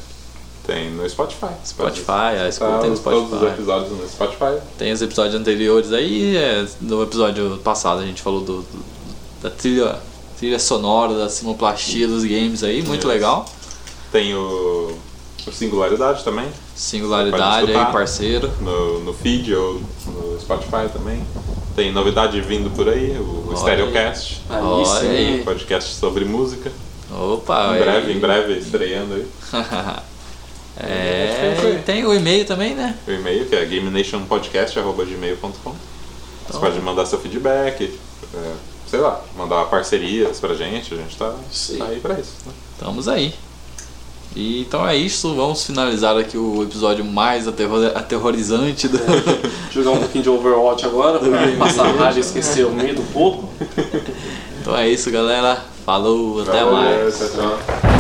B: Tem no Spotify.
A: Spotify, a
B: Tá
A: escuta tem no
B: Todos os
A: Spotify.
B: episódios no Spotify.
A: Tem os episódios anteriores aí, é, no episódio passado a gente falou do, do- da trilha, trilha sonora, da simulplastia dos games aí, muito
B: Isso.
A: legal.
B: Tem o, o Singularidade também,
A: Singularidade aí,
B: escutar.
A: parceiro.
B: no, no feed ou no Spotify também. Tem novidade vindo por aí, o
A: Olha.
B: Stereocast, um
C: Aí
A: Olha aí.
C: sim.
B: podcast sobre música.
A: Opa,
B: em
A: é-
B: breve, em breve, estreando aí.
A: [LAUGHS] é, e tem o e-mail também, né?
B: O e-mail que é gamenationpodcast.gmail.com
A: Então.
B: Você pode mandar seu feedback, é, sei lá, mandar parcerias pra gente, a gente tá,
C: Sim.
B: tá aí pra isso. né?
A: Estamos aí. E então é isso, vamos finalizar aqui o episódio mais aterro- aterrorizante do. [LAUGHS]
C: Jogar um pouquinho de Overwatch agora, pra passar a raiva e esquecer o medo um pouco.
A: então é isso, galera. Falou, até mais.
B: Valeu, tchau, tchau.